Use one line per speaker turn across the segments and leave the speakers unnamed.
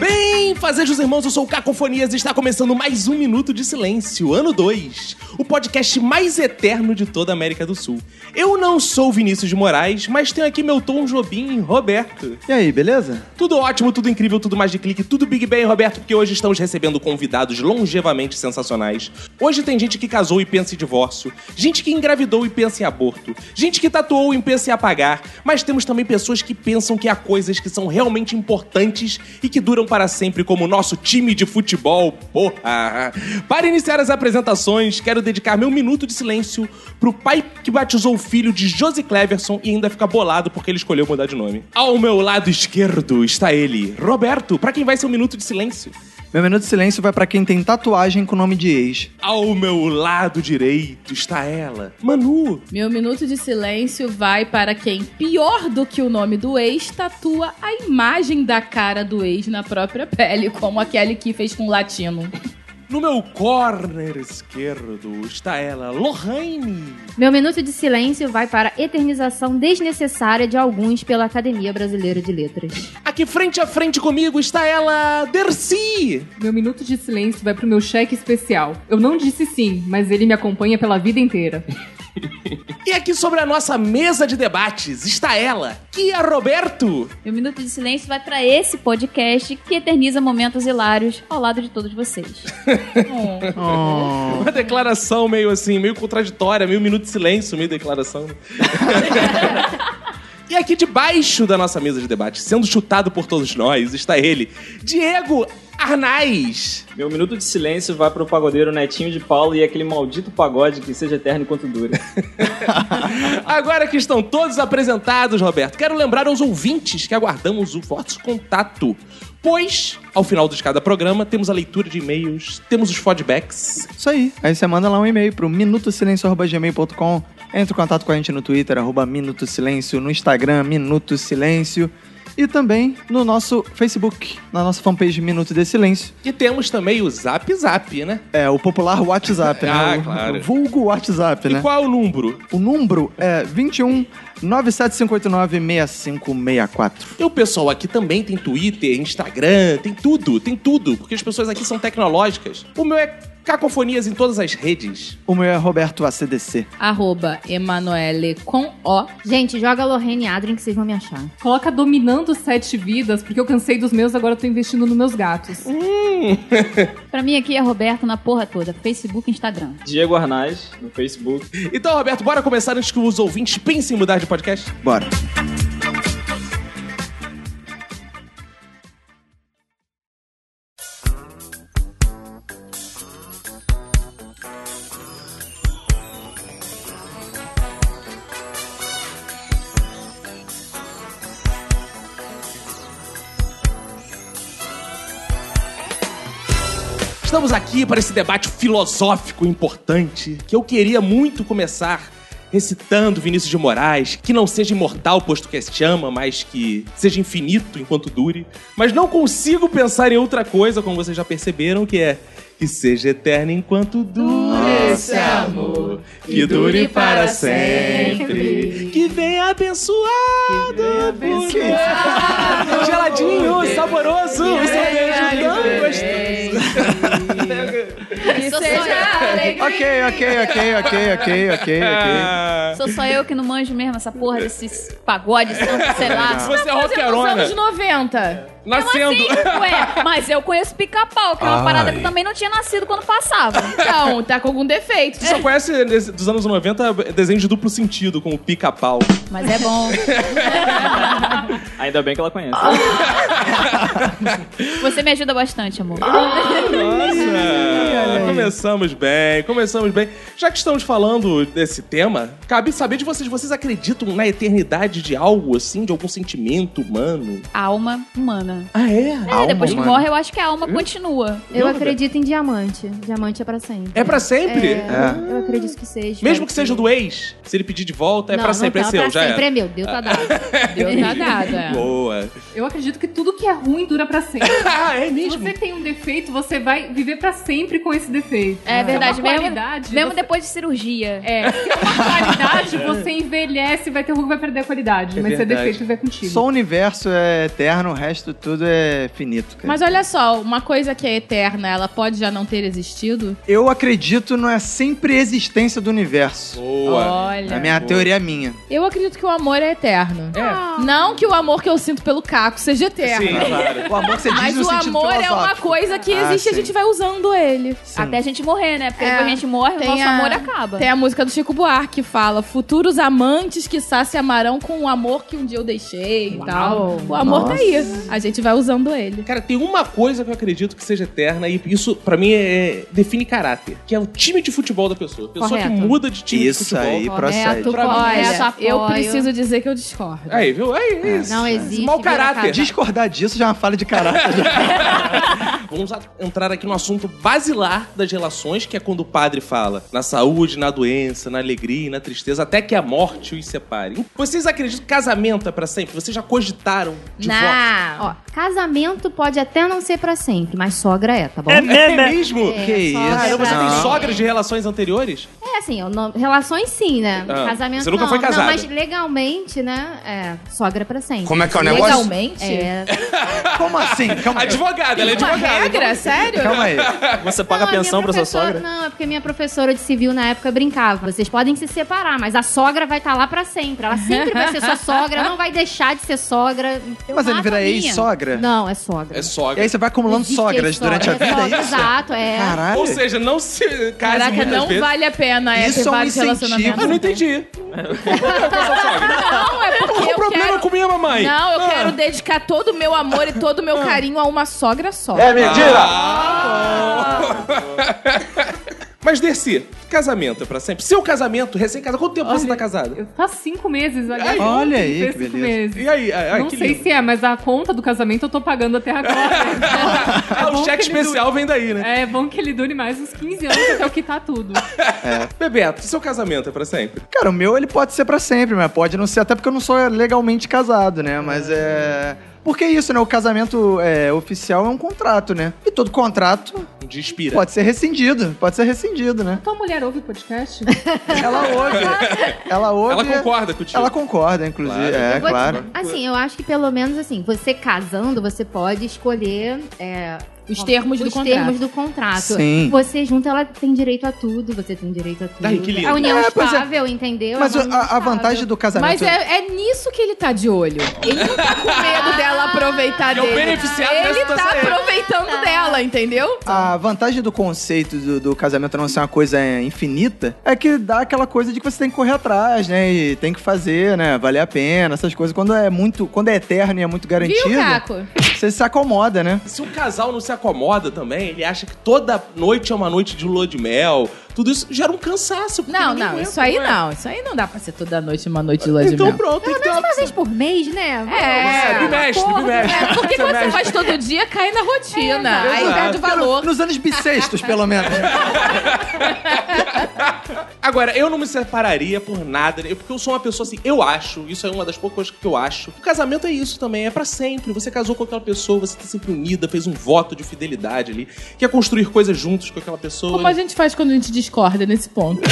Bem, fazejos irmãos, eu sou o Cacofonias e está começando mais um Minuto de Silêncio, ano 2, o podcast mais eterno de toda a América do Sul. Eu não sou o Vinícius de Moraes, mas tenho aqui meu Tom Jobim e Roberto.
E aí, beleza?
Tudo ótimo, tudo incrível, tudo mais de clique, tudo Big Bang, Roberto, porque hoje estamos recebendo convidados longevamente sensacionais. Hoje tem gente que casou e pensa em divórcio, gente que engravidou e pensa em aborto, gente que tatuou e pensa em apagar, mas temos também pessoas que pensam que há coisas que são realmente importantes e que duram para sempre, como o nosso time de futebol, porra! Para iniciar as apresentações, quero dedicar meu minuto de silêncio pro pai que batizou o filho de Josi Cleverson e ainda fica bolado porque ele escolheu mudar de nome. Ao meu lado esquerdo está ele, Roberto, pra quem vai ser um minuto de silêncio.
Meu minuto de silêncio vai pra quem tem tatuagem com nome de ex.
Ao meu lado direito está ela, Manu.
Meu minuto de silêncio vai para quem, pior do que o nome do ex, tatua a imagem da cara do ex na própria pele, como aquele que fez com o latino.
No meu corner esquerdo está ela, Lorraine.
Meu minuto de silêncio vai para a eternização desnecessária de alguns pela Academia Brasileira de Letras.
Aqui frente a frente comigo está ela, Dercy.
Meu minuto de silêncio vai pro meu cheque especial. Eu não disse sim, mas ele me acompanha pela vida inteira.
E aqui sobre a nossa mesa de debates está ela, Kia Roberto.
Meu minuto de silêncio vai pra esse podcast que eterniza momentos hilários ao lado de todos vocês.
Uma declaração meio assim, meio contraditória, meio minuto de silêncio, meio declaração. né? E aqui debaixo da nossa mesa de debate, sendo chutado por todos nós, está ele, Diego Arnaz.
Meu minuto de silêncio vai pro pagodeiro Netinho de Paulo e aquele maldito pagode que seja eterno enquanto dure.
Agora que estão todos apresentados, Roberto, quero lembrar aos ouvintes que aguardamos o vosso contato. Pois, ao final de cada programa, temos a leitura de e-mails, temos os feedbacks.
Isso aí. Aí você manda lá um e-mail pro minutosilencio.gmail.com. Entra em contato com a gente no Twitter, arroba Minuto Silêncio, no Instagram, Minuto Silêncio. E também no nosso Facebook, na nossa fanpage Minuto de Silêncio.
E temos também o Zap Zap, né?
É, o popular WhatsApp, né?
Ah,
O-
claro.
O vulgo WhatsApp, né?
E qual é o número?
O número é 21 97589 6564.
E o pessoal aqui também tem Twitter, Instagram, tem tudo, tem tudo, porque as pessoas aqui são tecnológicas. O meu é cacofonias em todas as redes.
O meu é Roberto ACDC.
Arroba Emanuele com O.
Gente, joga Lorraine e Adrien que vocês vão me achar.
Coloca dominando sete vidas, porque eu cansei dos meus, agora eu tô investindo nos meus gatos.
pra mim aqui é Roberto na porra toda, Facebook, Instagram.
Diego Arnaz, no Facebook.
Então, Roberto, bora começar antes que os ouvintes pensem em mudar de podcast?
Bora.
Estamos aqui para esse debate filosófico importante que eu queria muito começar recitando Vinícius de Moraes, que não seja imortal posto que se ama, mas que seja infinito enquanto dure. Mas não consigo pensar em outra coisa, como vocês já perceberam, que é que seja eterno enquanto dure esse amor, que dure para sempre, que venha abençoado, que geladinho, saboroso, esse é
é
beijo tão gostoso.
Sou só,
é
eu.
Ok, ok, ok, ok, ok, ok,
Ah.
ok.
Sou só eu que não manjo mesmo essa porra desse pagode, samba, sei
Ah.
lá.
Você é
Nos
roqueirona,
anos 90.
nascendo.
Ué, mas eu conheço pica-pau, que é uma parada que eu também não tinha nascido quando passava.
Então, tá com algum defeito.
Tu só conhece desse- dos anos 90 desenho de duplo sentido, com o pica-pau.
Mas é bom.
Ah! Ainda bem que ela conhece.
Você me ajuda bastante, amor.
Nossa! começamos bem, começamos bem. Já que estamos falando desse tema, cabe saber de vocês. Vocês acreditam na eternidade de algo assim, de algum sentimento humano?
A alma humana.
Ah, é?
É, depois que
humana.
morre, eu acho que a alma continua.
Eu
Jura?
acredito em diamante. Diamante é pra sempre.
É pra sempre?
É.
Eu acredito que seja.
Mesmo que seja do ex, se ele pedir de volta, é
não,
pra
não
sempre,
tá,
é seu,
pra
já
sempre
é.
é meu. Deus tá dado.
Deu tá dado, é.
Boa.
Eu acredito que tudo que é ruim dura pra sempre.
Ah, é
Se
mesmo?
você tem um defeito, você vai viver pra sempre com esse defeito.
É verdade,
Se uma
mesmo-
qualidade,
Mesmo
você-
depois de cirurgia.
É, se é uma qualidade,
É.
você envelhece, vai ter ruim, vai perder a qualidade.
É
mas se é
verdade.
defeito, vai contigo.
Só o universo é eterno, o resto tudo é finito, cara.
Mas olha só, uma coisa que é eterna, ela pode já não ter existido?
Eu acredito na sempre existência do universo.
Ah!
Boa.
Olha.
a minha
boa.
teoria é minha.
Eu acredito que o amor é eterno.
É.
Não que o amor que eu sinto pelo Caco seja eterno.
Sim.
O amor que você diz
Mas
no
o
sentido
amor é uma
filosófico.
coisa que
Ah,
existe e a
sim.
gente vai usando ele.
Sim.
Até a gente morrer, né? Porque
É.
depois que a gente morre, o
Tem
nosso
a-
amor acaba.
Tem a música do Chico Buarque que fala: futuros amantes que se amarão com o amor que um dia eu deixei e tal. O amor tá aí. A gente vai usando ele.
Cara, tem uma coisa que eu acredito que seja eterna e isso, pra mim, é, define caráter, que é o time de futebol da pessoa. A pessoa
Correto.
que muda de time de
Isso
futebol.
aí procede.
Pra mim,
isso
Olha,
apoio.
eu preciso dizer que eu discordo.
Aí, viu? Aí, é isso.
Não existe.
Mau
vira
caráter.
casal.
Discordar disso já é uma falha de caráter.
Vamos a- entrar aqui no assunto basilar das relações, que é quando o padre fala na saúde, na doença, na alegria e na tristeza, até que a morte os separe. Vocês acreditam que casamento é pra sempre? Vocês já cogitaram divórcio?
Não.
Ó, casamento pode até não ser pra sempre, mas sogra é, tá bom?
É
né?
mesmo?
É,
que isso?
sogra
Caramba, você tem
não.
sogras de relações anteriores?
É assim, eu não- relações sim, né?
Ah,
Casamento
você nunca
não.
foi
Não,
casada.
mas legalmente, né? É, sogra pra sempre.
Como é que é o negócio?
Legalmente?
É,
Como assim? Calma aí.
Advogada, ela é
Uma
advogada.
regra? Sério?
é um-
Calma aí.
Você paga
Não, a minha
pensão pra sua
professora-
sogra?
Não, é porque minha professora de civil na época brincava. Vocês podem se separar, mas a sogra vai estar lá pra sempre. Ela sempre vai ser sua sogra, não vai deixar de ser sogra. Eu
Mas ele
mato
vira
a minha.
ex-sogra?
Não, é sogra.
É
E
sogra.
aí você vai acumulando
Existe
sogras
ex-sogra,
durante a
é
vida, é
sogra,
isso?
Exato, é.
Caralho.
Ou seja, não se case
Caraca,
muitas
não
vezes.
vale a pena é,
Isso
ter
é um
vários
incentivo.
relacionamentos.
Eu não entendi.
Não, é porque
Qual o
eu
problema
quero...
com minha mamãe?
Não, eu quero dedicar todo o meu amor e todo o meu carinho a uma sogra só.
É
Mentira! Mas, Dercy, casamento é pra sempre? Seu casamento, recém-casado, quanto tempo você tá casada?
Eu Tá cinco meses, aliás.
Ai,
ontem
olha aí,
fez
que
cinco
beleza.
meses.
E aí? Ai, ai,
não
que
sei
lindo.
se é, mas a conta do casamento eu tô pagando até agora.
É
Ah, o
bom
cheque
que ele
especial vem daí, né?
é bom que ele dure mais uns 15 anos até eu quitar tudo.
Bebeto, seu casamento é pra sempre?
Cara, o meu ele pode ser pra sempre, mas pode não ser, até porque eu não sou legalmente casado, né? Mas é. Porque é isso, né? O casamento é, oficial é um contrato, né? E todo contrato
De Um inspira.
pode ser rescindido. Pode ser rescindido, né?
Tua mulher ouve o podcast?
Ela ouve. ela
Ela
ouve.
concorda contigo.
Ela concorda, inclusive.
Claro.
É,
Vou te-
claro.
Assim, eu acho que pelo menos assim, você casando, você pode escolher é,
Os
como-
termos do
os
contrato.
termos do contrato.
Sim.
Você junto, ela tem direito a tudo, você tem direito a tudo.
Ai, que lindo.
A união
É, pois é.
estável, entendeu?
Mas
É
o-
uma união
a, a vantagem do
Mas
casamento.
é, é nisso que ele tá de olho. Ele não tá com medo dela aproveitar
E é o
dele.
beneficiado
ele
dessa
tá
situação.
aproveitando dela, entendeu?
A vantagem do conceito do, do casamento não ser uma coisa infinita é que dá aquela coisa de que você tem que correr atrás, né? E tem que fazer, né? Valer a pena, essas coisas. Quando é muito, quando é eterno e é muito garantido,
Viu, Caco?
você se acomoda, né?
Se um casal não se acomoda também, ele acha que toda noite é uma noite de lua de mel, tudo isso gera um cansaço. porque
Não,
ninguém
não,
aguenta,
isso aí
é?
não. Isso aí não dá pra ser toda noite uma noite de lua de
Então
mel.
pronto, tem que ter uma...
uma vez por mês, né?
É,
É, bimestre, bimestre.
É, porque quando você faz todo dia, cai na rotina. aí
exato.
perde o valor.
Nos anos bissextos, pelo menos.
Agora, eu não me separaria por nada, eu- porque eu sou uma pessoa assim, eu acho, isso é uma das poucas coisas que eu acho. O casamento é isso também, é pra sempre. Você casou com aquela pessoa, você tá sempre unida, fez um voto de fidelidade ali, quer construir coisas juntos com aquela pessoa.
Como a gente faz quando a gente discorda nesse ponto?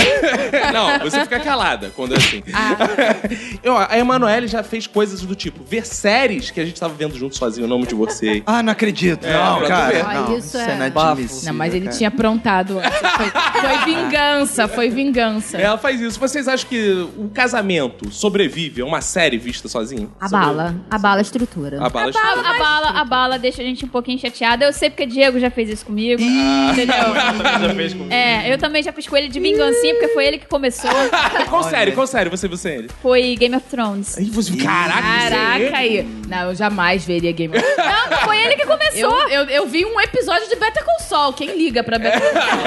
Não, você fica calada quando é assim.
Ah.
Eu, a Emanuele já fez coisas do tipo, ver séries que a gente tava vendo junto sozinho, eu não me divorciei.
Ah, não acredito.
É, pra
não,
tu
cara.
ver.
Não,
Isso
isso
é-
é inadmissível.
Não, mas ele
cara.
tinha aprontado. antes. Foi, foi vingança, foi vingança.
Ela faz isso. Vocês acham que o casamento sobrevive a uma série vista sozinho?
Abala, abala a estrutura.
A bala.
A, a bala, a bala deixa a gente um pouquinho chateada. Eu sei porque Diego já fez isso comigo. Entendeu?
Já fez comigo.
É, eu também já fiz com ele de vingancinha, porque foi ele que começou.
Qual série? Qual série você viu sem ele?
Foi Game of Thrones.
Aí você- Caraca,
Caraca aí. Não, eu jamais veria Game of Thrones.
Não, foi ele que começou.
Eu, eu, eu vi um episódio de Better Call Saul. Quem liga pra Better Call Saul?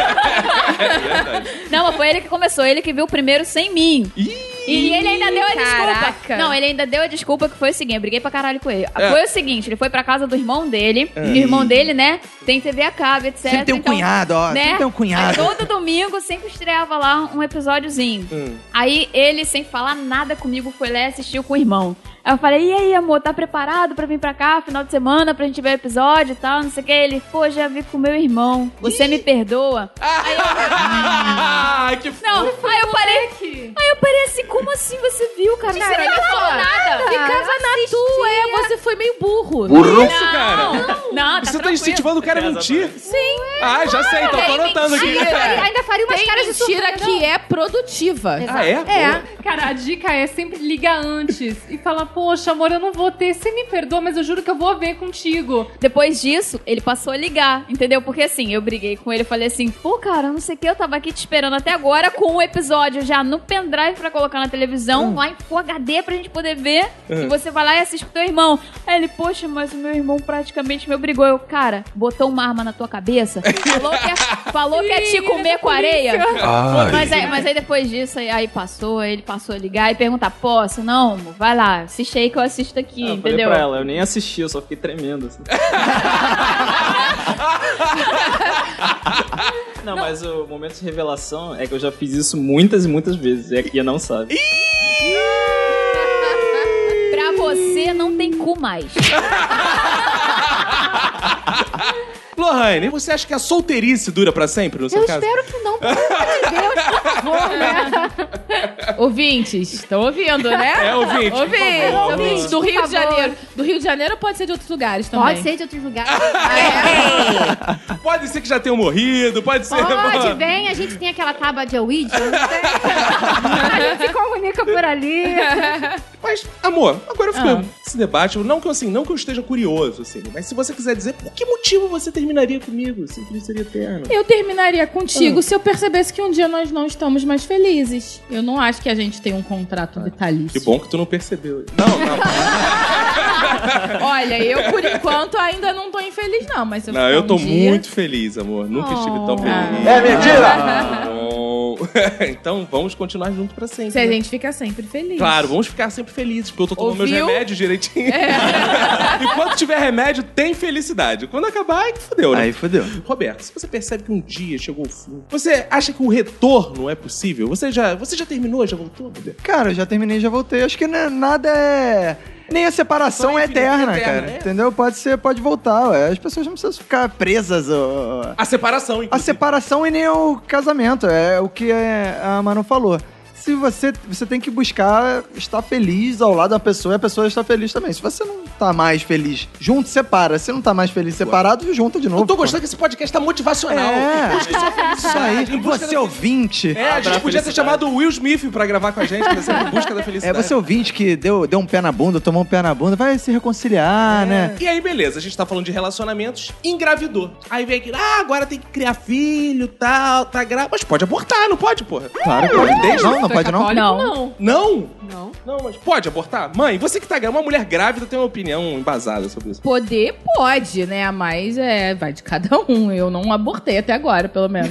É,
Não, mas foi ele que começou, ele que viu primeiro sem mim. E ele ainda deu a
Caraca.
desculpa. Não, ele ainda deu a desculpa que foi o seguinte: eu briguei pra caralho com ele.
É.
Foi o seguinte: ele foi pra casa do irmão dele. E o irmão dele, né, tem TV a cabo, etc.
Sempre tem um
então,
cunhado, ó.
né?
Sempre tem um
Aí
cunhado.
todo domingo sempre estreava lá um episódiozinho.
Hum.
Aí ele, sem falar nada comigo, foi lá e assistiu com o irmão. Aí eu falei, e aí, amor, tá preparado pra vir pra cá final de semana pra gente ver o episódio e tal, não sei o que. Ele, pô, já vi com meu irmão. Você me perdoa?
Ah, que f...
Não, aí eu parei. Aí eu parei assim, como assim você viu, cara?
Cara,
Você
olha
não falou
só.
nada.
Ficava na tua, é, você foi meio burro.
Burro.
isso, cara.
Não,
Você tá incentivando o cara a mentir?
Sim.
Ah, já sei, então tô
Tem
anotando aqui.
mentira.
Ainda faria umas
Tem
caras de
mentira
surpresa.
que é produtiva.
Ah, é?
É.
Cara, a dica é sempre liga antes e fala, poxa, amor, eu não vou ter, você me perdoa, mas eu juro que eu vou ver contigo.
Depois disso, ele passou a ligar, entendeu? Porque assim, eu briguei com ele, eu falei assim, pô, cara, não sei o que, eu tava aqui te esperando até agora com o episódio já no pendrive pra colocar na
Hum.
televisão, lá em Full HD pra gente poder ver. E você vai lá e assiste com teu irmão. Aí ele, poxa, mas o meu irmão praticamente me obrigou. Eu, cara, botou uma arma na tua cabeça, falou que ia, falou que ia te
Ih,
comer com
polícia.
areia.
Ai.
Mas aí, mas aí depois disso, aí, aí passou, aí ele passou a ligar e perguntar, posso? Não, amor, vai lá, assiste aí que eu assisto aqui,
Ah, eu falei
entendeu?
pra ela, eu nem assisti, eu só fiquei tremendo. assim. não, mas o momento de revelação é que eu já fiz isso muitas e muitas vezes. E a Kia não sabe.
Pra você não tem cu mais.
Lohane, você acha que a solteirice dura pra sempre, no seu
Eu
caso?
espero que não, pelo amor de Deus, por favor, né?
Ouvintes, estão ouvindo, né?
É, ouvinte, por
Ouvintes,
favor.
ouvintes do Rio
Por
de
favor.
Janeiro. Do Rio de Janeiro ou pode ser de outros lugares também?
Pode ser de outros lugares.
Pode ser que já tenham morrido, pode
É,
ser...
Pode, vem, a gente tem aquela tábua de Ouija, não sei. A gente se comunica por ali.
Mas, amor, agora fica esse debate. Não que, eu, assim, não que eu esteja curioso, assim, mas se você quiser dizer por que motivo você terminaria comigo, se tudo seria eterno.
Eu terminaria contigo se eu percebesse que um dia nós não estamos mais felizes. Eu não acho que a gente tem um contrato
Que
vitalício.
bom Ah. que tu não percebeu. Não, não.
Olha, eu por enquanto ainda não tô infeliz, não, mas eu
não, eu tô muito feliz, amor. Nunca estive tão feliz.
É
mentira! então vamos continuar junto pra sempre.
Se a
né?
gente fica sempre feliz.
Claro, vamos ficar sempre felizes, porque eu tô tomando
Ouviu? É.
meus remédios direitinho. Enquanto tiver remédio, tem felicidade. Quando acabar, aí que fodeu, né?
Aí fodeu.
Roberto, se você percebe que um dia chegou o fim, você acha que o retorno é possível? Você já, você já terminou? Já voltou, Roberto?
Cara, eu já terminei, já voltei. Acho que na- nada é. Nem a separação
Só
é
infinito,
eterna,
eterna,
cara.
é.
Entendeu? Pode ser, pode voltar. Ué. As pessoas não precisam ficar presas. Ó, ó.
A separação,
A
inclusive.
separação e nem o casamento. É o que é, a Manu falou. Se você, você tem que buscar estar feliz ao lado da pessoa e a pessoa está feliz também. Se você não tá mais feliz, junto, separa. Se não tá mais feliz separado, junta de novo.
Eu tô
pô.
gostando que esse podcast tá motivacional. Tá
É,
Busca sua
isso aí.
felicidade, em busca
Você
da-
ouvinte.
É, a gente
Abra
podia
a
ter
felicidade.
chamado o Will Smith pra gravar com a gente, pra ser em busca da
É,
felicidade.
você ouvinte que deu, deu um pé na bunda, tomou um pé na bunda, vai se
É.
reconciliar, né?
E aí, beleza, a gente tá falando de relacionamentos, engravidou. Aí vem aquilo, ah, agora tem que criar filho, tal, tá grávida. Mas pode abortar, não pode, porra?
Claro, pode.
desde-
Não, não
Tu é
pode não.
católico?
Não.
Não.
Não?
Não.
Não, mas pode abortar? Mãe, você que tá grávida, uma mulher grávida tem uma opinião embasada sobre isso.
Poder pode, né? Mas é, vai de cada um. Eu não abortei até agora, pelo menos.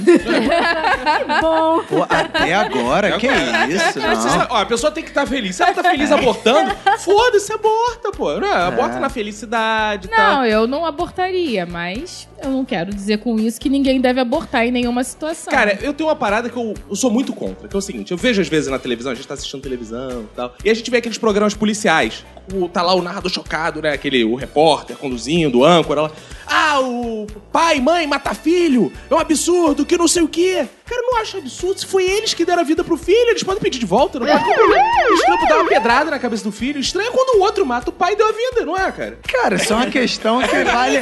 Pô, até agora, que isso?
Você
Não.
sabe- ó, a pessoa tem que estar feliz. Se ela tá feliz abortando, foda-se, aborta, pô. Né? Aborta
É.
na felicidade tá?
Tá.
e tal.
Não, eu não abortaria, mas eu não quero dizer com isso que ninguém deve abortar em nenhuma situação.
Cara, eu tenho uma parada que eu, eu sou muito contra, que é o seguinte, eu vejo às vezes na televisão, a gente tá assistindo televisão e tal, e a gente vê aqueles programas policiais, o, tá lá o narrador chocado, né, aquele, o repórter conduzindo, o âncora lá, ah, o pai, mãe, mata filho, é um absurdo, que não sei o quê. Cara, eu não acho absurdo, se foi eles que deram a vida pro filho, eles podem pedir de volta, não pode ter problema. Estranho dar uma pedrada na cabeça do filho, estranho é quando o outro mata o pai e deu a vida, não é, cara?
Cara, isso é uma questão que vale,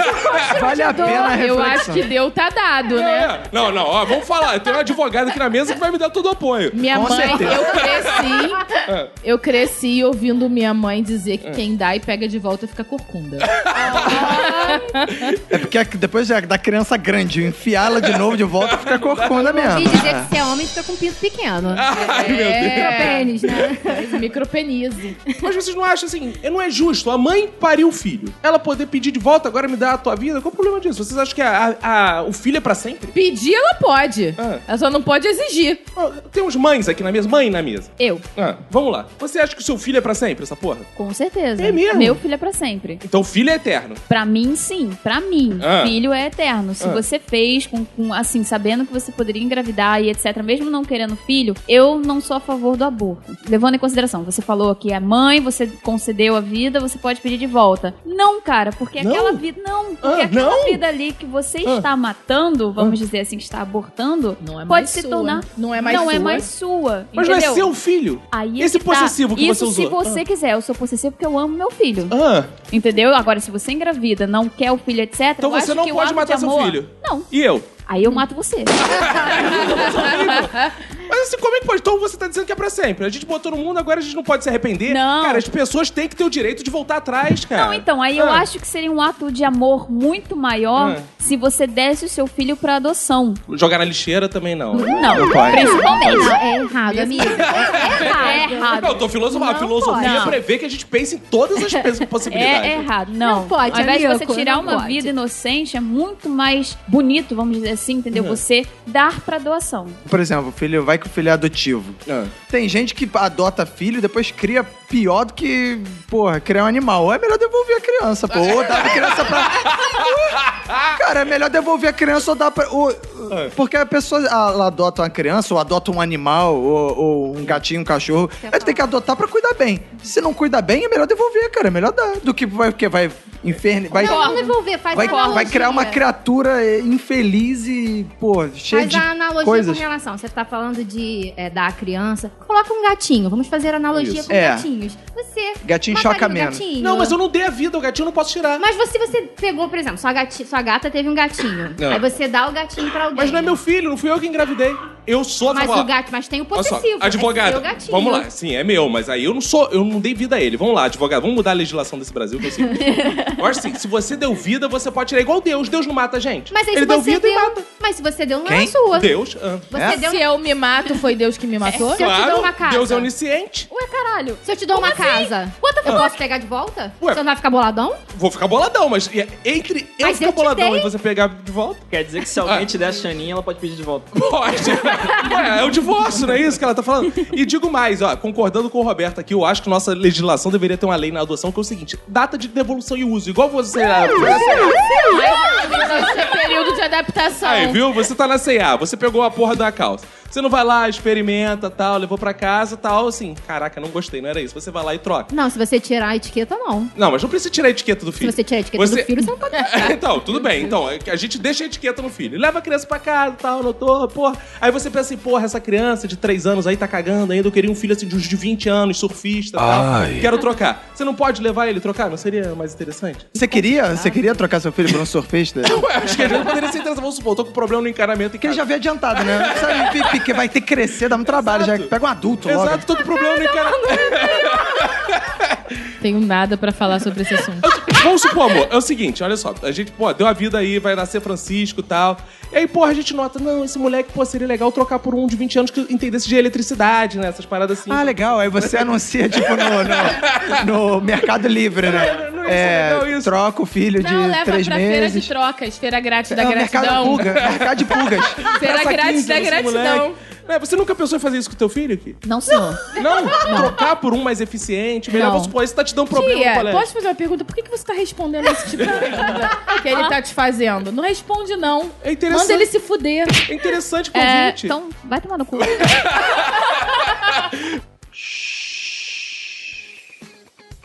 vale a pena a
Então, eu acho
é reflexão.
que deu tá dado, né?
É. Não, não, ó, vamos falar, eu tenho um advogado aqui na mesa que vai me dar todo o apoio.
Minha
Com
mãe,
certeza.
eu cresci, eu cresci ouvindo minha mãe dizer que quem dá e pega de volta fica corcunda.
É porque depois da- da criança grande, enfiá-la de novo de volta fica corcunda mesmo.
E dizer
É.
que se é homem, fica com pinto pequeno.
É, Ai, meu Deus.
É,
Pênis, né?
micropenise.
Mas vocês não acham assim, não é justo a mãe pariu o filho. Ela poder pedir de volta, agora me dá a tua vida? Qual o problema disso? Vocês acham que a- a- a- o filho é pra sempre?
Pedir ela pode.
Ah.
Ela só não pode exigir.
Ó, Tem uns mães aqui na mesa, mãe na mesa.
Eu,
Ah, vamos lá. Você acha que o seu filho é pra sempre, essa porra?
com certeza.
É mesmo?
Meu filho é pra sempre.
Então o filho é eterno.
Pra mim, sim. Pra mim,
Ah.
filho é eterno. Se
Ah.
você fez, com, com, assim, sabendo que você poderia engravidar e etc., mesmo não querendo filho, eu não sou a favor do aborto. Levando em consideração, você falou que é mãe, você concedeu a vida, você pode pedir de volta. Não, cara, porque
Não?
aquela vida. Não, porque
Ah,
aquela
não?
vida ali que você
Ah.
está matando, vamos dizer assim, que está abortando,
Não é mais
pode se
sua.
tornar.
Não é mais
não é
sua.
mais sua.
Mas
entendeu?
não é seu filho.
Aí é
Esse
que tá.
possessivo que
Isso
você usou.
se você quiser. Eu sou possessivo porque eu amo meu filho.
Ah,
Entendeu? Agora, se você engravida, não quer o filho, etc.
Então
eu
você
acho
não
que o
pode
ato
matar
de
seu
amor-
filho.
Não.
e eu?
Aí eu mato você.
Mas assim, como é que pode? Então você tá dizendo que é pra sempre. A gente botou no mundo, agora a gente não pode se arrepender.
Não.
Cara, as pessoas têm que ter o direito de voltar atrás, cara.
Não, então, aí eu
Ah.
acho que seria um ato de amor muito maior
Ah.
se você desse o seu filho pra adoção.
Jogar na lixeira também não.
Não, principalmente.
Não,
Tá
é errado, amigo. É errado.
É errado.
Eu tô filosofando. A
Não
filosofia
pode.
prevê que a gente pense em todas as pes- possibilidades.
É errado, não.
Não pode,
Ao invés de você
amigo,
tirar
não
uma
pode.
vida inocente, é muito mais bonito, vamos dizer assim, entendeu?
Uhum.
Você dar pra doação.
Por exemplo, o filho, vai que o filho é adotivo.
Ah.
Tem gente que adota filho e depois cria pior do que, porra, criar um animal. Ou é melhor devolver a criança, pô. Ou dar a criança pra. Cara, é melhor devolver a criança ou dar pra. ou- Porque a pessoa a- ela adota uma criança, ou adota um animal, ou, ou um gatinho, um cachorro. Ela tem que adotar pra cuidar bem. Se não cuidar bem, é melhor devolver, cara. É melhor dar. Do que vai, porque vai inferne. Vai,
Não, não devolver, faz
vai,
a analogia.
vai criar uma criatura eh, infeliz e, pô, cheia
Faz
de
a analogia
coisas.
com relação. Você tá falando de é, dar a criança. Coloca um gatinho. Vamos fazer analogia
Isso.
com
É.
gatinhos. Você.
Gatinho
mataria
choca
um
menos.
Gatinho.
Não, mas eu não dei a vida, o gatinho eu não posso tirar.
Mas você, você pegou, por exemplo, sua, gati- sua gata teve um gatinho.
Ah.
Não.
Aí você dá o gatinho pra alguém.
Mas não é meu filho, não fui eu que engravidei. Eu sou a
Mas
favor.
o gato, mas tem o
Olha só,
possessivo. É
advogada.
seu gatinho.
Vamos lá, sim, é meu, mas aí eu não sou, eu não dei vida a ele. Vamos lá, advogado, vamos mudar a legislação desse Brasil que eu sei. eu acho assim, se você deu vida, você pode tirar igual Deus. Deus não mata a gente.
Mas aí
ele
se
deu
você
vida
deu.
e mata.
Mas se você deu, não
Quem?
é sua.
Deus. ah,
Você
É?
deu.
Se eu me mato, foi Deus que
É
me matou?
Se eu te dou uma
claro,
casa.
Deus é onisciente.
Ué, caralho.
um- Se eu te dou uma casa, eu posso pegar de volta?
assim? Ah. Ué.
Você não vai ficar boladão?
Vou ficar boladão, mas e- entre eu
Mas
ficar
eu te
boladão
dei.
e você pegar de volta,
Quer dizer que se alguém te der a Xaninha, ela pode pedir de volta.
pode. Ué, é o divórcio, não é isso que ela tá falando? E digo mais, ó, concordando com o Roberto aqui, eu acho que nossa legislação deveria ter uma lei na adoção que é o seguinte: data de devolução e uso, igual você.
Ah,
Esse é período de adaptação.
Aí, viu? Você tá na C&A, você pegou a porra da calça. Você não vai lá, experimenta, tal, levou pra casa, tal, assim. Caraca, não gostei, não era isso. Você vai lá e troca.
Não, se você tirar a etiqueta, não.
Não, mas não precisa tirar a etiqueta do
Se
filho.
você tirar a etiqueta
Você-
do filho, você não pode
então, tudo bem. Então, é que a gente deixa a etiqueta no filho. Leva a criança pra casa, tal, doutor, porra. Aí você pensa assim, porra, essa criança de 3 anos aí tá cagando ainda. Eu queria um filho assim de uns de 20 anos, surfista,
Ai.
tal. Quero trocar. Você não pode levar ele e trocar? Não seria mais interessante?
Você queria, você queria trocar seu filho por um surfista?
Ué, acho que a gente poderia ser interessante. Vamos supor, tô com problema no encanamento em
Porque ele já
casa.
veio adiantado, né? Sabe, fi- fi- que vai ter que crescer, dá um trabalho. Já pega um adulto logo.
Exato, tô com problema no encanamento.
Tenho nada pra falar sobre esse assunto.
Vamos supor, amor, é o seguinte, olha só. A gente, pô, deu a vida aí, vai nascer Francisco e tal. E aí, porra, a gente nota, não, esse moleque, pô, seria legal trocar por um de 20 anos que entendesse de eletricidade, né? Essas paradas assim.
Ah, legal. Aí você anuncia, tipo, no, no, no Mercado Livre, né?
Não, não, isso é legal,
É,
isso.
troca o filho de
Não, leva pra
três
feira
meses.
de trocas, feira grátis da
é, o mercado
gratidão.
pulga, mercado de pulgas.
Feira
Passa
grátis
15
da
anos esse
gratidão.
moleque. É, você nunca pensou em fazer isso com teu filho? Aqui?
Não, senhor.
Não, trocar por um mais eficiente, melhor.
Não.
Vamos supor, isso tá te dando problema no
Tia,
colégio.
posso fazer uma pergunta? Por que, que você tá respondendo esse tipo de pergunta que ele tá te fazendo? Não responde, não.
É interessante.
Manda ele se fuder.
É interessante pro
É,
ouvinte.
então, vai tomar no cu.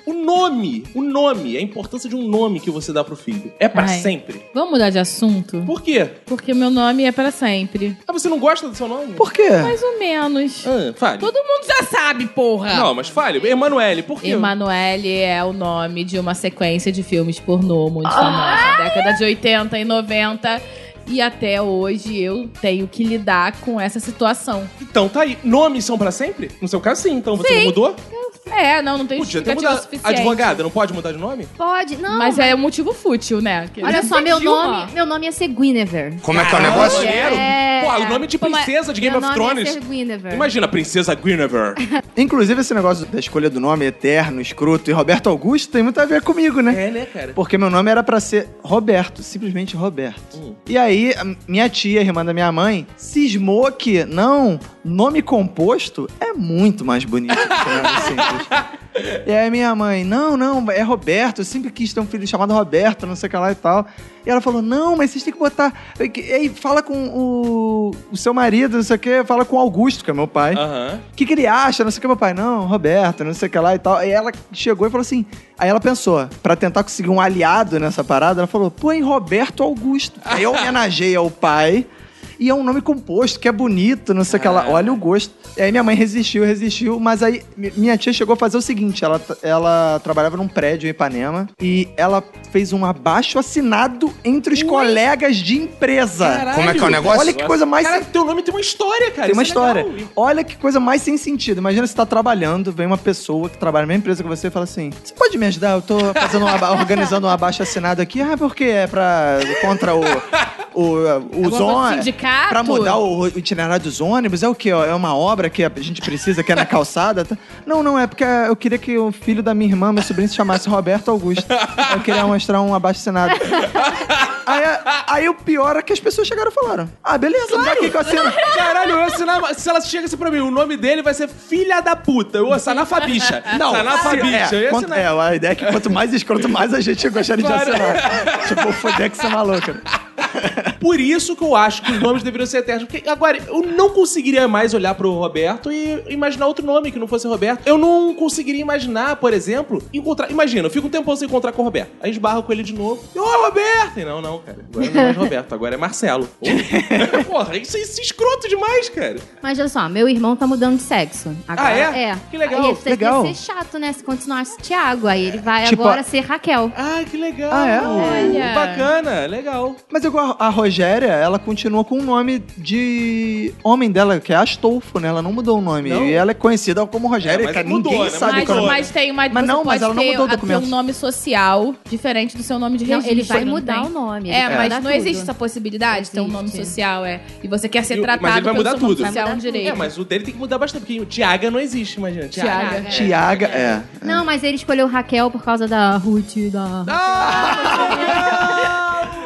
O nome, o nome, a importância de um nome que você dá pro filho. É pra
Ai.
sempre.
Vamos mudar de assunto?
Por quê?
Porque meu nome é pra sempre.
Ah, você não gosta do seu nome?
Por quê?
Mais ou menos.
Ah, fale.
Todo mundo já sabe, porra!
Não, mas fale. Emanuele, por quê?
Emanuele é o nome de uma sequência de filmes pornô muito famosa, na década de 80 e 90. E até hoje eu tenho que lidar com essa situação.
Então tá aí. Nomes são pra sempre? No seu caso, sim. Então você mudou?
É, não, não tem
Podia ter
justificativa
mudado.
suficiente.
Advogada, não pode mudar de nome?
Pode. Não,
Mas é um motivo fútil, né? Que-
olha só, meu
Dilma.
nome, meu nome ia ser Guinevere.
Como é que é o negócio?
Maneiro.
É.
Pô, o nome de
Pô, mas
princesa de Game
meu
of
nome é
Thrones.
Ia ser Guinevere.
Imagina, princesa Guinevere.
Inclusive, esse negócio da escolha do nome eterno, escroto e Roberto Augusto tem muito a ver comigo, né?
né, cara?
Porque meu nome era pra ser Roberto, simplesmente Roberto. E aí, a minha tia, irmã da minha mãe, cismou que, não, nome composto é muito mais bonito que nome simples. E aí minha mãe, não, não, é Roberto, eu sempre quis ter um filho chamado Roberto, não sei o que lá e tal. E ela falou, não, mas vocês têm que botar... E aí, fala com o, o seu marido, não sei o que, fala com o Augusto, que é meu pai
Aham.
o que, que ele acha? Não sei o que, meu pai. Não, Roberto, não sei o que lá e tal. Aí ela chegou e falou assim. Aí ela pensou, pra tentar conseguir um aliado nessa parada, ela falou: põe Roberto Augusto. Aí eu homenageei ao pai. E é um nome composto, que é bonito, não sei o que lá. Olha o gosto. E aí minha mãe resistiu, resistiu. Mas aí mi- minha tia chegou a fazer o seguinte: ela, t- ela trabalhava num prédio em Ipanema. E ela fez um abaixo assinado entre os colegas de empresa.
Como é que é o negócio?
Olha que coisa mais
Cara, teu nome tem uma história, cara.
tem uma
Isso é legal.
história. Olha que coisa mais sem sentido. Imagina você tá trabalhando, vem uma pessoa que trabalha na mesma empresa que você e fala assim: Você pode me ajudar? Eu tô fazendo um aba- organizando um abaixo assinado aqui. Ah, porque é pra. contra o. O, o
É
Alguma coisa do
zon-
sindicato?
Pra mudar o itinerário dos ônibus, é o quê? ó? É uma obra que a gente precisa, que é na calçada? tá? Não, não, é porque eu queria que o filho da minha irmã, meu sobrinho, se chamasse Roberto Augusto. Eu queria mostrar um abaixo-assinado. Aí, aí o pior é que as pessoas chegaram e falaram: Ah, beleza, me dá aqui que eu assino.
Caralho, eu assinava. Se ela chega assim pra mim, o nome dele vai ser filha da puta. Eu assinar Fabicha. Não, assinar Fabicha.
É,
Eu ia
quanto,
assinar.
é, a ideia é que quanto mais escroto, mais a gente gostaria
né? Claro.
de assinar. tipo, foder que você é maluca.
Por isso que eu acho que os nomes deveriam ser eternos. Porque agora, eu não conseguiria mais olhar pro Roberto e imaginar outro nome que não fosse Roberto. Eu não conseguiria imaginar, por exemplo, encontrar. Imagina, eu fico um tempão sem encontrar com o Roberto. Aí esbarro com ele de novo. E, Ô, Roberto! E, não, não, cara. Agora não é mais Roberto, agora é Marcelo. Ô, Porra, isso, isso é escroto demais, cara.
Mas olha só, meu irmão tá mudando de sexo. Agora,
Ah, é? Que legal.
Aí ele fez-
Legal.
ia ser chato, né? Se continuasse Thiago. Aí ele vai
Tipo,
agora
a-
ser Raquel.
Ah, que legal.
Ah, é?
Olha.
Bacana, legal.
Mas igual a Rogéria, ela continua com o nome de homem dela, que é Astolfo, né? Ela não mudou o nome.
Não.
E ela é conhecida como Rogéria,
É, mas
cara.
mudou,
ninguém
né?
sabe
mas,
qual é o nome.
mas tem uma
Mas não,
você
mas
pode
ela não
ter
mudou o
a- ter
documento.
um nome social diferente do seu nome de
Não,
registro.
ele vai
não
mudar
tem?
o nome. ele
É,
vai
mas
mudar
não existe
tudo.
essa possibilidade de ter um nome
Existe.
social, é. E você quer
E
ser
o-
tratado
mas ele vai
pelo
mudar
seu nome
tudo.
social, é
Vai
um
mudar tudo.
direito.
É, mas o dele tem que mudar bastante, porque o Tiaga não existe, imagina. Tiaga.
Tiaga.
Tiaga, é.
Não, mas ele escolheu Raquel por causa da Ruth e da...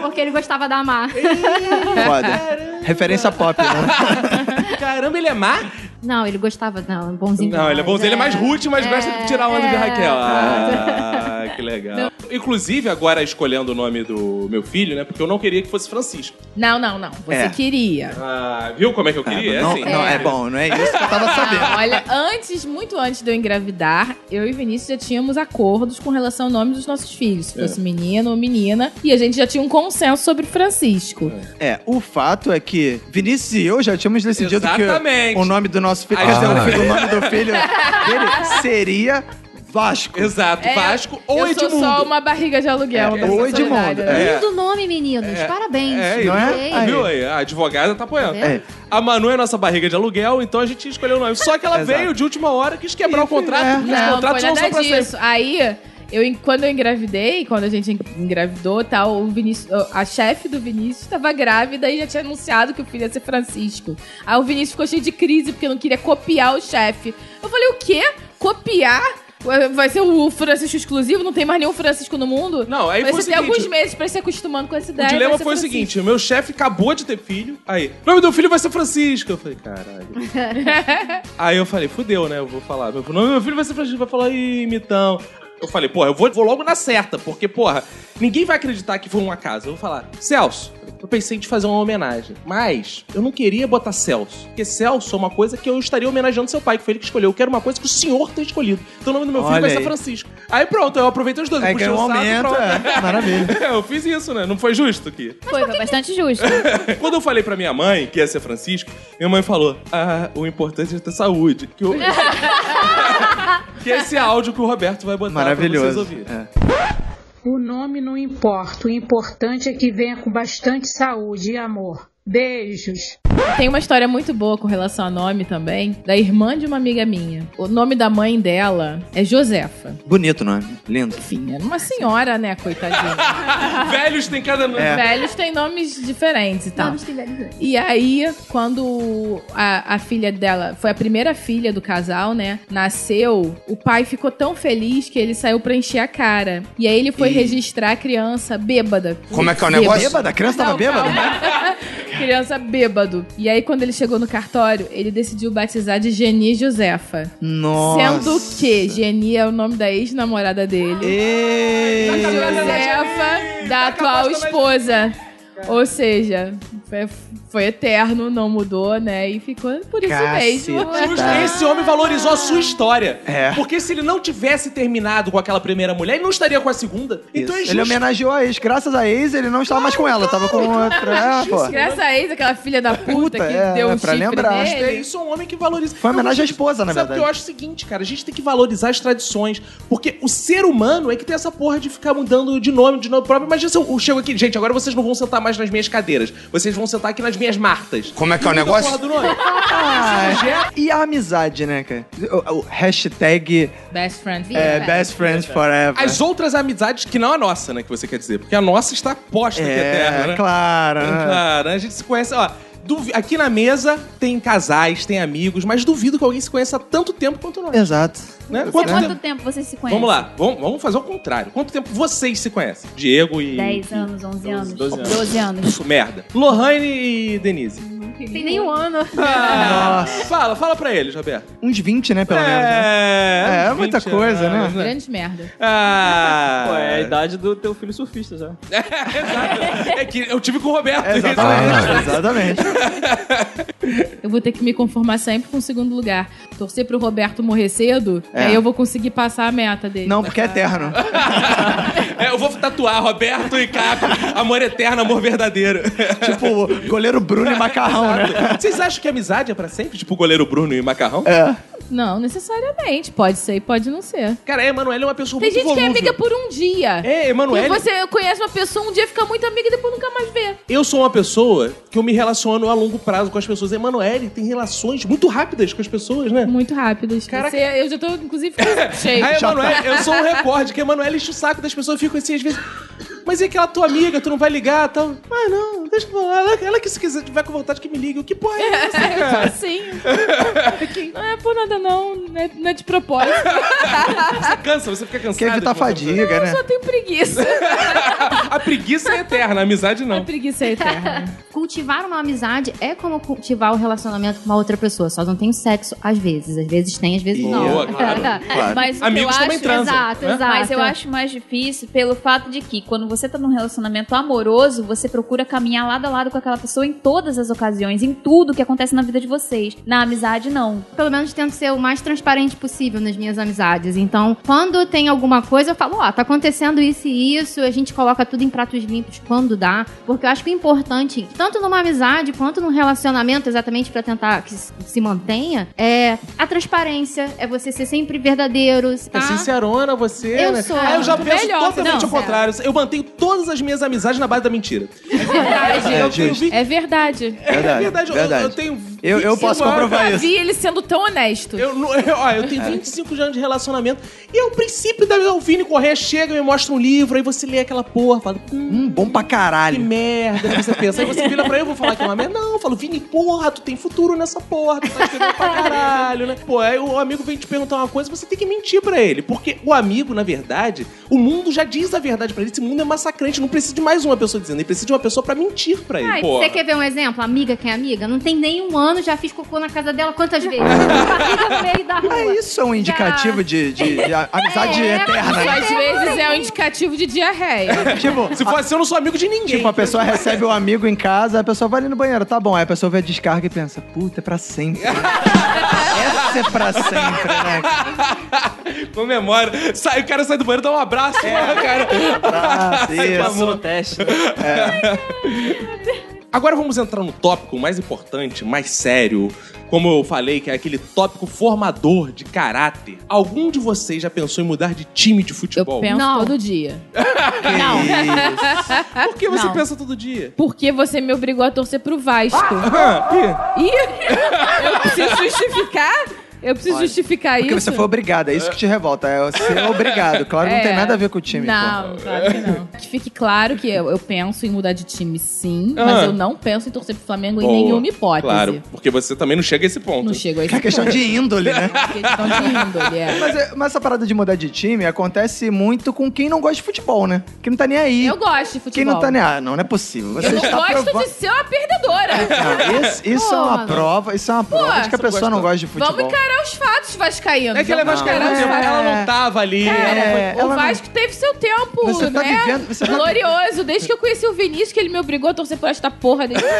Porque ele gostava da Mar.
Foda. Referência pop, né?
Caramba, ele é má?
Não, ele gostava... Não, é bonzinho.
Não, ele é bonzinho, ele é mais Ruth, mas gosta de tirar onda de
É.
Raquel. Ah, que legal. Inclusive, agora escolhendo o nome do meu filho, né? Porque eu não queria que fosse Francisco.
Não, não, não. Você
É.
queria.
Ah, viu como é que eu queria? É
não,
assim.
não, é bom, não é isso que eu tava sabendo.
Ah, olha, antes, muito antes de eu engravidar, eu e Vinícius já tínhamos acordos com relação ao nome dos nossos filhos. Se
É.
fosse menino ou menina. E a gente já tinha um consenso sobre Francisco.
É, o fato é que Vinícius e eu já tínhamos decidido
Exatamente.
que o nome do nosso filho,
Ah.
quer dizer, o filho- o nome do filho dele seria Vasco.
Exato,
É,
Vasco ou
eu
Edmundo.
sou só uma barriga de aluguel. uma
É,
pessoa
ou Edmundo,
solidária, né?
É.
Lindo nome, meninos. Parabéns.
É,
não é?
Ei.
Aí.
Viu aí? A advogada tá apoiando.
É.
A Manu é nossa barriga de aluguel, então a gente escolheu o nome. Só que ela
Exato.
veio de última hora, quis quebrar o contrato, porque os
É. Não,
contratos
foi
não são pra
nada
sempre.
disso. Aí, eu, en- quando eu engravidei, quando a gente en- engravidou tal, o Vinícius, a chefe do Vinícius tava grávida e já tinha anunciado que o filho ia ser Francisco. Aí o Vinícius ficou cheio de crise porque não queria copiar o chefe. Eu falei, o quê? Copiar? Ué, Vai ser o Francisco exclusivo? Não tem mais nenhum Francisco no mundo?
Não, é aí
Mas
foi o
você tem
seguinte,
alguns meses pra ir se acostumando com essa
O
ideia.
dilema
vai ser
foi o
Francisco.
seguinte: meu chefe acabou de ter filho. Aí, o nome do filho vai ser Francisco. Eu falei, caralho. aí eu falei, fudeu, né? Eu vou falar. Meu, o nome do meu filho vai ser Francisco. Vai falar, ih, mitão. Eu falei, porra, eu vou, vou logo na certa, porque, porra, ninguém vai acreditar que foi um acaso. Eu vou falar, Celso, eu pensei em te fazer uma homenagem, mas eu não queria botar Celso, porque Celso é uma coisa que eu estaria homenageando seu pai, que foi ele que escolheu. Eu quero uma coisa que o senhor tem escolhido. Então o nome do meu filho
Olha
vai ser
aí.
Francisco. Aí pronto, eu aproveitei os dois. eu
Aí
puxei
ganhou um
o saco,
aumento,
pronto.
é. Maravilha.
É, eu fiz isso, né? Não foi justo aqui.
Foi, foi bastante justo.
Quando eu falei pra minha mãe que ia ser Francisco, minha mãe falou: Ah, o importante é ter saúde. Que, o... que esse é áudio que o Roberto vai botar pra vocês
Maravilhoso.
ouvirem.
É.
O nome não importa, o importante é que venha com bastante saúde e amor.
Beijos.
Tem uma história muito boa com relação a nome também, da irmã de uma amiga minha. O nome da mãe dela é Josefa.
Bonito o nome. Lindo.
Enfim, era uma senhora, né, coitadinha.
Velhos tem cada nome.
É.
Velhos têm nomes diferentes e tal. E aí, quando a, a filha dela, foi a primeira filha do casal, né? Nasceu, o pai ficou tão feliz que ele saiu pra encher a cara. E aí ele foi registrar a criança bêbada.
Como é que é o
Bêbada?
negócio?
A criança tava
Não,
bêbada?
calma. criança bêbado. E aí, quando ele chegou no cartório, ele decidiu batizar de Geni Josefa.
Nossa.
Sendo que Geni é o nome da ex-namorada dele.
Ei.
Josefa, da atual esposa. Ou seja, foi, foi eterno, não mudou, né? E ficou por isso
Caceta.
mesmo. Tá.
Justo, Esse homem valorizou a sua história.
Tá. É.
Porque se ele não tivesse terminado com aquela primeira mulher, ele não estaria com a segunda. Então é
Isso.
justo.
Ele homenageou a ex. Graças a ex, ele não estava mais com ela. Tava com outra. É, pô.
Graças a ex, aquela filha da puta,
Puta,
que
é,
deu
é,
um
pra
chifre
lembrar,
nele.
acho
É isso, é um homem que valoriza.
Foi uma
Eu
homenagem à
gosto-
esposa, na
Sabe é o que
verdade.
eu acho o seguinte, cara? A gente tem que valorizar as tradições. Porque o ser humano é que tem essa porra de ficar mudando de nome, de nome próprio. Imagina se eu eu chego aqui. Gente, agora vocês não vão sentar mais nas minhas cadeiras. Vocês vão sentar aqui nas minhas martas.
Como é que é o
Muda a
negócio?
porra do nome.
Ah, e a amizade, né, cara? O, o hashtag
Best friend.
é, Best Friends Forever.
As outras amizades que não a nossa, né? Que você quer dizer. Porque a nossa está posta aqui eterna, né?
é, claro. né?
Cara, a gente se conhece, ó. duvi- Aqui na mesa tem casais, tem amigos, mas duvido que alguém se conheça há tanto tempo quanto nós.
Exato.
Né?
Há
Quanto
quanto
tempo?
tempo vocês se conhecem?
Vamos lá, vamos, vamos fazer o contrário. Quanto tempo vocês se conhecem? Diego e.
10 anos, 11 anos?
12 anos.
12 anos.
Puf, merda. Lohane e Denise.
Tem um
um
nenhum ano.
Ah, fala, fala pra eles, Roberto.
Uns 20, né, pelo menos. né?
É,
É, muita
20
coisa, né?
anos,
Grande merda.
Ah,
Pô, é a idade do teu filho surfista já.
é que eu tive com o Roberto.
É, Exatamente. exatamente.
Eu vou ter que me conformar sempre com o segundo lugar. Torcer pro Roberto morrer cedo,
É.
aí eu vou conseguir passar a meta dele.
Não, porque é eterno.
É, eu vou tatuar Roberto e Caco. Amor eterno, amor verdadeiro.
tipo, o goleiro Bruno e Macarrão, né?
Vocês acham que amizade é pra sempre? Tipo o goleiro Bruno e Macarrão?
É.
Não, necessariamente. Pode ser e pode não ser.
Cara, a Emanuela é uma pessoa
Tem
muito
gente que é
volúvel.
amiga por um dia.
É,
E
Emanuele,
você conhece uma pessoa, um dia fica muito amiga e depois nunca mais vê.
eu sou uma pessoa que eu me relaciono a longo prazo com as pessoas. Emanuele tem relações muito rápidas com as pessoas, né?
Muito rápido.
Caraca.
Você, eu já tô, inclusive, ficando cheio.
A Emanuele, eu sou um recorde, que a Emanuele enche o saco das pessoas, ficam assim, às vezes. Mas e aquela tua amiga, tu não vai ligar tal? Ah, não, deixa pra lá. Ela, ela que se quiser, tiver com vontade que me ligue. Que porra é essa,
Eu
cara?
tô assim. Não é por nada, não. Não é, não é de propósito.
Você cansa, você fica cansado.
Quer evitar
de conversar.
fadiga, né?
Eu só tenho preguiça.
A preguiça é eterna, a amizade
A
não.
preguiça é eterna.
Cultivar uma amizade é como cultivar o relacionamento com uma outra pessoa. Só não tem sexo às vezes. Às vezes tem, às vezes não. É
Boa, claro.
Claro.
Mas o que
Amigos
eu
também
acho,
transam.
Exato,
né?
exato.
Mas eu acho mais difícil pelo fato de que quando você tá num relacionamento amoroso, você procura caminhar lado a lado com aquela pessoa em todas as ocasiões, em tudo que acontece na vida de vocês. Na amizade, não.
Pelo menos tento ser o mais transparente possível nas minhas amizades. Então, quando tem alguma coisa, eu falo, ó, tá acontecendo isso e isso, a gente coloca tudo em pratos limpos quando dá. Porque eu acho que é importante, tanto numa amizade quanto num relacionamento, exatamente pra tentar que se se mantenha, é a transparência, é você ser sempre verdadeiro, tá?
É sincerona você,
Eu
né?
sou.
Ah, eu já
Melhor,
penso
você
totalmente
não,
ao contrário. Eu mantenho todas as minhas amizades na base da mentira.
Verdade.
É,
eu tenho
justo.
20
É verdade.
É
Verdade,
verdade, eu-
verdade.
Eu, tenho.
Eu- eu
25
posso
anos-
comprovar. Vai
Eu
isso.
vi ele sendo tão honesto.
Eu, não- eu, ó, eu tenho 25 anos de relacionamento. E é o princípio da Alvine Correia chega e me mostra um livro, aí você lê aquela porra, fala, hum,
Hum, bom pra
que
caralho.
merda que você pensa. Aí você vira pra eu e vou falar que é uma merda. Não, eu falo, Vini, porra, tu tem futuro nessa porra, tu tá estudando pra caralho, né? Pô, aí o amigo vem te perguntar uma coisa, você tem que mentir pra ele. Porque o amigo, na verdade, o mundo já diz a verdade pra ele. Esse mundo é massacrante, não precisa de mais uma pessoa dizendo, ele precisa de uma pessoa pra mentir pra ele.
Ai,
porra.
você quer ver um exemplo? Amiga que é amiga? Não tem nem um ano, já fiz cocô na casa dela quantas vezes? amiga no meio da
Ah,
rua.
isso é um indicativo de, de- de a- amizade
É,
eterna. né?
Às vezes é um indicativo de diarreia.
Tipo,
Se for assim, eu não sou amigo de ninguém.
Tipo, a pessoa recebe o amigo em casa, a pessoa vai ali no banheiro, tá bom. Aí a pessoa vê a descarga e pensa, puta, é pra sempre. Essa é pra sempre, né?
Comemora. Sai, o cara sai do banheiro, dá um abraço, cara.
Ah,
Você
isso.
Passou no teste. né?
Agora vamos entrar no tópico mais importante, mais sério. Como eu falei, que é aquele tópico formador de caráter. Algum de vocês já pensou em mudar de time de
Eu
futebol?
penso
Não.
todo dia.
Não.
Por que você
Não.
pensa todo dia?
Porque você me obrigou a torcer pro Vasco.
Ah,
Ih, eu preciso justificar? Eu preciso justificar
Porque
isso?
você foi obrigado, é isso que te revolta. É ser obrigado. Claro, não
É.
tem nada a ver com o time. pô.
Não, claro que não. Que fique claro que eu, eu penso em mudar de time, sim. Mas
Ah.
eu não penso em torcer pro Flamengo
Boa.
em nenhuma hipótese.
claro, porque você também não chega a esse ponto.
Não chego a
É
esse
questão
ponto.
de índole, né?
Questão de índole, é.
Mas, é- mas essa parada de mudar de time acontece muito com quem não gosta de futebol, né? Quem não tá nem aí.
Eu gosto de futebol.
quem não tá nem Ah, não, não é possível. Você
Eu não
está
gosto
prova-
de ser uma perdedora.
Não, isso, isso é uma
Pô,
prova, isso é uma prova de que a
você
pessoa
gosta-
não gosta de futebol.
Vamos encarar os fatos, Vascaíno.
É que ela é
Vamos
vascaína,
encarar os
é.
fatos.
ela não tava ali. ela
É,
O
ela não-
Vasco teve seu tempo,
Você tá
né?
vivendo- você tá-
Glorioso. Desde que eu conheci o Vinícius, que ele me obrigou a torcer por esta porra desse time.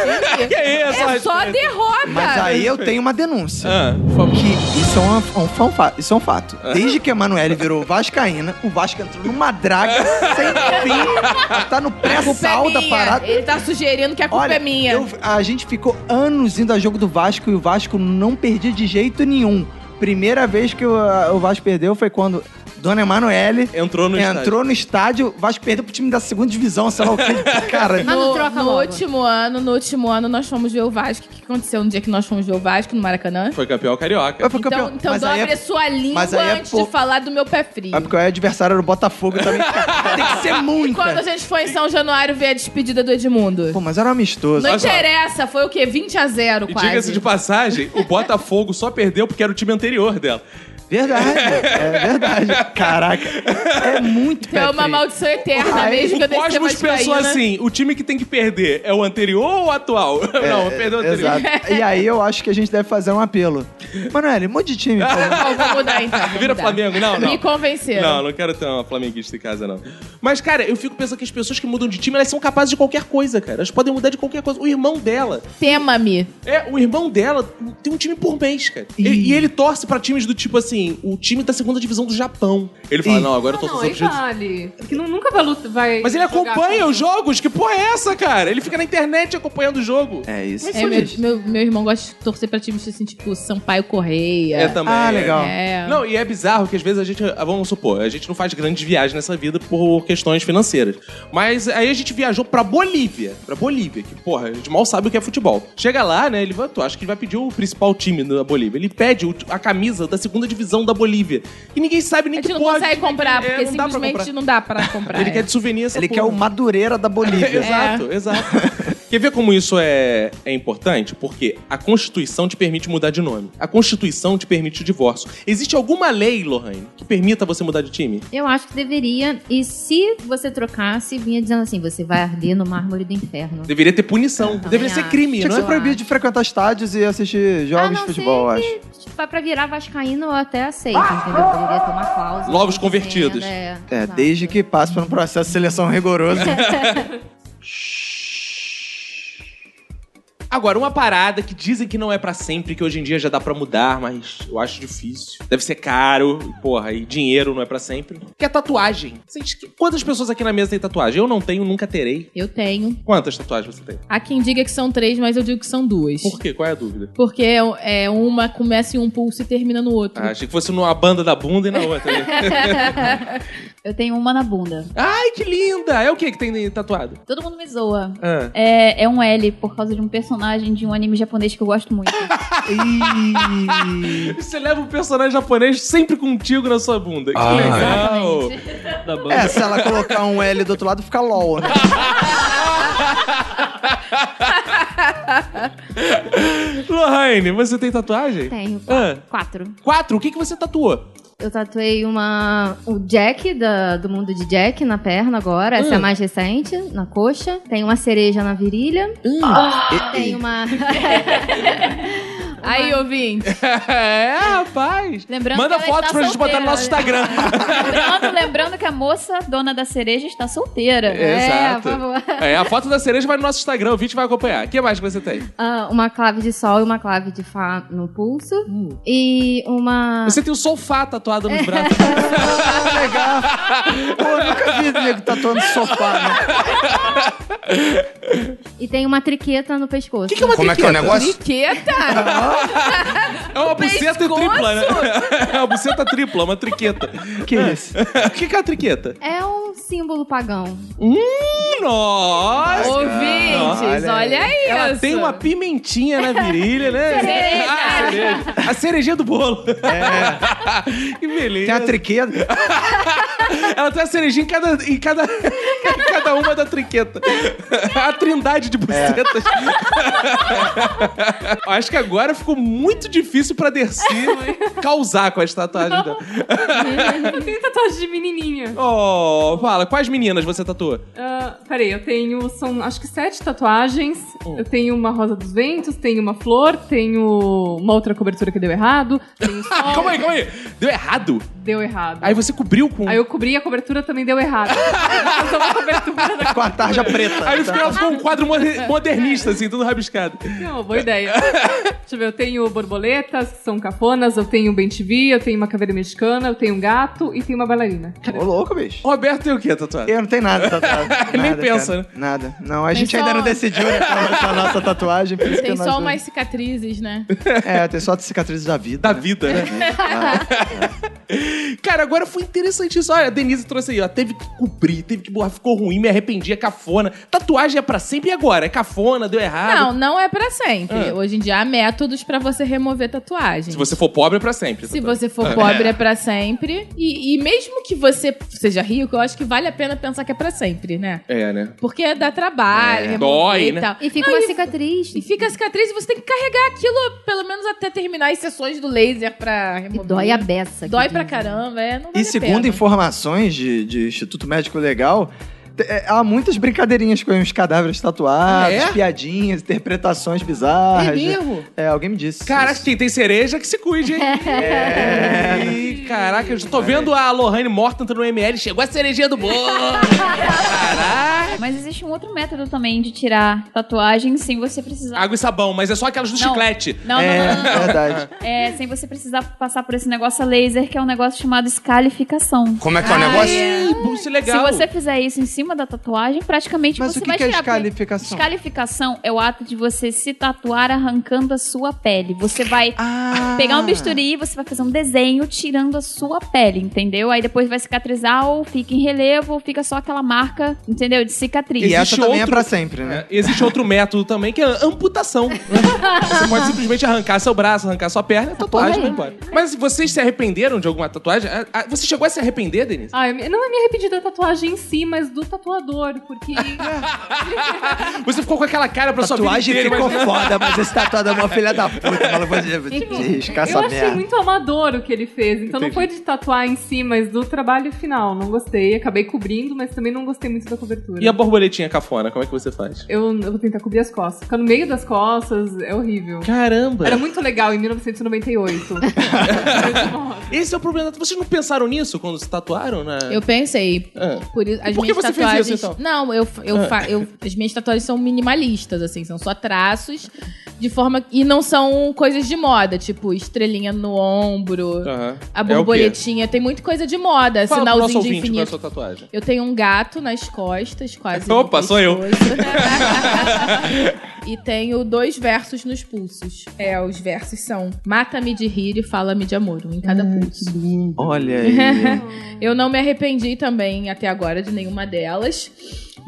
Que isso,
É só
Rascaeta?
derrota.
Mas aí eu tenho uma denúncia.
Ah, por favor.
Que isso é um, um, fa- um fato, isso é um fato. Desde que a Emanuele virou vascaína, o Vasco entrou numa draga sem fim. Tá no
A culpa é
pré-sal da
minha.
parada.
Ele tá sugerindo que a culpa
Olha,
é minha.
eu- a gente ficou anos indo a jogo do Vasco e o Vasco não perdia de jeito nenhum. Primeira vez que o, a- o Vasco perdeu foi quando Dona Emanuele
Entrou no estádio.
entrou no estádio, o Vasco perdeu pro time da segunda divisão, sei lá o que. Cara,
Mas não troca
no
logo.
último ano, no último ano, nós fomos ver o Vasco. O que aconteceu no dia que nós fomos ver o Vasco no Maracanã?
Foi campeão carioca.
Mas foi campeão.
Então, então
Mas aí
dobre
é-
a sua língua
mas aí é
antes de
pouco.
falar do meu pé frio.
É porque o adversário era o Botafogo também. cara. Tem que ser
E
muito.
quando a gente foi em São Januário ver a despedida do Edmundo?
Pô, mas era um amistoso.
Não interessa, foi o quê? 20 a 0
E
quase.
diga-se de passagem, o Botafogo só perdeu porque era o time anterior dela.
Verdade. É verdade. Caraca. É muito
Então é uma
Petri.
maldição eterna,
Aí,
mesmo É que eu
O
deixe
Cosmos pensou
né?
assim: o time que tem que perder é o anterior ou o atual? não, perdeu o anterior.
Exato. E aí eu acho que a gente deve fazer um apelo. Manoel, mude de time, por favor.
Não, vou mudar então. vou
Vira
mudar.
Flamengo, não, não.
Me convenceram.
Não, não quero ter uma flamenguista em casa, não. Mas, cara, eu fico pensando que as pessoas que mudam de time, elas são capazes de qualquer coisa, cara. Elas podem mudar de qualquer coisa. O irmão dela,
Tema-me.
é, o irmão dela tem um time por mês, cara. E, e ele torce pra times do tipo assim, o time da segunda divisão do Japão. Ele fala,
Ih.
não, agora eu tô
Não,
torcendo
aí
pro Japão.
vale. Que nu- nunca vai, luta- vai
Mas ele
jogar
acompanha
contra-
os jogos? Que porra é essa, cara? Ele fica na internet acompanhando o jogo.
É isso.
É, meu, meu, meu irmão gosta de torcer pra times assim, tipo Sampaio Correia.
É, também.
Ah,
é.
legal.
É.
Não, e é bizarro que às vezes a gente, ah, vamos supor, a gente não faz grandes viagens nessa vida por questões financeiras. Mas aí a gente viajou pra Bolívia, pra Bolívia, que porra, a gente mal sabe o que é futebol. Chega lá, né, ele vai, tu acha que ele vai pedir o principal time da Bolívia. Ele pede o- a camisa da segunda divisão da Bolívia. E ninguém sabe
A
nem que
gente não
porra.
consegue comprar,
é,
porque
não dá pra
simplesmente
comprar.
não dá pra comprar.
Ele
é.
quer de souvenir essa
Ele quer
porra.
o Madureira da Bolívia.
Exato, exato. Quer ver como isso é, é importante? Porque a Constituição te permite mudar de nome. A Constituição te permite o divórcio. Existe alguma lei, Lorraine, que permita você mudar de time?
Eu acho que deveria. E se você trocasse, vinha dizendo assim: você vai arder no mármore do inferno.
Deveria ter punição. Deveria ser
acho.
crime,
Tinha que
não
ser
é?
Eu
proibido de frequentar estádios e assistir
A
jogos
não
de futebol, eu
ser
acho.
Tipo, vai pra virar vascaíno, eu até aceito, entendeu? Poderia ter uma cláusula.
Novos
dizendo,
convertidos.
É,
É,
exato.
desde que passe por um processo de seleção rigoroso.
Agora, uma parada que dizem que não é pra sempre, que hoje em dia já dá pra mudar, mas eu acho difícil. Deve ser caro, e, porra, e dinheiro não é pra sempre. Que é tatuagem. Vocês- Quantas pessoas aqui na mesa têm tatuagem? Eu não tenho, nunca terei.
Eu tenho.
Quantas tatuagens você tem?
Há quem diga que são três, mas eu digo que são duas.
Por quê? Qual é a dúvida?
Porque é, uma começa em um pulso e termina no outro.
Ah, achei que fosse numa banda da bunda e na outra. né?
Eu tenho uma na bunda.
Ai, que linda! É o que que tem tatuado?
Todo mundo me zoa.
Ah.
É, é um L por causa de um personagem de um anime japonês que eu gosto muito.
Ih,
Você leva um personagem japonês sempre contigo na sua bunda. Que
Ah,
legal!
Da banda.
É, se ela colocar um L do outro lado, fica LOL, né?
Lorraine, você tem tatuagem?
Tenho
Ah.
quatro.
Quatro, o que, que você tatuou?
Eu tatuei uma. O Jack, da- do mundo de Jack, na perna agora.
Ah.
Essa é a mais recente, na
Ah.
coxa. Tem uma cereja na virilha. Tem uma.
Aí, ouvinte.
é, rapaz.
Lembrando
Manda
que ela
fotos
está
pra gente botar
solteira.
no nosso Instagram.
né? Lembrando, lembrando que a moça, dona da cereja, está solteira.
É,
Exato.
por favor.
É, a foto da cereja vai no nosso Instagram, o vídeo vai acompanhar. O que mais que você tem?
Ah, uma clave de sol e uma clave de fá no pulso. E uma.
Você tem o sofá tatuado nos braços.
Pô, eu nunca vi nego tatuando sofá, né?
E tem uma triqueta no pescoço.
que é uma
Como é que é o negócio?
Triqueta?
É uma buceta
Pescoço?
tripla, né? É uma buceta tripla, uma triqueta.
Que isso?
O que que é a triqueta? Hum,
É um símbolo pagão.
Nossa!
Ouvintes,
Ah, Olha
olha isso.
Ela tem uma pimentinha na virilha, né?
Cereja.
Ah, cereja. A cerejinha do bolo. É. que beleza.
Tem a triqueta.
Ela tem a cerejinha em cada, em cada, em cada uma da triqueta. A trindade de bucetas. É. Acho que agora ficou muito difícil pra Dercy causar com as tatuagens dela.
Eu tenho tatuagem de menininha.
Oh, fala, quais meninas você tatuou?
Ah, peraí, eu tenho, são acho que sete tatuagens.
Oh.
Eu tenho uma rosa dos ventos, tenho uma flor, tenho uma outra cobertura que deu errado, tenho sol,
Calma aí, calma aí. Deu errado?
deu errado.
Aí você cobriu com...
Aí eu cobri a cobertura também deu errado. Eu sou uma cobertura da
Com a tarja preta.
Aí no final ficou um quadro moder- modernista, assim, tudo rabiscado.
Não, boa ideia. Deixa eu ver, eu tenho borboletas, que são cafonas, eu tenho um bentivi, eu tenho uma caveira mexicana, eu tenho um gato e tenho uma bailarina.
Ô, louco, bicho.
Roberto tem o quê, tatuado?
Eu não tenho nada tatuado.
Ele nem
Nada,
pensa,
cara.
né?
Nada. Não, a
Tem
gente ainda
só-
não decidiu né, qual vai ser a nossa tatuagem. por isso que
Tem
nós
só
não-
umas cicatrizes, né?
É, tem só as cicatrizes da vida.
Da vida, né? Cara, agora foi interessante isso. Olha, a Denise trouxe aí, ó. Teve que cobrir, teve que borrar, ficou ruim, me arrependi, é cafona. Tatuagem é pra sempre e agora? É cafona, deu errado.
Não, não é pra sempre.
Ah.
Hoje em dia há métodos pra você remover tatuagem.
Se você for pobre, é pra sempre.
Se
tatuagem.
você for pobre, é pra sempre. E, e mesmo que você seja rico, eu acho que vale a pena pensar que é pra sempre, né?
É, né?
Porque dá trabalho, remover
Dói,
e
né?
tal.
E fica uma cicatriz.
E fica a cicatriz e você tem que carregar aquilo, pelo menos até terminar as sessões do laser pra
E
remover.
dói a beça. que
Dói pra
dizem.
caramba, é. Não vale
E
a
segundo
pena.
informações de, de Instituto Médico Legal, te- é, há muitas brincadeirinhas com os cadáveres tatuados,
Ah, é?
piadinhas, interpretações bizarras.
É mesmo?
É, alguém me disse.
Caraca, quem tem cereja que se cuide, hein? É. caraca, eu já tô vendo a Lohane morta entrando no ML. Chegou a cerejinha do bolo. Caraca.
Mas existe um outro método também de tirar tatuagem sem você precisar.
Água e sabão, mas é só aquelas do
Não.
chiclete.
Não, não,
É,
não, não, não.
verdade.
É, sem você precisar passar por esse negócio a laser, que é um negócio chamado escalificação.
Como é que é o negócio?
Ih, isso é legal.
Se você fizer isso em cima da tatuagem, praticamente
Mas
você
o que,
vai
que é
tirar. porque
escalificação?
Escalificação é o ato de você se tatuar arrancando a sua pele. Você vai
Ah.
pegar um bisturi, você vai fazer um desenho tirando a sua pele, entendeu? Aí depois vai cicatrizar ou fica em relevo ou fica só aquela marca, entendeu? De cicatriz.
E essa
Existe
também é
outro-
pra sempre, né?
É, Existe outro método também, que é a amputação. você pode simplesmente arrancar seu braço, arrancar sua perna, tatuagem
é
vai embora.
né?
Mas vocês se arrependeram de alguma tatuagem? Ah, ah, Você chegou a se arrepender, Denise?
Ah, eu me- não eu me arrependi da tatuagem em si, mas do tatuador, porque.
Você ficou com aquela cara pra sua vida
tatuagem
inteira,
ficou
mas-
foda, mas esse tatuado é uma filha da puta. Fala, vou
Eu
descascar essa
achei
merda.
muito amador o que ele fez, então não foi de tatuar em si, mas do trabalho final. Não gostei, acabei cobrindo, mas também não gostei muito da cobertura.
E a borboletinha cafona, como é que você faz?
Eu, eu vou tentar cobrir as costas. Ficar no meio das costas é horrível.
Caramba!
Era muito legal em 1998.
Esse é o problema. Vocês não pensaram nisso quando se tatuaram? Né?
Eu pensei.
Ah.
Por isso, as
por que
minhas
você fez
tatuagens.
isso, então?
Não, eu, eu, fa- eu- as minhas tatuagens são minimalistas, assim, são só traços de forma. E não são coisas de moda, tipo estrelinha no ombro,
Aham.
a
É o quê?
borboletinha. tem muita coisa de moda,
Fala pro
sinalzinho
nosso
de
ouvinte qual é a
infinito.
sua tatuagem.
Eu tenho um gato nas costas, quase. no
Opa, sou eu.
pescoço. e tenho dois versos nos pulsos. É, os versos são: Mata-me de rir e fala-me de amor, um em cada
Hum.
pulso.
Olha aí.
Eu não me arrependi também até agora de nenhuma delas.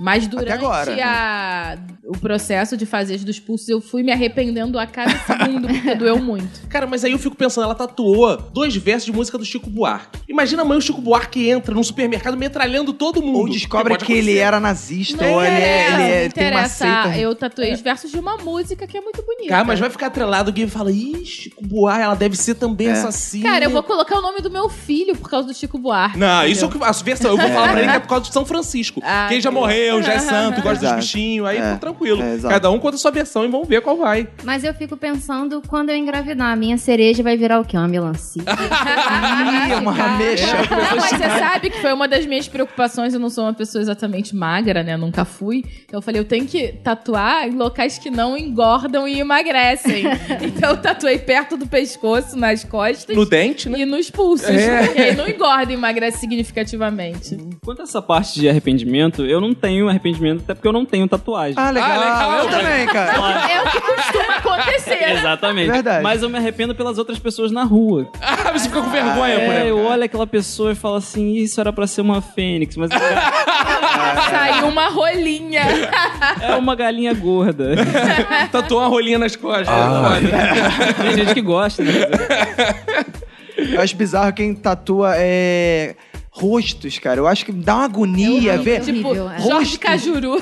Mas durante
agora, né?
a- o processo de fazer as dos pulsos, eu fui me arrependendo a cada segundo, porque doeu muito.
Cara, mas aí eu fico pensando, ela tatuou dois versos de música do Chico Buarque. Imagina amanhã o Chico Buarque entra num supermercado metralhando todo mundo.
Ou descobre que,
pode
ele
acontecer.
era nazista,
Não
ou ele, é-
interessa,
ele é-
não
tem uma
interessa.
seita. É.
Eu tatuei os versos de uma música que é muito bonita.
Cara, mas vai ficar atrelado alguém e fala, ih, Chico Buarque, ela deve ser também
É.
assassina.
Cara, eu vou colocar o nome do meu filho por causa do Chico Buarque.
Não, é
entendeu?
isso é o que- a versão. Eu vou falar pra ele que é por causa de São Francisco.
Ah,
que ele já morreu morreu, já é santo, gosta dos
Exato.
bichinhos, aí
É.
tá tranquilo.
É, exato.
Cada um conta a sua versão e vamos ver qual vai.
Mas eu fico pensando, quando eu engravidar, a minha cereja vai virar o quê? Uma melancia.
Ih, é uma
tá.
ameixa.
Não, mas você sabe que foi uma das minhas preocupações. Eu não sou uma pessoa exatamente magra, né? Nunca fui. Então eu falei, eu tenho que tatuar em locais que não engordam e emagrecem. então eu tatuei perto do pescoço, nas costas
No dente, né?
e nos pulsos.
É.
Porque aí não engorda e emagrece significativamente.
Quanto a essa parte de arrependimento, eu não tenho arrependimento, até porque eu não tenho tatuagem.
Ah, legal.
legal.
Eu também, cara.
Claro.
É o que costuma acontecer. né?
Exatamente.
Verdade.
Mas eu me arrependo pelas outras pessoas na rua.
Ah, você ficou com vergonha, por
É,
exemplo.
eu olho aquela pessoa e falo assim, isso era pra ser uma fênix, mas
Saiu uma rolinha.
é uma galinha gorda.
Tatuou uma rolinha nas costas.
Ah.
Tem gente que gosta, né?
Eu acho bizarro quem tatua é, rostos, cara. Eu acho que dá uma agonia ver.
tipo,
horrível, é.
Jorge
Rosto.
Cajuru.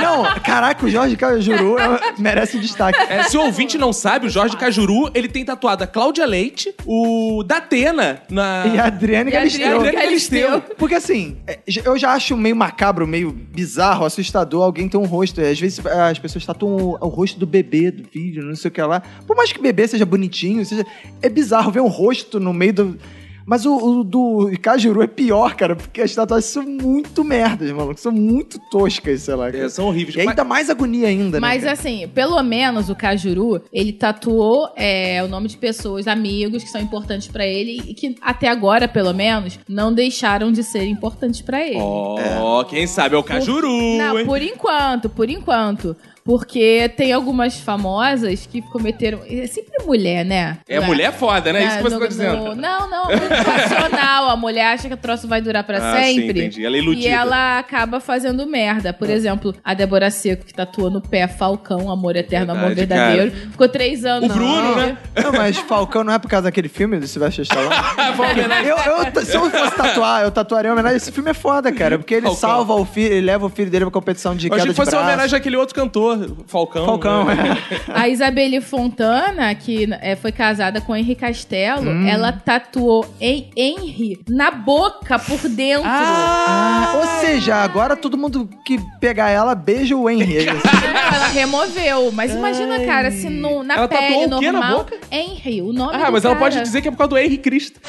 Não, caraca, o Jorge Cajuru é- merece um destaque.
É, se o ouvinte não sabe, o Jorge Cajuru, ele tem tatuado a Cláudia Leite, o Datena na...
E a Adriane
E a
Galisteu.
Adriane
Galisteu.
Galisteu.
Porque assim, é, eu já acho meio macabro, meio bizarro, assustador alguém ter um rosto. Às vezes as pessoas tatuam o, o rosto do bebê, do filho, não sei o que lá. Por mais que o bebê seja bonitinho, seja. É bizarro ver um rosto no meio do. Mas o, o do Cajuru é pior, cara, porque as tatuagens são muito merdas, maluco. São muito toscas, sei lá. cara.
É, são horríveis.
E aí
Mas-
dá mais agonia ainda, né?
Mas
cara?
assim, pelo menos o Cajuru, ele tatuou é, o nome de pessoas, amigos que são importantes pra ele e que até agora, pelo menos, não deixaram de ser importantes pra ele.
Ó, quem sabe é o Cajuru,
Não,
hein?
por enquanto, por enquanto. Porque tem algumas famosas que cometeram. É sempre mulher, né?
É mulher foda, né? É isso que você
no-
tá dizendo.
no- não, não, é muito passional. A mulher acha que o troço vai durar pra
Ah, sim,
sempre.
entendi. Ela é iludida. Ah.
E ela acaba fazendo merda. Por exemplo, a Débora Seco, que tatuou no pé Falcão, Amor Eterno, Amor
Verdade, cara.
Verdadeiro. Ficou três anos.
O Bruno,
Não.
né?
Não, mas Falcão não é por causa daquele filme do Sylvester Stallone?
Foi uma É homenagem.
Eu, eu- se eu fosse tatuar, eu tatuaria uma homenagem. Esse filme é foda, cara. Porque ele
Falcão.
salva o filho, ele leva o filho dele pra competição de
Eu achei
queda
que
de braço.
fosse uma homenagem àquele outro cantor, Falcão.
Falcão,
né?
é.
A Isabelle Fontana, que é, foi casada com o Henri Castelo,
Hum.
ela tatuou em Henri na boca, por dentro.
Ah, ou seja, agora todo mundo que pegar ela beija o Henry.
Não, ela removeu. Mas imagina, cara, se no, na
Ela tatuou
pele
o quê na
normal.
boca?
Henry, o nome
Ah,
do
mas ela
cara.
pode dizer que é por causa do Henry Cristo.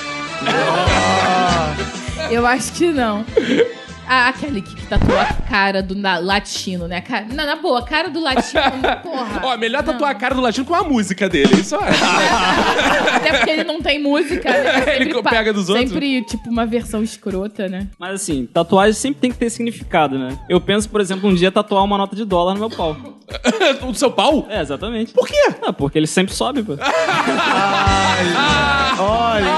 Eu acho que não. Ah, aquele que, que tatuou a cara do na- latino, né? Cara, na, na boa, a cara do latino, porra.
Ó, melhor tatuar a cara do latino com a música dele. Isso é.
Até porque ele não tem música, né?
Ele
Sempre pa-
pega dos outros.
Sempre, tipo, uma versão escrota, né?
Mas assim, tatuagem sempre tem que ter significado, né? Eu penso, por exemplo, um dia tatuar uma nota de dólar no meu pau.
O do seu pau?
É, exatamente.
Por quê?
Ah, porque ele sempre sobe, pô.
Olha.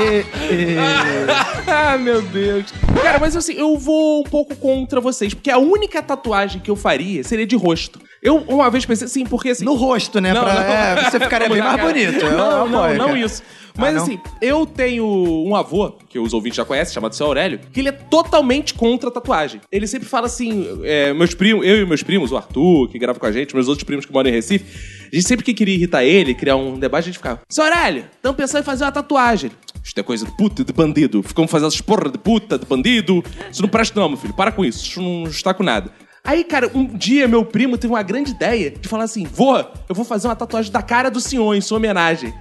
E- e-
Ah, meu Deus. Cara, mas assim, eu vou um pouco contra vocês, porque a única tatuagem que eu faria seria de rosto. Eu uma vez pensei assim, porque assim.
No rosto, né?
Não,
pra,
não.
É, você ficaria
Vamos
bem
lá,
mais
cara.
bonito. é Eu
Não, não,
apoio,
não
cara.
isso. Mas
Ah, não?
assim, eu tenho um avô, que os ouvintes já conhecem, chamado seu Aurélio, que ele é totalmente contra a tatuagem. Ele sempre fala assim: é, meus primos, eu e meus primos, o Arthur, que grava com a gente, meus outros primos que moram em Recife, a gente sempre que queria irritar ele, criar um debate, a gente ficava: seu Aurélio, estão pensando em fazer uma tatuagem. Isso é coisa de puta e de bandido. Ficamos fazendo essas porra de puta, de bandido. Isso não presta, não, meu filho. Para com isso. Isso não está com nada. Aí, cara, um dia meu primo teve uma grande ideia de falar assim: vô, eu vou fazer uma tatuagem da cara do senhor em sua homenagem.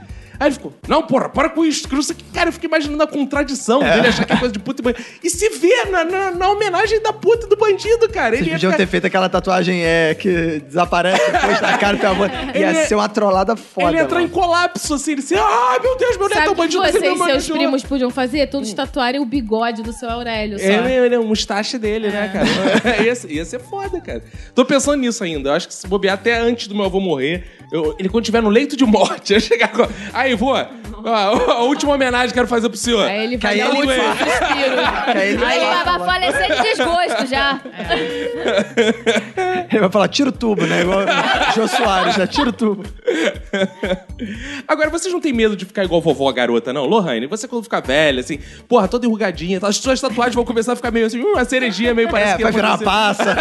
Aí ele ficou, não, porra, para com isso, que não sei o que. Cara, eu fiquei imaginando a contradição dele achar que é coisa de puta e bandido. E se vê na, na- na homenagem da puta e do bandido, cara. Ele
Vocês
ia
podiam
ficar-
ter feito aquela tatuagem é, que desaparece depois da cara do teu avô. Ia
Ele é-
ser uma trollada foda.
ele ia entrar em
mano.
colapso, assim, ele assim, ah, meu Deus, meu neto é
Sabe
um
o que
bandido.
vocês
meu
e
irmão
seus
é um
primos podiam fazer? Todos tatuarem o bigode do seu Aurélio, só.
Ele, ele é um mustache dele, né, cara? ia, ser- ia ser foda, cara. Tô pensando nisso ainda. Eu acho que se bobear até antes do meu avô morrer, eu- ele quando tiver no leito de morte, eu chegar com. Aí, vô, ó, a última homenagem que quero fazer pro senhor.
Aí ele vai
Cai
dar um o
ele
último
infarto.
suspiro.
Que aí ele,
Aí
vai
vai, vai falecer de desgosto já.
ele vai falar, tira o tubo, né? Igual o Jô Soares, né? Tira o tubo.
É, Agora, vocês não têm medo de ficar igual vovó a garota, não? Lohane, você quando ficar velha, assim, porra, toda enrugadinha, as suas tatuagens vão começar a ficar meio assim, hum, uma cerejinha meio parece
É,
que
vai
ia
virar uma
acontecer.
passa.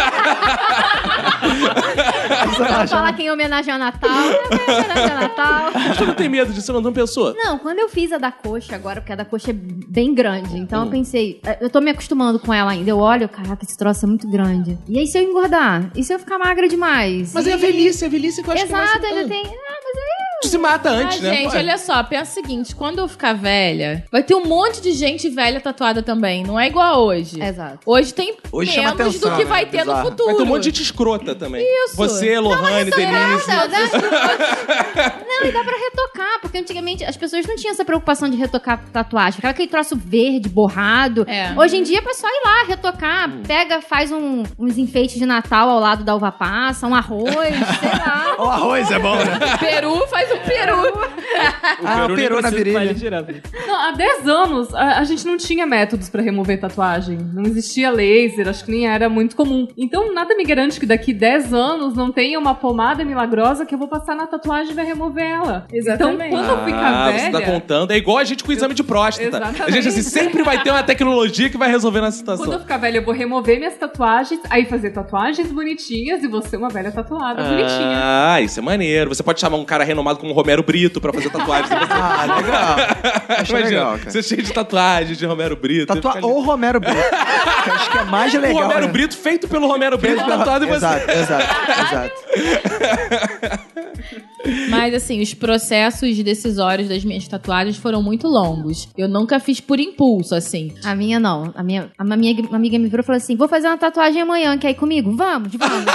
Não falar quem homenageia ao Natal. Não homenageia ao Natal.
Você não tem medo disso, não, não pensou?
Não, quando eu fiz a da coxa agora, porque a da coxa é bem grande, então eu pensei, eh, eu tô me acostumando com ela ainda. Eu olho, caraca, esse troço é muito grande. E aí se eu engordar? E se eu ficar magra demais?
Mas é a velhice, é a velhice que eu acho que mais... então. hum,
Exato, ainda tem. né?
Tu se mata antes,
Ah,
né?
gente,
Pô,
olha só, pensa o seguinte: quando eu ficar velha, vai ter um monte de gente velha tatuada também. Não é igual hoje.
Exato.
Hoje tem
Hoje chama
menos
atenção,
do que
né?
vai ter
Bizarro.
no futuro.
Vai ter um monte de gente escrota também.
Isso.
Você, Lohane, Denise.
Não, dá- não, e dá pra retocar, porque antigamente as pessoas não tinham essa preocupação de retocar tatuagem. Ficava aquele troço verde, borrado.
É.
Hoje em dia é só ir lá retocar. Pega, faz um- uns enfeites de Natal ao lado da uva passa, um arroz, sei lá.
O arroz é bom, né?
Peru, faz um peru.
Ah,
Peru nem
operou na
precisa
virilha.
fazer direto.
Não, há 10 anos a, a gente não tinha métodos pra remover tatuagem. Não existia laser, acho que nem era muito comum. Então nada me garante que daqui 10 anos não tenha uma pomada milagrosa que eu vou passar na tatuagem e vai remover ela.
Exatamente.
Então quando eu ficar
Ah, você
velha.
tá contando. É igual a gente com o exame de próstata.
Exatamente.
A gente, assim, sempre vai ter uma tecnologia que vai resolver na situação.
Quando eu ficar velha, eu vou remover minhas tatuagens, aí fazer tatuagens bonitinhas e você uma velha tatuada bonitinha.
Ah, isso é maneiro. Você pode chamar um cara renomado como Romero Brito pra fazer tatuagem.
Ah, legal. Acho
Imagina,
legal, cara.
você é cheio de tatuagem de Romero Brito.
Tatua
Fica ali.
tá ou Romero Brito. que acho que é mais legal.
o Romero
né?
Brito feito pelo Romero Brito tatuado em você.
Exato, exato, exato.
Mas assim, os processos decisórios das minhas tatuagens foram muito longos. Eu nunca fiz por impulso, assim.
A minha não. A minha, a minha amiga me virou e falou assim: vou fazer uma tatuagem amanhã, quer ir comigo? Vamos, vamos.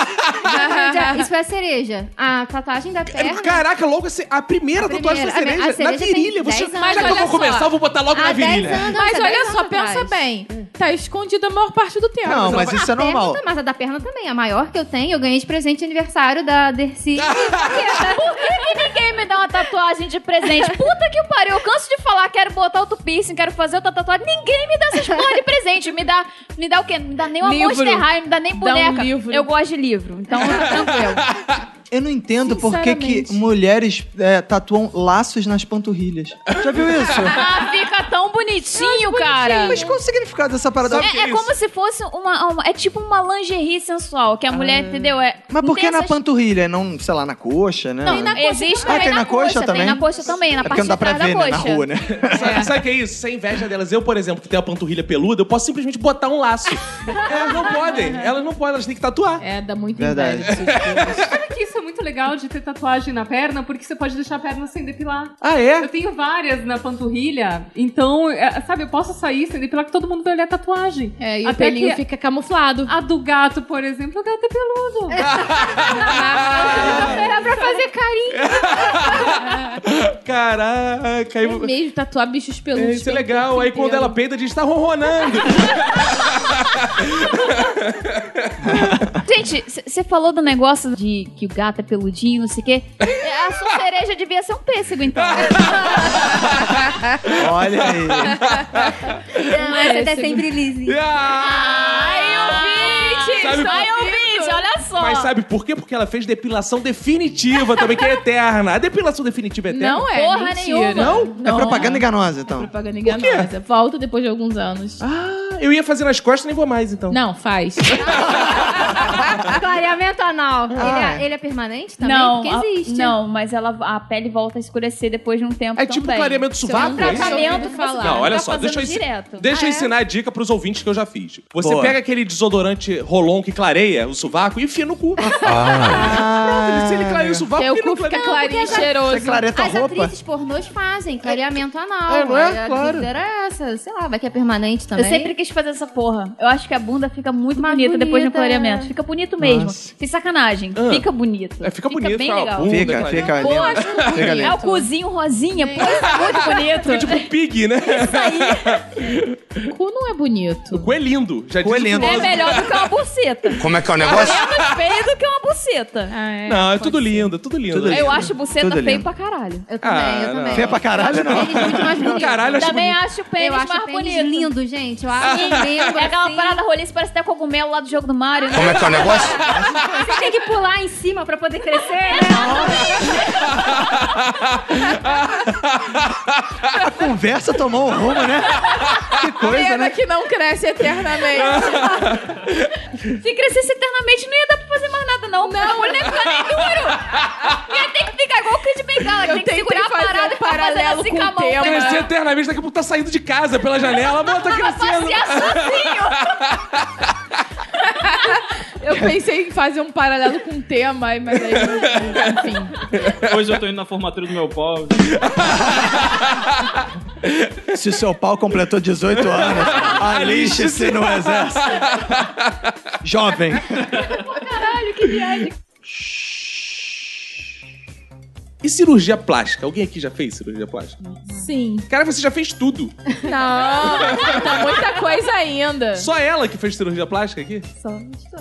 Já- Isso foi a cereja. A tatuagem
É,
da perna.
É Caraca, logo assim, a primeira tatuagem da
primeira, a me-
cereja,
a
na
cereja tem
virilha. Você,
10
anos.
já que eu
Olha
vou
só.
começar, eu vou botar logo
Há
na
10
virilha.
anos,
Mas
há
olha
10
só,
anos
pensa
atrás.
bem. Tá escondida a maior parte do tempo.
Não, mas isso é
A perna
normal.
tá- mas a da perna também. A maior que eu tenho, eu ganhei de presente de aniversário da Dercy.
Por que, que ninguém me dá uma tatuagem de presente? Puta que pariu, eu canso de falar, quero botar outro piercing, quero fazer outra tatuagem. Ninguém me dá essas porra de presente. Me dá, me dá o quê? Não me dá nem uma
Livro.
Monster High, não me dá nem
Dá um
boneca.
livro.
Eu gosto de livro, então tranquilo.
Eu não entendo por que, que mulheres é, tatuam laços nas panturrilhas. Já viu isso?
Ah, fica tão bonitinho, cara.
Mas qual o significado dessa parada?
É, é como se fosse uma, uma- É tipo uma lingerie sensual, que a mulher, entendeu? É,
Ah. Mas
não
por que
tem
na
essas-
panturrilha? Não, sei lá, na coxa, né?
Não, na existe
Ah, tem na coxa também?
Tem na coxa também, na
é porque
parte
não dá
de
pra
trás
ver
da
né,
coxa.
na rua, né?
Sabe, sabe o que é isso? Sem inveja delas. Eu, por exemplo, que tenho a panturrilha peluda, eu posso simplesmente botar um laço. elas não podem. Elas não podem, elas têm que tatuar.
É, dá muita
Verdade.
inveja. esses filmes.
Sabe que isso é muito legal de ter tatuagem na perna, porque você pode deixar a perna sem depilar.
Ah, é?
Eu tenho várias na panturrilha, então, é, sabe, eu posso sair sem depilar que todo mundo vai olhar a tatuagem.
É, e o
Até
pelinho
que
fica camuflado.
A do gato, por exemplo, o gato é peludo.
É.
Dá pra fazer carinho.
Caraca. aí-
É mesmo, tatuar bichos
É,
peludos.
isso é
pelo
legal.
corpo
Aí quando
inteiro.
ela peida, a gente tá ronronando.
Gente, você falou do negócio de que o gato é peludinho, não sei o quê. É, A sua cereja devia ser um pêssego, então.
Olha aí.
Você tá sempre lise.
Ah!
Ai, ouvinte!
Sabe por
Ai,
quê?
ouvinte, olha só.
Mas sabe por quê? Porque ela fez depilação definitiva também, que é eterna. A depilação definitiva é eterna.
Não é.
Porra
mentira.
nenhuma.
Não? É propaganda enganosa,
É
então.
Propaganda enganosa. Volta depois de alguns anos.
Ah, eu ia fazer nas costas, nem vou mais, então.
Não, faz.
Clareamento anal.
Ah.
Ele, é, ele é permanente também?
a-
Porque existe.
não, mas ela, a pele volta a escurecer depois de um tempo
É tipo
também.
clareamento sovaco, é isso?
Tinha
tratamento
ouvido
que
falar.
falar.
Não, olha só, deixa eu, ensi-
direto.
deixa eu
Ah, é?
ensinar a dica pros ouvintes que eu já fiz. Você
Boa.
pega aquele desodorante Rolon que clareia o sovaco e enfia no cu.
Ah,
Se ele clareia o sovaco,
Teu
ele não
cu fica
clareia.
clarinho e cheiroso.
Você clareia é tua
As
roupa?
atrizes pornôs fazem clareamento anal.
É, não é?
Aí A
Claro.
dúvida era essa. Sei lá, vai que é permanente
Eu
também.
sempre quis fazer essa porra. Eu acho que a bunda fica muito
Mas
bonita, depois do
bonita.
clareamento. Fica bonito mesmo.
Nossa.
Sem sacanagem.
Ah.
Fica bonito.
É, fica bonito,
bem
fala,
legal.
bunda,
Fica,
clareia.
fica
Pô,
lindo.
acho muito
Fica
bonito. É o cozinho rosinha. Pô, isso é muito bonito.
É tipo um pig, né?
O cu não é bonito.
O cu é lindo. Já
Cu é
disse o
lindo.
É
filósofo.
melhor do que uma buceta.
Como é que é o negócio?
É mais feio do que uma buceta.
Ah, é.
Não, é tudo lindo, é tudo lindo.
Tudo lindo.
Eu acho buceta
Tudo
feio
lindo.
pra caralho.
Eu também,
Ah,
eu
não.
também.
Feia pra caralho, né? não. é
Eles muito mais bonitos.
Caralho, acho
Também
bonito.
acho o pênis
Eu acho
mais
o pênis
bonito.
lindo, gente. Eu acho o membro,
É aquela
assim.
parada roliça, parece até cogumelo lá do jogo do Mario. né?
Como é que é o negócio?
Você tem que pular em cima pra poder crescer, né?
A conversa tomou um rumo, né? Que coisa,
Pena
né?
que não cresce eternamente.
Se crescesse eternamente, não ia dar pra fazer mais nada não, porque o olho ia ficar nem duro. Ia ter que ficar igual o Kid Bengala,
Eu
tem que
tentei
segurar a
fazer
parada
um
e ficar fazendo
paralelo
assim
com
com a
o
mão.
tema.
né?
Crescer eternamente, daqui a pouco tá saindo de casa pela janela, a mão tá
Pra
crescendo.
passear assim. sozinho.
Eu pensei em fazer um paralelo com o tema, mas aí, enfim.
Hoje eu tô indo na formatura do meu pau.
Se o seu pau completou 18 anos, alixe-se no exército. Jovem.
E cirurgia plástica? Alguém aqui já fez cirurgia plástica?
Sim.
Cara, você já fez tudo.
Não, tá muita coisa ainda.
É Só ela que fez cirurgia plástica aqui?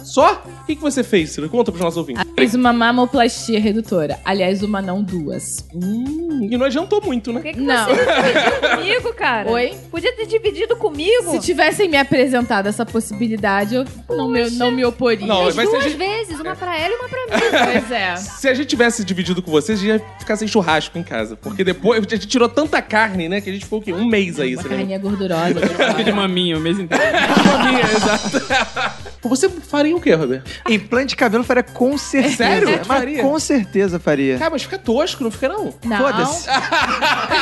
Só? O que, que você fez, Ciro? Conta pros nossos ouvintes.
Fiz uma mamoplastia redutora. Aliás, uma não duas.
Hum, e não adiantou muito, né?
Por que, que
Não.
você dividiu comigo, cara?
Oi?
Podia ter dividido comigo.
Se tivessem me apresentado essa possibilidade, eu não me, não me oporia.
Não,
As
vai ser
duas
gente-
vezes, uma pra ela e uma pra mim.
Pois é.
Se a gente tivesse dividido com vocês, a gente ia ficar sem churrasco em casa. Porque depois a gente tirou tanta carne, né? Que a gente ficou o quê? Um mês aí,
Uma
você lembra?
carninha gordurosa.
Fica de maminha o mês inteiro.
Você faria o quê, Roberto?
Implante de cabelo faria com certeza.
Sério?
Mas
Faria?
com certeza faria.
Cara, mas fica tosco, não fica não?
Não.
Foda-se.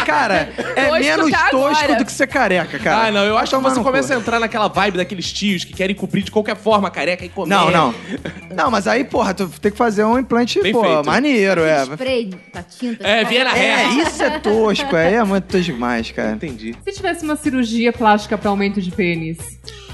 Cara, é
Tosco
menos
tá
tosco
agora.
do que ser careca, cara.
ah, não, eu acho que
Tomar
você
no cu.
começa a entrar naquela vibe daqueles tios que querem cobrir de qualquer forma a careca e comer.
Não, não. Não, mas aí, porra, tu tem que fazer um implante,
Bem
pô,
feito.
maneiro, é.
Spray, tá tinta.
É, Viena
É,
Hair.
isso é tosco, aí é muito tosco demais, cara.
Entendi.
Se tivesse uma cirurgia plástica pra aumento de pênis.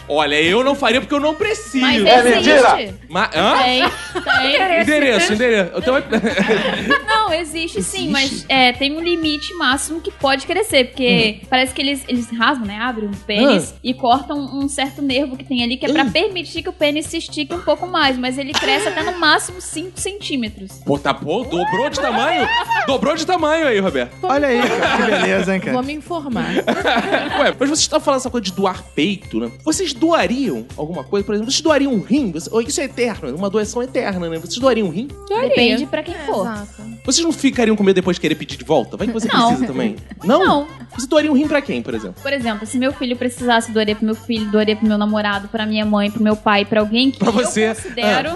Olha, eu não faria porque eu não preciso.
Mas existe.
Ma- Hã?
Tem, tem.
Endereço, endereço. Eu tenho...
Não, existe sim, mas é, tem um limite máximo que pode crescer,
Hum.
porque parece que eles, eles rasgam, né? Abrem um pênis
Ah.
e cortam um certo nervo que tem ali, que é pra permitir que o pênis se estique um pouco mais, mas ele cresce até
Ah.
no máximo 5 centímetros.
Pô, tá pô, dobrou de tamanho? Dobrou de tamanho aí, Roberto.
Olha aí, cara, que beleza, hein,
Vou
cara.
me informar.
Ué, mas vocês estão falando essa coisa de doar peito, né? Vocês doariam alguma coisa? Por exemplo, vocês doariam um rim? Você- oh, Isso é eterno, uma doação eterna, né? Vocês doariam um rim?
Depende pra quem for.
Vocês não ficariam com medo depois de querer pedir de volta? Vai que você
Não.
precisa também. Não?
Não.
Você doaria um rim pra quem, por exemplo?
Por exemplo, se meu filho precisasse, doaria pro meu filho, doaria pro meu namorado, pra minha mãe, pro meu pai, pra alguém que
Pra você.
eu considero.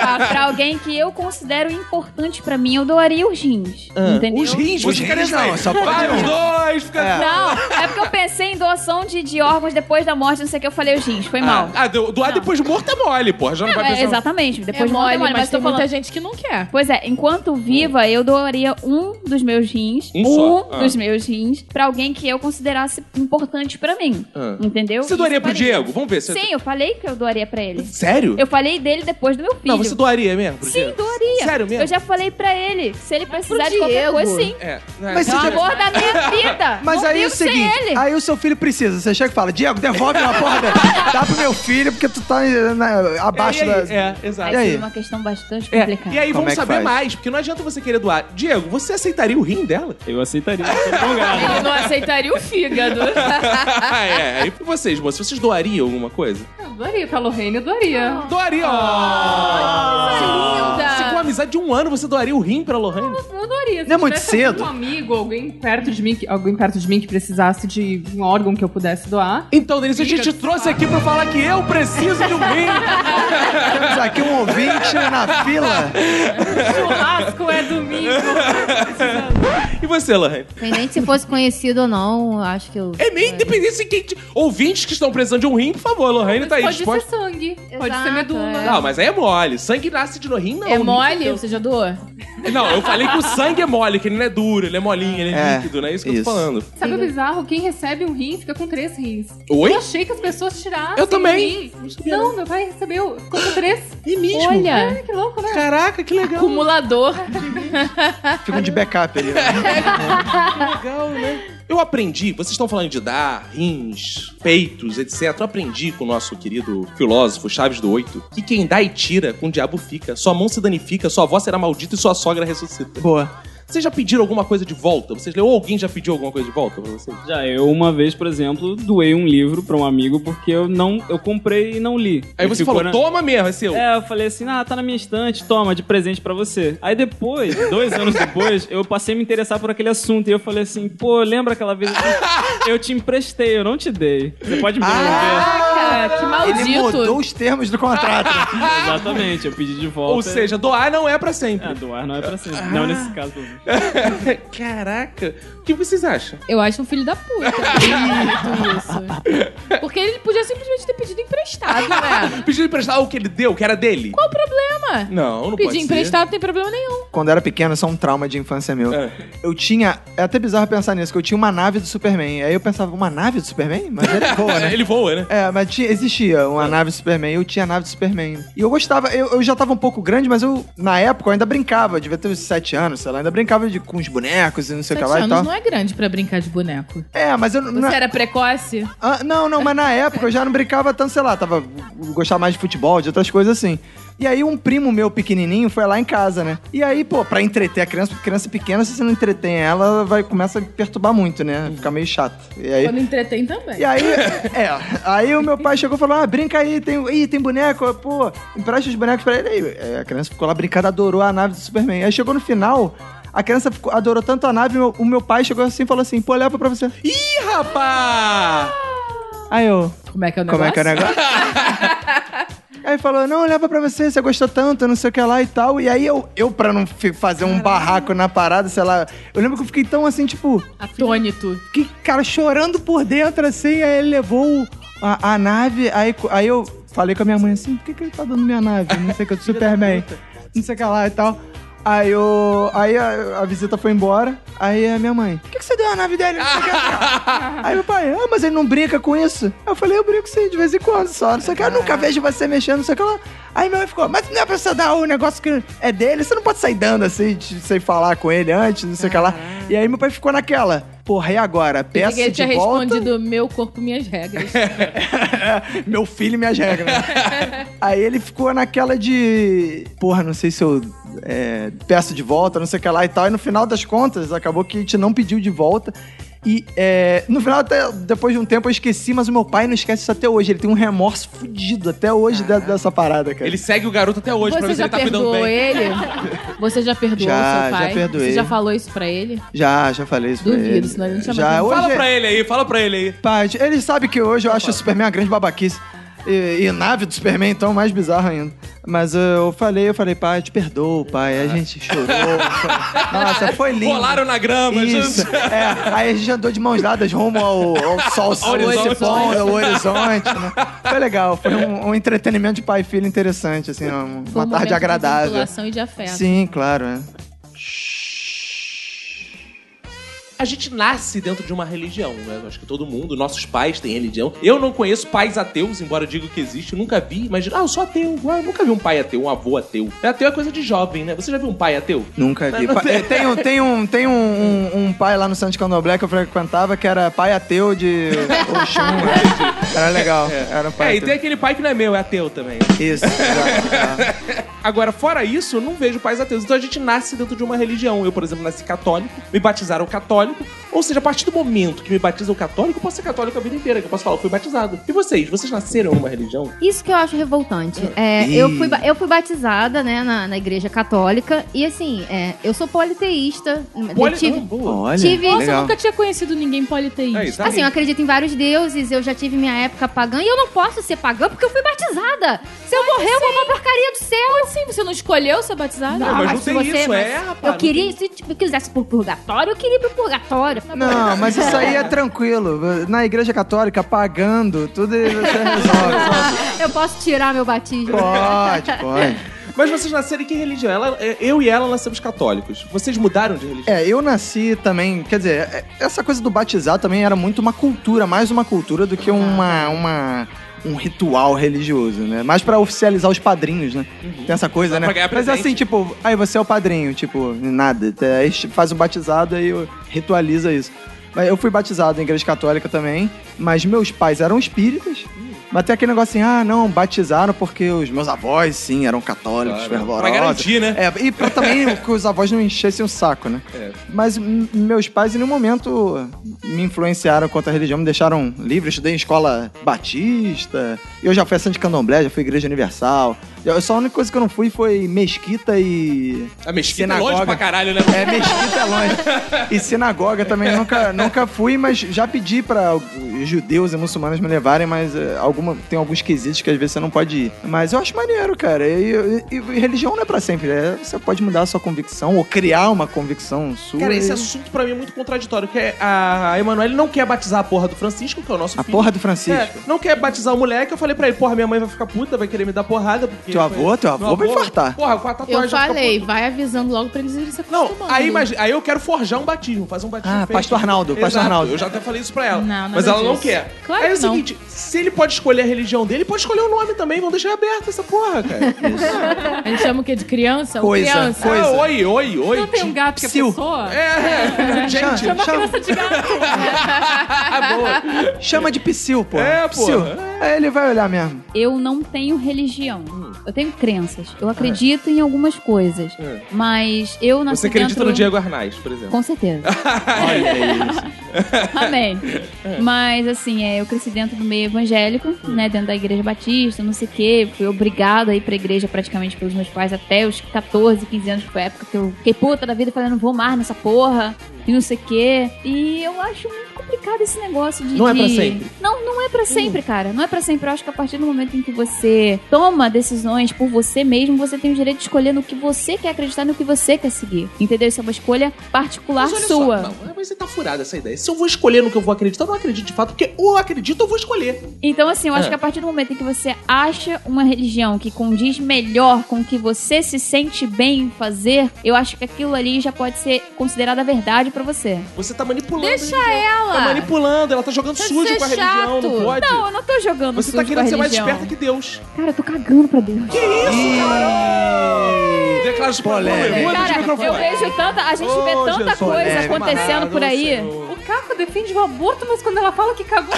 Ah, pra alguém que eu considero importante pra mim, eu doaria os rins.
Ah,
Entendeu?
Os rins,
Os
você
rins
quer
não, só pode
Vai,
um.
os dois, fica...
É.
Não, é porque eu pensei em doação de, de órgãos depois da morte, não sei o que, eu falei os rins, foi mal.
Ah, do- doar
Não.
depois de morto é mole, porra. Já não, vai
É,
pensar...
exatamente,
É
depois de morte
mole,
é mole,
mas,
mas,
tem
tô falando...
muita gente que não quer.
Pois é, enquanto viva, eu doaria um dos meus rins,
Um só? Ah.
dos meus rins, pra alguém que eu considerasse importante pra mim,
Ah.
entendeu?
Você doaria
Isso
pro
faria.
Diego? Vamos ver. Você...
Sim, eu falei que eu doaria pra ele.
Sério?
Eu falei dele depois do meu filho.
Não, você doaria mesmo pro
Sim,
Diego?
doaria.
Sério mesmo?
Eu já falei pra ele, se ele precisar de qualquer
Diego.
coisa, sim.
É.
Mas
É
se
o
tiver-
amor da minha vida.
Mas
Não
aí é o
vivo sem
seguinte,
ele.
aí o seu filho precisa. Você chega e fala, Diego, devolve uma porra dela. Dá pro meu filho, porque tu tá eh, na- abaixo
é,
da...
é, exato.
Aí
E aí?
foi uma questão bastante
É,
complicada.
E aí
Como
vamos
é que
saber
faz?
mais, porque não adianta você querer doar. Diego, você aceitaria o rim dela?
Eu aceitaria, tô empolgado.
Ele não aceitaria o fígado.
é. E vocês, moços, vocês doariam alguma coisa?
Eu doaria, pra Lorraine, eu
Ah.
doaria.
Doaria! ó.
linda!
Se com amizade de um ano você doaria o rim pra Lorraine?
Eu doaria. Se
Não é muito
tivesse
cedo?
algum amigo, alguém perto de mim, que- alguém perto de mim que precisasse de um órgão que eu pudesse doar.
Então, Denise, a gente trouxe aqui pra falar que eu preciso de um rim.
Temos aqui um ouvinte na fila.
É
Churrasco é domingo.
E você, Lorraine?
Independente se fosse conhecido ou não, acho que eu.
É meio independente se quem... te- Ouvintes que estão precisando de um rim, por favor, Lorraine tá aí
Pode ser
disposta.
sangue, pode ser
Exato,
medula.
Não, um mas aí é mole. Sangue nasce de no rim, não.
É
Rim-
mole? Você já doou?
Não, eu falei que o sangue é mole, que ele não é duro, ele é molinho, ele é,
É,
líquido, não é isso que eu
isso.
tô falando.
Sabe o bizarro? Quem recebe um rim fica com três rins.
Oi?
Eu achei que as pessoas tirassem
Eu também.
o rim. Não, meu pai recebeu. Ficou com três.
É mesmo?
Olha,
É, que louco, né?
Caraca, que legal.
acumulador.
Ficam um de backup ali. né?
legal, né? Eu aprendi, vocês estão falando de dar rins, peitos, etc. Eu aprendi com o nosso querido filósofo Chaves do Oito que quem dá e tira, com o diabo fica. Sua mão se danifica, sua avó será maldita e sua sogra ressuscita.
Boa.
Vocês já pediram alguma coisa de volta? Vocês leu? Ou alguém já pediu alguma coisa de volta pra vocês?
Já eu uma vez, por exemplo, doei um livro pra um amigo porque eu não, eu comprei e não li.
Aí
Ele
você
ficou
falou,
na-
toma mesmo, é seu.
É, eu falei assim, ah, tá na minha estante, toma, de presente pra você. Aí depois, dois anos depois, eu passei a me interessar por aquele assunto. E eu falei assim, pô, lembra aquela vez que eu te emprestei, eu não te dei. Você pode me devolver.
Ah, que maldito.
Ele mudou os termos do contrato. né?
Exatamente, eu pedi de volta.
Ou seja, Ah. doar não é pra
É,
sempre.
doar não é pra sempre. Não nesse caso. É.
Caraca. O que vocês acham?
Eu acho um filho da puta ele ter feito isso. Porque ele podia simplesmente ter pedido emprestado, né?
Pediu emprestar o que ele deu, que era dele?
Qual o problema?
Não, não pode
Pedir
ser.
emprestado não tem problema nenhum.
Quando era pequeno, isso é um trauma de infância meu.
É.
Eu tinha. É até bizarro pensar nisso, que eu tinha uma nave do Superman. Aí eu pensava, uma nave do Superman? Mas ele voa, né?
Ele voa, né?
É, mas tinha- existia uma nave do Superman, eu tinha a nave do Superman. E eu gostava, eu, eu já tava um pouco grande, mas eu, na época, eu ainda brincava, eu devia ter uns 7 anos, sei lá, ainda brincava de, com os bonecos e não sei
Sete
o que lá e
anos
tal.
não é grande pra brincar de boneco.
É, mas eu então? não.
Você era precoce?
Ah, não, não, mas na época eu já não brincava tanto, sei lá, tava eu gostava mais de futebol, de outras coisas assim. E aí um primo meu pequenininho foi lá em casa, né? E aí, pô, pra entreter a criança, porque criança pequena, se você não entretém ela, ela vai começa a perturbar muito, né? Fica meio chato. E aí
Quando entretém também.
e aí, é, aí o meu pai chegou e falou: Ah, brinca aí, tem, ih, tem boneco, pô, empresta os bonecos pra ele. Aí é, a criança ficou lá brincando, adorou a nave do Superman. Aí chegou no final, a criança ficou- adorou tanto a nave, meu- o meu pai chegou assim e falou assim: pô, leva pra você.
Ih, rapaz!
Aí eu,
Como é que é o
como é
negócio?
que é o negócio? Aí falou, não, leva pra você, você gostou tanto, não sei o que lá e tal. E aí eu, eu pra não fi- fazer um barraco na parada, sei lá, eu lembro que eu fiquei tão assim, tipo,
Atônito.
que cara chorando por dentro, assim, aí ele levou a, a nave, aí, co- aí eu falei com a minha mãe assim, por que, que ele tá dando minha nave? Não sei o que, do Superman, não sei o que lá e tal. Aí, eu, aí a, a visita foi embora, aí a minha mãe, por que, que você deu a nave dele? Não sei o que lá. aí meu pai, ah, mas ele não brinca com isso? Eu falei, eu brinco sim, de vez em quando só, não sei o que, eu
Ah.
nunca vejo você mexendo, não sei o que lá. Aí minha mãe ficou, mas não é pra você dar o negócio que é dele, você não pode sair dando assim, de- sem falar com ele antes, não sei o que lá. E aí meu pai ficou naquela, porra, e agora?
Pensei que
Peço
ele
de
Ah. tinha
volta,
respondido meu corpo, minhas regras.
meu filho e minhas regras. aí ele ficou naquela de, porra, não sei se eu é, peço de volta, não sei o que lá e tal. E no final das contas, acabou que a gente não pediu de volta. E é, no final, até depois de um tempo, eu esqueci, mas o meu pai não esquece isso até hoje. Ele tem um remorso fudido até hoje de- dessa parada, cara.
Ele segue o garoto até hoje pra
Você
ver se
já
ele tá cuidando
perdoou
bem.
ele? Você já perdoou
Já,
seu pai?
já perdoei.
Você já falou isso pra ele?
Já, já falei isso pra
Duvido,
ele.
senão ele não chama
já,
de-
hoje, é
Fala pra ele aí, fala pra ele aí.
Pai, ele sabe que hoje eu acho o Superman uma grande babaquice. E, e nave do Superman, então, mais bizarro ainda. Mas uh, eu falei, eu falei, pai, te perdoo, pai. A gente chorou. foi- Nossa, foi lindo.
Rolaram na grama.
Isso.
Jesus.
É, aí a gente andou de mãos dadas rumo ao, ao sol se-
Horizonte.
se pondo, ao horizonte, né? Foi legal, foi um, um entretenimento de pai e filho interessante, assim, um-
Foi
uma
um momento
tarde
de
agradável.
vinculação e de afeto.
Sim, claro, é.
A gente nasce dentro de uma religião, né? Eu Acho que todo mundo, nossos pais têm religião. Eu não conheço pais ateus, embora eu diga que existe, eu nunca vi. Mas, ah, eu sou ateu. Ah, eu nunca vi um pai ateu, um avô ateu. Ateu é coisa de jovem, né? Você já viu um pai ateu?
Nunca vi. Pa- eh, tem um, tem, um, tem um, um, um pai lá no Santo Candomblé que eu frequentava que era pai ateu de Oxum. né? Era legal. Era um
É,
pai
e tem
ateu.
aquele pai que não é meu, é ateu também.
Isso. exato, é.
Agora, fora isso, eu não vejo pais ateus. Então a gente nasce dentro de uma religião. Eu, por exemplo, nasci católico, me batizaram católico. Ou seja, a partir do momento que me batiza o católico, eu posso ser católico a vida inteira, que eu posso falar, eu fui batizado. E vocês? Vocês nasceram numa religião?
Isso que eu acho revoltante. É,
Ih.
eu, fui, ba- eu fui batizada, né, na, na igreja católica. E assim, é, eu sou politeísta.
Poli-
Eu tive-
Ah, boa.
Olha,
Tive-
Nossa, eu
legal.
nunca tinha conhecido ninguém politeísta.
Aí, tá
Assim,
aí.
eu acredito em vários deuses, eu já tive minha época pagã e eu não posso ser pagã porque eu fui batizada. Se eu morrer, eu vou pra porcaria do céu.
Sim, Assim, você não escolheu ser batizado?
Não, mas não tem isso, é, rapaz,
Eu
não
queria, se tipo, eu quisesse pro purgatório, eu queria ir pro purgatório.
Não, mas isso aí é tranquilo. Na igreja católica, pagando, tudo você resolve. sabe?
eu posso tirar meu batismo.
Pode, pode.
Mas vocês nasceram em que religião? Ela- é, eu e ela nascemos católicos. Vocês mudaram de religião?
É, eu nasci também, quer dizer, é, essa coisa do batizar também era muito uma cultura, mais uma cultura do que uma, uma- um ritual religioso, né? Mais pra oficializar os padrinhos, né? Tem essa coisa,
Só
né?
Uhum. pra ganhar
Mas
presente.
assim, tipo, aí você é o padrinho, tipo, nada. Até Aí faz um batizado aí ritualiza isso. Mas Eu fui batizado em igreja católica também, mas meus pais eram espíritas.
Hum.
Mas tem aquele negócio assim, ah, não, batizaram porque os meus avós, sim, eram católicos, fervorosos.
Pra garantir, né?
É, e pra também que os avós não enchessem o saco, né?
É.
Mas m- meus pais em nenhum momento me influenciaram quanto à religião, me deixaram livre. Eu estudei em escola batista, eu já fui a Santa Candomblé, já fui à Igreja Universal, Eu- Só a única coisa que eu não fui foi mesquita e.
A mesquita é longe
Sinagoga.
pra caralho, né?
É, mesquita é longe. E sinagoga também nunca, nunca fui, mas já pedi pra os judeus e muçulmanos me levarem, mas é, alguma, tem alguns quesitos que às vezes você não pode ir. Mas eu acho maneiro, cara. E, e- e religião não é pra sempre. é, você pode mudar a sua convicção ou criar uma convicção sua.
Cara, esse
e-
assunto pra mim é muito contraditório, porque a Emanuele não quer batizar a porra do Francisco, que é o nosso
A
filho.
porra do Francisco.
É, não quer batizar o moleque, eu falei pra ele, porra, minha mãe vai ficar puta, vai querer me dar porrada. Porque
Teu avô, teu
Meu
avô vai infartar.
Porra, com a tatuagem
Eu
vai ficar
falei,
puto.
vai avisando logo pra eles irem se
Não,
acostumando.
aí, imagina, aí eu quero forjar um batismo, fazer um batismo
Ah,
fake.
pastor Arnaldo,
Exato,
pastor Arnaldo.
Eu já até falei isso pra ela.
Não, nada
mas ela não
disso.
quer.
Claro
aí é o
que não.
seguinte, se ele pode escolher a religião dele, ele pode escolher o nome também, vão deixar aberta essa porra, cara.
A gente chama o quê? De criança? Ou
Coisa.
criança?
Coisa.
Ah, oi, oi, oi.
Não tem um gato que é
Psiu.
pessoa?
É, é, gente,
Chama, chama,
ah, boa.
chama de psil, pô.
É, porra.
Psil. Aí ele vai olhar mesmo.
Eu não tenho religião.
Hum.
Eu tenho crenças. Eu acredito em algumas coisas.
É.
Mas eu nasci
Você acredita
dentro...
no Diego Arnaz, por exemplo?
Com certeza. Amém. Mas, assim, é, eu cresci dentro do meio evangélico,
Hum.
né? Dentro da igreja batista, não sei o quê. Fui obrigada a ir pra igreja praticamente pelos meus pais até os 14, 15 anos, que foi a época que eu fiquei puta da vida falando, não vou mais nessa porra, e não sei o quê. E eu acho muito complicado esse negócio de.
Não é pra
de-
sempre.
Não, não é pra sempre, cara. Não é pra sempre. Eu acho que a partir do momento em que você toma decisões por você mesmo, você tem o direito de escolher no que você quer acreditar, no que você quer seguir. Entendeu? Isso é uma escolha particular
Mas olha
sua.
Só, não, mas você tá furada essa ideia. Se eu vou escolher no que eu vou acreditar, eu não acredito de fato, porque ou eu acredito ou eu vou escolher.
Então, assim, eu acho
É.
que a partir do momento em que você acha uma religião que condiz melhor com o que você se sente bem em fazer, eu acho que aquilo ali já pode ser considerada a verdade pra você.
Você tá manipulando.
Deixa
a religião.
ela.
Tá manipulando, ela tá jogando
Deixa de
sujo
ser
com a religião, não
chato.
pode.
Não, eu não tô jogando
Você
sujo
tá querendo
com
ser
a
mais
religião.
esperta que Deus.
Cara, eu tô cagando pra Deus.
Que isso, cara? Declara isso pra
Polêmica.
Muda de
Cara,
microfone.
eu vejo tanta... A gente
Ô,
vê tanta
Jesus,
coisa
é,
acontecendo por aí.
é
O Caco defende o aborto, mas quando ela fala que cagou,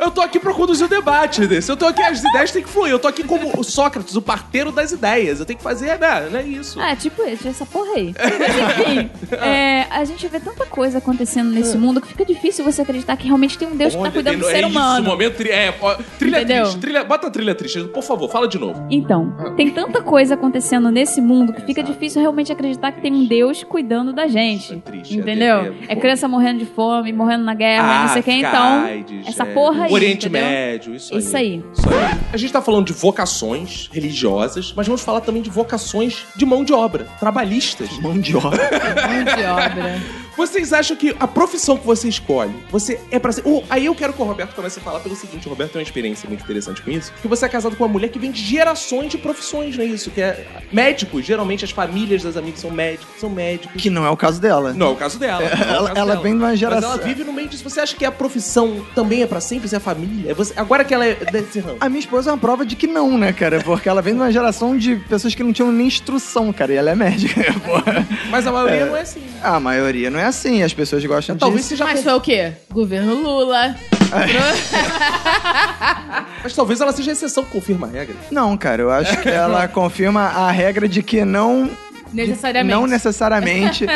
Eu tô aqui pra conduzir o debate desse. Eu tô aqui, as ideias têm que fluir. Eu tô aqui como o Sócrates, o parteiro das ideias. Eu tenho que fazer, né? Não é isso.
Ah, tipo esse, essa porra aí. Mas enfim, é, a gente vê tanta coisa acontecendo nesse mundo que fica difícil você acreditar que realmente tem um Deus que tá
Olha,
cuidando do
é
ser
isso,
humano.
momento tri- é, ó, trilha
Entendeu?
triste. Trilha, bota a trilha triste, por favor, fala de novo. Ah.
Então, tem tanta coisa acontecendo nesse mundo que fica difícil realmente acreditar que tem um Deus cuidando da gente.
É triste, é
Entendeu?
de- é-
É criança morrendo de fome, morrendo na guerra,
Ah,
não sei o que, então.
Arcaides,
essa
é,
porra aí,
Oriente
entendeu?
Médio, isso aí.
Isso aí.
Isso aí. A gente tá falando de vocações religiosas, mas vamos falar também de vocações de mão de obra, trabalhistas.
Mão de obra.
Mão de obra.
Vocês acham que a profissão que você escolhe, você é pra ser. Ou, aí eu quero que o Roberto comece a falar pelo seguinte: o Roberto tem uma experiência muito interessante com isso, que você é casado com uma mulher que vem de gerações de profissões, não é isso? Que é médicos, geralmente as famílias das amigas são médicos, são médicos.
Que não é o caso dela.
Não é o caso dela. não é o
Ela,
caso
ela
dela.
vem de uma
Mas
geração.
ela vive no meio disso. Você acha que a profissão também é pra sempre? Você é família? É você- Agora que ela é desse ramo.
A minha esposa é uma prova de que não, né, cara? Porque ela vem de uma geração de pessoas que não tinham nem instrução, cara. E ela é médica. Porra.
Mas a maioria não é assim. né?
A maioria não é assim. As pessoas gostam
Talvez
de...
seja.
Mas foi o quê? Governo Lula.
Mas talvez ela seja a exceção que confirma a regra.
Não, cara. Eu acho que ela confirma a regra de que não...
Necessariamente.
Não necessariamente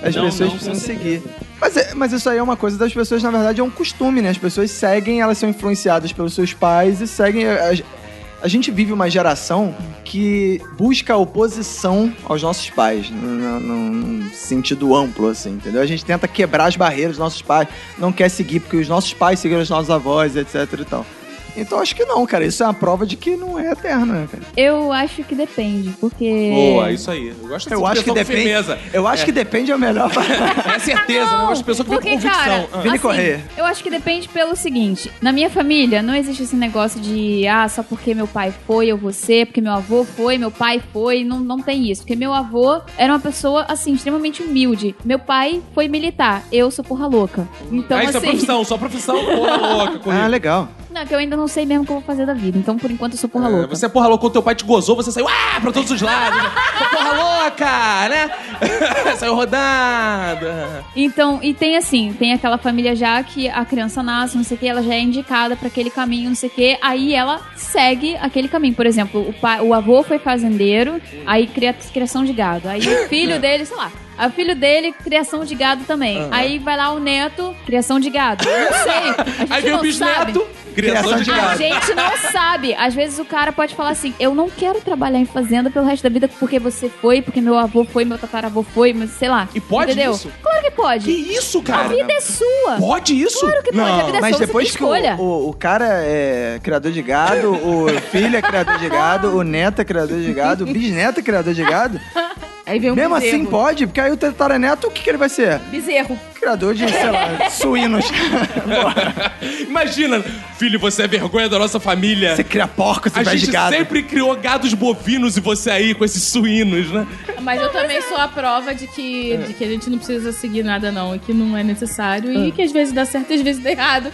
as
Não,
pessoas
não,
precisam
com
seguir. Mas, é- mas isso aí é uma coisa das pessoas, na verdade, é um costume, né? As pessoas seguem, elas são influenciadas pelos seus pais e seguem... A, a gente vive uma geração que busca a oposição aos nossos pais, num, num- num sentido amplo, assim, entendeu? A gente tenta quebrar as barreiras dos nossos pais, não quer seguir porque os nossos pais seguiram os nossos avós, etc e tal. Então acho que não, cara. Isso é uma prova de que não é eterno, né, cara?
Eu acho que depende, porque.
Boa, isso aí. Eu gosto
Eu acho que depende. Eu acho que depende é a melhor
É certeza, né? Eu gosto de pessoa que vem com
Porque,
convicção.
cara,
Ah.
Vini
assim,
Correia.
eu acho que depende pelo seguinte: na minha família não existe esse negócio de ah, só porque meu pai foi, eu vou ser, porque meu avô foi, meu pai foi. Não, não tem isso. Porque meu avô era uma pessoa, assim, extremamente humilde. Meu pai foi militar. Eu sou porra louca. Então,
ah, isso é
assim.
profissão, só profissão. Porra louca, corrida.
Ah, legal.
não, que eu ainda não sei mesmo o que eu vou fazer da vida. Então, por enquanto, eu sou porra
É,
louca.
Você é porra louca, quando teu pai te gozou, você saiu ah, pra todos os lados. né? porra louca, né? saiu rodada.
Então, e tem assim, tem aquela família já que a criança nasce, não sei o que, ela já é indicada pra aquele caminho, não sei o que, aí ela segue aquele caminho. Por exemplo, o, pai, o avô foi fazendeiro, aí cria criação de gado. Aí o filho dele, sei lá, Aí o filho dele, criação de gado também. Aí vai lá o neto, criação de gado. Não sei. A gente
Aí vem
não
o bisneto,
sabe.
criação É de
A
gado.
gente não sabe. Às vezes o cara pode falar assim: eu não quero trabalhar em fazenda pelo resto da vida porque você foi, porque meu avô foi, meu tataravô foi, mas sei lá.
E pode
Entendeu?
isso?
Claro que
Que
pode.
isso,
A
cara?
vida é sua.
Pode isso?
Claro que pode. A vida é
Mas
sua.
depois
você
que
tem escolha.
o, o, o cara é criador de gado, o filho é criador de gado, o neto é criador de gado, o bisneto é criador de gado,
Aí vem um
mesmo
bezerro.
assim pode, porque aí o tetaraneto, o que, que ele vai ser?
Bezerro.
Criador de, sei lá, suínos.
é
Imagina, filho, você é vergonha da nossa família.
Você cria porco, você
a
faz de
gente
gado.
sempre criou gados bovinos e você aí com esses suínos, né?
Mas eu também sou a prova de que, de que a gente não precisa seguir nada, não. E que não é necessário. E que às vezes dá certo e às vezes dá errado.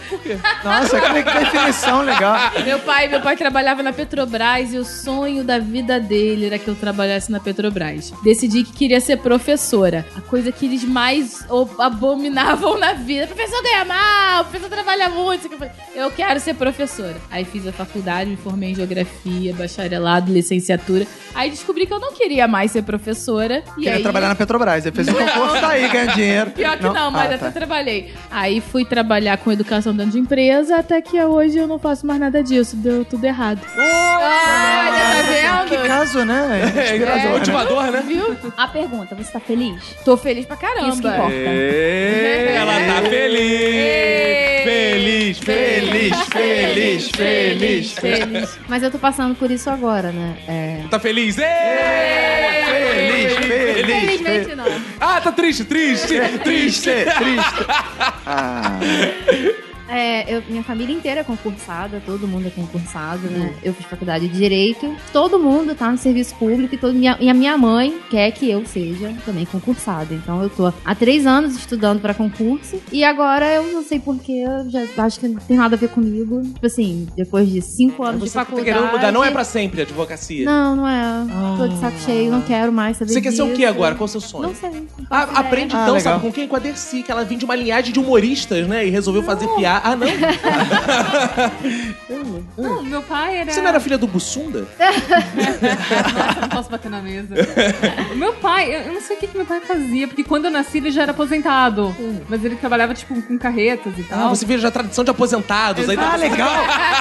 Nossa, que definição legal.
Meu pai, meu pai trabalhava na Petrobras e o sonho da vida dele era que eu trabalhasse na Petrobras. Decidi que queria ser professora. A coisa que eles mais o- abominavam na vida. Professor ganha mal, professor trabalha muito. isso aqui. Eu falei, Eu quero ser professora. Aí fiz a faculdade, me formei em geografia, bacharelado, licenciatura. Aí descobri que eu não queria mais ser professora. E
Queria
aí...
trabalhar na Petrobras, ele fez um concurso, tá aí, ganha dinheiro.
Pior que não, mas
Ah,
até
tá.
trabalhei. Aí fui trabalhar com educação dentro de empresa, até que hoje eu não faço mais nada disso. Deu tudo errado. Ah, tá
Que caso, né? Inspirador, né?
Motivador, né?
Viu?
A pergunta: você tá feliz?
Tô feliz pra caramba.
Isso que importa. É.
Ela tá feliz. Feliz, feliz, feliz, feliz.
feliz.
Mas eu tô passando por isso agora, né? É...
Tá feliz?
É.
Ê!
Feliz, feliz, feliz.
Felizmente não.
Ah, tá triste, triste,
É.
triste.
Triste, triste. Ah,
É, eu- minha família inteira é concursada, todo mundo é concursado, né? Eu fiz faculdade de Direito, todo mundo tá no serviço público e, todo, minha- e a minha mãe quer que eu seja também concursada. Então eu tô há três anos estudando pra concurso e agora eu não sei porquê, eu já acho que não tem nada a ver comigo. Tipo assim, depois de cinco anos de
Você tá
faculdade...
querendo mudar, não é pra sempre a advocacia.
Não, não é. Tô de saco cheio, não quero mais saber
Você quer ser o que
disso.
agora? Qual é o seu
Não
sonho?
sei. não faço
Ah,
ideia.
aprende
Ah,
então,
legal.
sabe com quem? Com a Dercy, que ela vem de uma linhagem de humoristas, né? E resolveu fazer piada. Ah, não?
Não, meu pai era.
Você não era filha do Bussunda?
Nossa, não posso bater na mesa. meu pai, eu- eu não sei o que, que meu pai fazia, porque quando eu nasci ele já era aposentado. Mas ele trabalhava, tipo, com carretas e
Ah,
tal.
você veja a tradição de aposentados. Aí
ah,
tá
legal.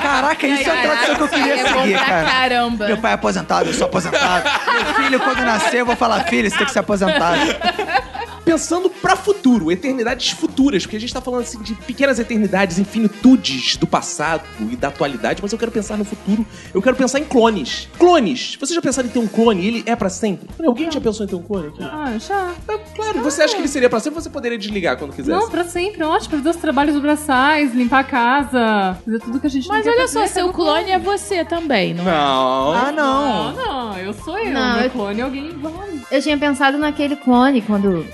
Caraca, isso é a tradução que eu queria
É bom
seguir,
pra
cara.
caramba.
Meu pai é aposentado, eu sou aposentado. Meu filho, quando nascer, eu vou falar, filho, você tem que ser aposentado.
pensando pra futuro, eternidades futuras, porque a gente tá falando assim de pequenas eternidades, infinitudes do passado e da atualidade, mas eu quero pensar no futuro. Eu quero pensar em clones. Clones! Vocês já pensaram em ter um clone? Ele é pra sempre? Alguém já pensou em ter um clone aqui?
Ah, já.
Ah, Claro, você
é.
acha que ele seria pra sempre, você poderia desligar quando quisesse.
Não, pra sempre, ótimo. Fazer os trabalhos braçais, limpar a casa, fazer tudo que a gente não
Mas
quer
olha
fazer,
só, seu
acabou.
clone é você também, não é?
Não.
Ah,
Não,
não.
não, eu sou eu.
Não,
meu
eu-
clone é alguém igual.
Eu tinha pensado naquele clone quando.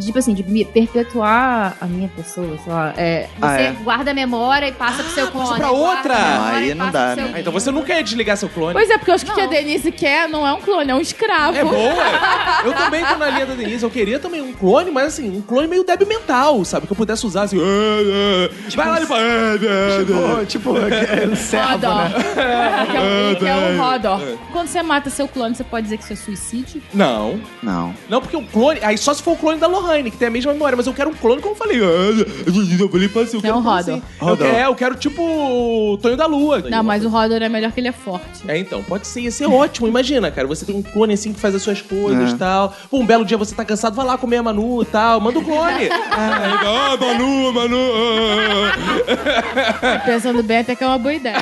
Tipo assim, de me perpetuar a minha pessoa, sei lá. É, você
Ah, é.
guarda a memória e passa pro seu clone.
pra
guarda
outra!
a memória
Aí
e
não
passa
dá,
pro seu
né?
Ah, então você nunca ia desligar seu clone.
Pois é, porque eu acho que o que a
Não.
Denise quer não é um clone, é um escravo.
É boa. Eu também tô na linha da Denise. Eu queria também um clone, mas assim, um clone meio débil mental, sabe? Que eu pudesse usar assim. "Ah, ah",
Tipo
Vai lá e fala. "Ah, ah,
Tipo,
ah".
tipo, é um servo,
Rodor.
né?
Que é o- que é o Rodor. Quando você mata seu clone, você pode dizer que isso é suicídio?
Não.
Não.
Não, porque um clone. Aí só se for o clone da Lohane, que tem a mesma memória, mas eu quero um clone, como eu falei. "Ah, Eu falei pra assim, eu quero
Não,
um clone
Rodor.
assim. Eu
Rodor.
quero, eu quero tipo o Tonho da Lua.
Não, mas o Rodor é melhor que ele é forte.
É, então, pode ser, ia ser ótimo. Imagina, cara, você tem um clone assim que faz as suas coisas e
É.
tal. Pô, um belo dia você tá cansado, vai lá comer a Manu e tal. Manda o clone. Ah, Manu, Manu.
Pensando bem, até que é uma boa ideia.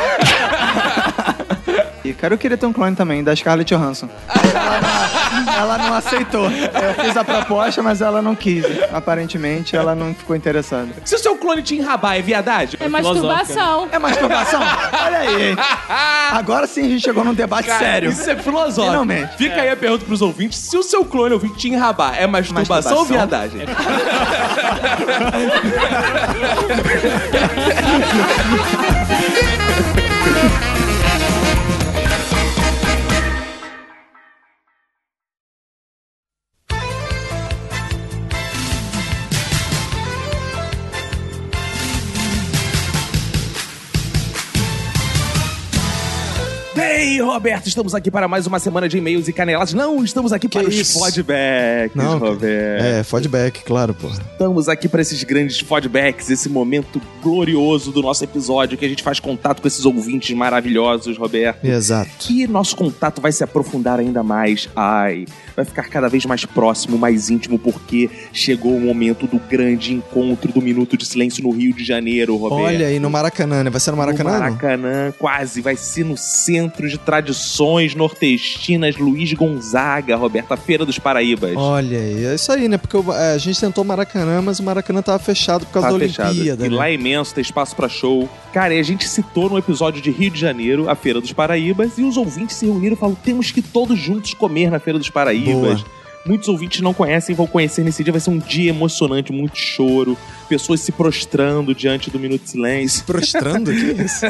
E cara, eu queria ter um clone também, da Scarlett Johansson. Mas ela, não, ela não aceitou. Eu fiz a proposta, mas ela não quis. Aparentemente, ela não ficou interessada.
Se o seu clone te enrabar, é viadagem?
É masturbação.
É masturbação? Olha aí. Agora sim a gente chegou num debate
Cara,
sério.
Isso é filosófico.
Finalmente.
Fica aí a pergunta pros ouvintes: se o seu clone ouvinte te enrabar, é masturbação,
Masturbação?
ou viadagem? Bem, Roberto, estamos aqui para mais uma semana de e-mails e caneladas. Não, estamos aqui para os
isso?
feedbacks,
Não, cara.
Roberto.
É, feedback, claro, pô.
Estamos aqui para esses grandes feedbacks, esse momento glorioso do nosso episódio, que a gente faz contato com esses ouvintes maravilhosos, Roberto.
Exato.
E nosso contato vai se aprofundar ainda mais. Ai, vai ficar cada vez mais próximo, mais íntimo, porque chegou o momento do grande encontro do Minuto de Silêncio no Rio de Janeiro, Roberto.
Olha aí, no Maracanã, né? Vai ser no Maracanã?
No
não?
é Maracanã, quase. Vai ser no Centro de Tradições Nordestinas Luiz Gonzaga, Roberto, a Feira dos Paraíbas.
Olha aí, é isso aí, né? Porque o- é, a gente tentou o Maracanã, mas o Maracanã tava fechado por causa
Tá
da
fechado.
Olimpíada,
E
né?
lá é imenso, tem espaço pra show. Cara, e a gente citou no episódio de Rio de Janeiro a Feira dos Paraíbas e os ouvintes se reuniram e falaram: temos que todos juntos comer na Feira dos Paraíbas.
Boa.
Muitos ouvintes não conhecem, vão conhecer nesse dia. Vai ser um dia emocionante, muito choro, pessoas se prostrando diante do Minuto de Silêncio.
Se prostrando? que isso?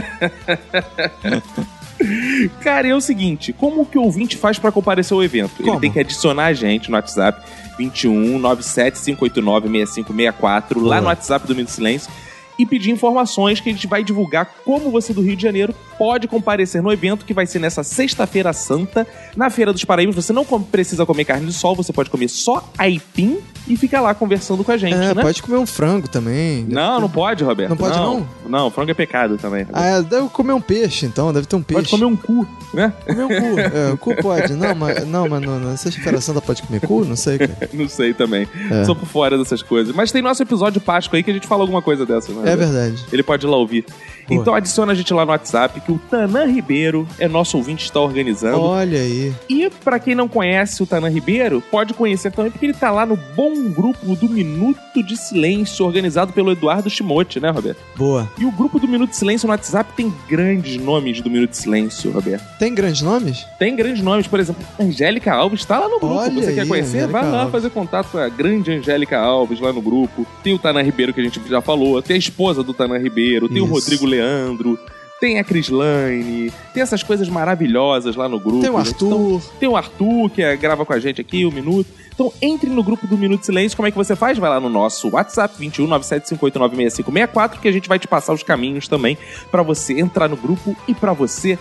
Cara, é o seguinte, como que o ouvinte faz pra comparecer ao evento? Ele
Como?
tem que adicionar a gente no WhatsApp 21 97 589 6564, lá
Boa.
no WhatsApp do Minuto do Silêncio, e pedir informações que a gente vai divulgar como você do Rio de Janeiro pode comparecer no evento que vai ser nessa sexta-feira santa, na Feira dos Paraíbas. Você não com- precisa comer carne de sol, você pode comer só aipim e fica lá conversando com a gente,
É,
né?
pode comer um frango também.
Não, não pode, Roberto.
Não pode,
não? Não, frango é pecado também.
Ah, é, deve comer um peixe, então. Deve ter um peixe.
Pode comer um cu, né?
Comer o cu. É, o cu pode. Não, mas não, mas não, não. Sexta-feira Santa pode comer cu? Não sei, cara.
Não sei também.
É.
Sou por fora dessas coisas. Mas tem nosso episódio de Páscoa aí que a gente fala alguma coisa dessa, né?
É verdade.
Ele pode ir lá ouvir.
Boa.
Então adiciona a gente lá no WhatsApp que o Tanã Ribeiro é nosso ouvinte, está organizando.
Olha aí.
E pra quem não conhece o Tanã Ribeiro, pode conhecer também porque ele tá lá no bom grupo do Minuto de Silêncio, organizado pelo Eduardo Shimote, né, Roberto?
Boa.
E o grupo do Minuto de Silêncio no WhatsApp tem grandes nomes do Minuto de Silêncio, Roberto.
Tem grandes nomes?
Tem grandes nomes, por exemplo, Angélica Alves tá lá no grupo.
Olha
Você quer
aí,
conhecer?
Angélica
Vai lá
Alves.
fazer contato com a grande Angélica Alves lá no grupo. Tem o Tanã Ribeiro que a gente já falou, tem a esposa do Tanã Ribeiro, tem o
Isso.
Rodrigo Leandro. Tem a Crislane, tem essas coisas maravilhosas lá no grupo.
Tem o
gente. Então,
Arthur.
tem o Arthur, que é- grava com a gente aqui, o Minuto. Então, entre no grupo do Minuto de Silêncio. Como é que você faz? Vai lá no nosso WhatsApp, 21 975896564, que a gente vai te passar os caminhos também pra você entrar no grupo e pra você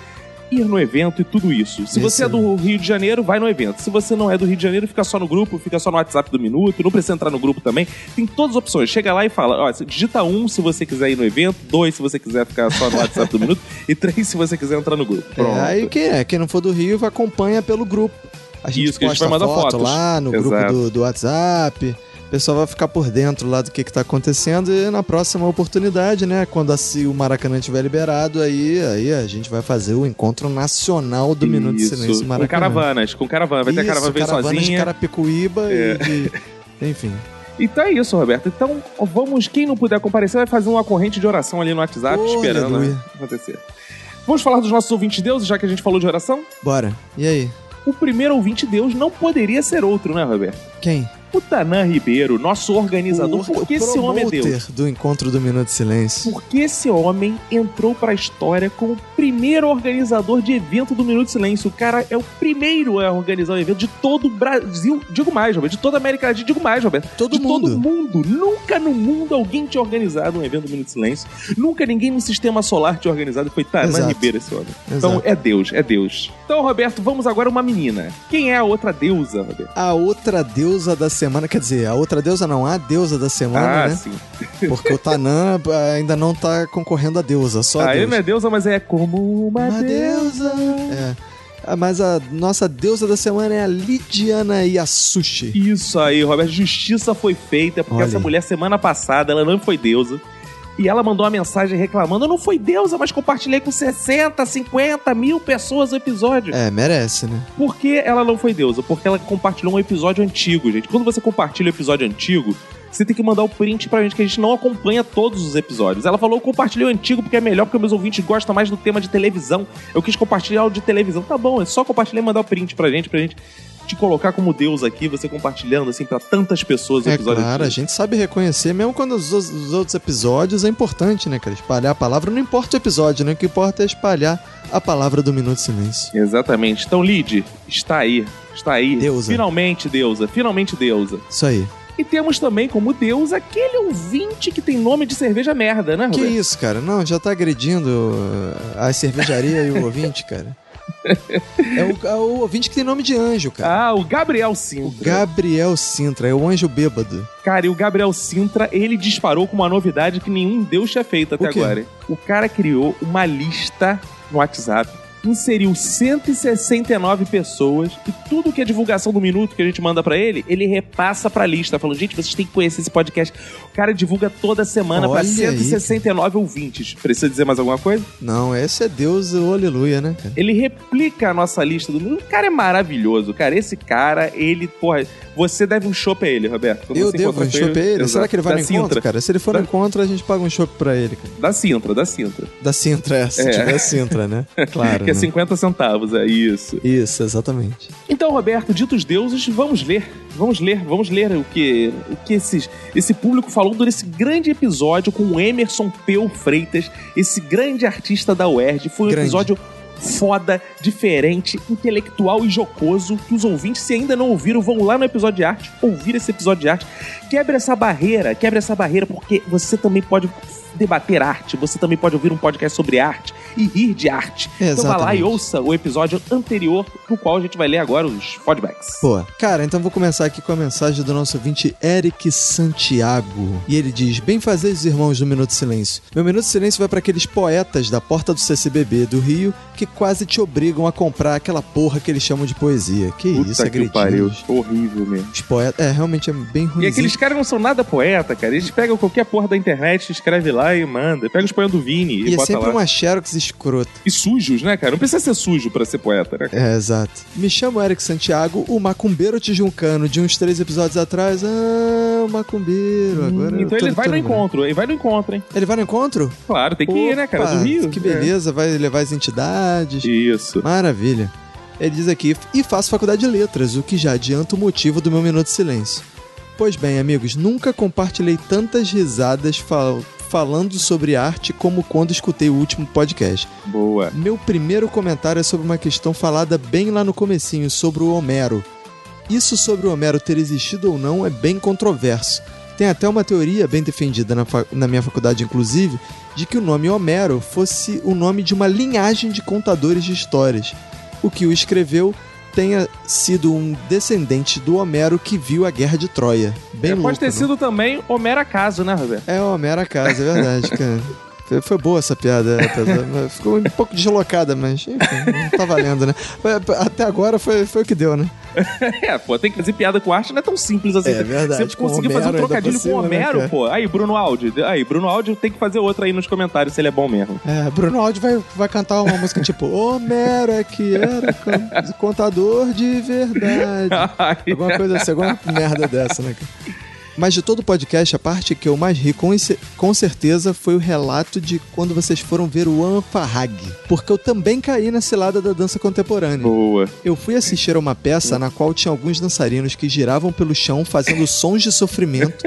ir no evento e tudo isso. Se
Isso.
você é do Rio de Janeiro, vai no evento. Se você não é do Rio de Janeiro, fica só no grupo, fica só no WhatsApp do Minuto, não precisa entrar no grupo também. Tem todas as opções. Chega lá e fala, ó, digita um se você quiser ir no evento, dois se você quiser ficar só no WhatsApp do Minuto e três se você quiser entrar no grupo. Pronto.
É, aí quem é? Quem não for do Rio, acompanha pelo grupo. A gente
Isso, que a gente
posta
vai mandar
foto
fotos.
lá no
Exato.
grupo do, do WhatsApp. O pessoal vai ficar por dentro lá do que, que tá acontecendo e na próxima oportunidade, né? Quando a- se o Maracanã tiver liberado, aí, aí a gente vai fazer o encontro nacional do Minuto de
Isso,
Silêncio
Com
Maracanã.
caravanas, com caravana. Vai ter
Isso,
a caravana vem
caravana de
sozinha. É.
Carapicuíba e de- Enfim.
Então é isso, Roberto. Então vamos, quem não puder comparecer, vai fazer uma corrente de oração ali no WhatsApp,
Oh,
Tá esperando
aleluia.
né, acontecer. Vamos falar dos nossos ouvintes deuses, já que a gente falou de oração?
Bora. E aí?
O primeiro ouvinte deus não poderia ser outro, né, Roberto?
Quem?
O Tanã Ribeiro, nosso organizador.
O-
Por que
o
esse homem é
promoter
deus?
do encontro do Minuto de Silêncio.
Por que esse homem entrou pra história como o primeiro organizador de evento do Minuto de Silêncio? O cara é o primeiro a organizar o evento de todo o Brasil. Digo mais, Roberto. De toda a América Latina. Digo mais, Roberto.
Todo
de
mundo.
todo mundo. Nunca no mundo alguém tinha organizado um evento do Minuto de Silêncio. Nunca ninguém no Sistema Solar tinha organizado. Foi Taran
Exato.
Ribeiro esse homem.
Exato.
Então é Deus, é Deus. Então, Roberto, vamos agora uma menina. Quem é a outra deusa, Roberto?
A outra deusa da semana, quer dizer, a outra deusa não, a deusa da semana,
ah,
né?
sim.
Porque o Tanã ah, ainda não tá concorrendo a deusa, só a
Ah, ele não
deusa.
é deusa, mas é como uma,
Uma deusa. É. Ah, Mas a nossa deusa da semana é a Lidiana Yasushi.
Isso aí, Roberto. Justiça foi feita, porque
Olha
essa
aí.
mulher, semana passada, ela não foi deusa. E ela mandou uma mensagem reclamando: Eu não fui deusa, mas compartilhei com 60, 50 mil pessoas o episódio.
É, merece, né?
Por que ela não foi deusa? Porque ela compartilhou um episódio antigo, gente. Quando você compartilha o episódio antigo, você tem que mandar o print pra gente, que a gente não acompanha todos os episódios. Ela falou: Eu compartilhei o antigo porque é melhor, porque meus ouvintes gostam mais do tema de televisão. Eu quis compartilhar o de televisão. Tá bom, é só compartilhar e mandar o print pra gente, pra gente te colocar como deus aqui, você compartilhando, assim, pra tantas pessoas o
É
episódio
claro, a
antigo.
gente sabe reconhecer, mesmo quando os, os- os outros episódios é importante, né, cara? Espalhar a palavra, não importa o episódio, né? O que importa é espalhar a palavra do Minuto de Silêncio.
Exatamente. Então, Lid, está aí. Está aí.
Deusa.
Finalmente, deusa. Finalmente, deusa.
Isso aí.
E temos também como deus aquele ouvinte que tem nome de cerveja merda, né,
Que
Roberto?
ah, isso, cara? Não, já tá agredindo uh, a cervejaria e o ouvinte, cara. É o, é o ouvinte que tem nome de anjo, cara.
Ah, o Gabriel
O
Sintra.
Gabriel Sintra, é o anjo bêbado.
Cara, e o Gabriel Sintra, ele disparou com uma novidade que nenhum deus tinha feito até
O quê?
agora. O cara criou uma lista no WhatsApp, inseriu 169 pessoas e tudo que é divulgação do minuto que a gente manda pra ele, ele repassa pra lista, falando: "Gente, vocês têm que conhecer esse podcast". O cara divulga toda semana pra
Olha aí, cara.
169 ouvintes. Precisa dizer mais alguma coisa?
Não, esse é Deus, o aleluia, né, cara?
Ele replica a nossa lista do mundo. O cara é maravilhoso, cara. Esse cara, ele, porra, você deve um chopp a ele, Roberto. Quando
Eu
você
devo
assim encontra
um
com
chopp a ele? Será
Exato.
que ele vai
da
no encontro,
Sintra.
cara? Se ele for no
Da-
encontro, a gente paga um chopp pra ele, cara.
Da Sintra, da Sintra.
Da Sintra, é, se
É.
tiver Sintra, né? Claro.
que é
né?
50 centavos, é isso.
Isso, exatamente.
Então, Roberto, dito os deuses, vamos ler. Vamos ler, vamos ler o que, o que esses, esse público falou durante esse grande episódio com o Emerson Peu Freitas, esse grande artista da UERJ. Foi um
Grande.
episódio foda, diferente, intelectual e jocoso, que os ouvintes, se ainda não ouviram, vão lá no episódio de arte, ouvir esse episódio de arte. Quebra essa barreira, quebra essa barreira, porque você também pode debater arte, você também pode ouvir um podcast sobre arte e rir de arte. Então vá lá
Exatamente.
e ouça o episódio anterior, no qual a gente vai ler agora os feedbacks.
Pô, cara, então vou começar aqui com a mensagem do nosso ouvinte Eric Santiago. E ele diz: Bem fazer os irmãos do Minuto Silêncio. Meu Minuto Silêncio vai para aqueles poetas da porta do CCBB do Rio que quase te obrigam a comprar aquela porra que eles chamam de poesia. Que isso, agredidos.
Horrível mesmo.
Os poetas. É, realmente é bem ruim.
E aqueles caras não são nada poeta, cara. Eles pegam qualquer porra da internet, escreve lá e manda. Pega os poemas do Vini e,
E é
bota
sempre
lá.
uma Xerox escrota.
E sujos, né, cara? Não precisa ser sujo pra ser poeta, né?
É, exato. Me chamo Eric Santiago, o macumbeiro tijuncano de uns três episódios atrás. Ah, o macumbeiro, agora. eu
Então
tô- né?
ele vai
tô
no
lembrando.
encontro, ele vai no encontro, hein?
Ele vai no encontro?
Claro, tem que ir, né, cara? Do
Opa,
Rio.
Que beleza, vai levar as entidades.
É. Isso.
Maravilha. Ele diz aqui, e faço faculdade de letras, o que já adianta o motivo do meu minuto de silêncio. Pois bem, amigos, nunca compartilhei tantas risadas fal- falando sobre arte como quando escutei o último podcast.
Boa.
Meu primeiro comentário é sobre uma questão falada bem lá no comecinho, sobre o Homero. Isso sobre o Homero ter existido ou não é bem controverso. Tem até uma teoria bem defendida na, fa- na minha faculdade, inclusive, de que o nome Homero fosse o nome de uma linhagem de contadores de histórias. O que o escreveu tenha sido um descendente do Homero que viu a Guerra de Troia. Bem
É,
louco,
pode ter
né?
sido também Homero Acaso, né, Roberto?
É o Homero a casa, é verdade, cara. Foi- Foi boa essa piada, é, apesar- mas ficou um pouco deslocada, mas enfim, não tá valendo, né? Mas, Até agora foi, foi o que deu, né?
É, pô, tem que fazer piada com arte, não é tão simples assim.
É verdade,
Você
com
conseguiu fazer um
Homero ainda
trocadilho
por
com o
cima, né,
Homero,
cara?
pô. Aí, Bruno Aldi. Aí, Bruno Aldi tem que fazer outro aí nos comentários se ele é bom mesmo.
É, Bruno Aldi vai, vai cantar uma música tipo Homero é que era con- contador de verdade. Alguma coisa assim, alguma merda dessa, né, cara? Mas de todo o podcast, a parte que eu mais ri com, ce- com certeza foi o relato de quando vocês foram ver o Anfarrag. Porque eu também caí na cilada da dança contemporânea.
Boa.
Eu fui assistir a uma peça na qual tinha alguns dançarinos que giravam pelo chão fazendo sons de sofrimento,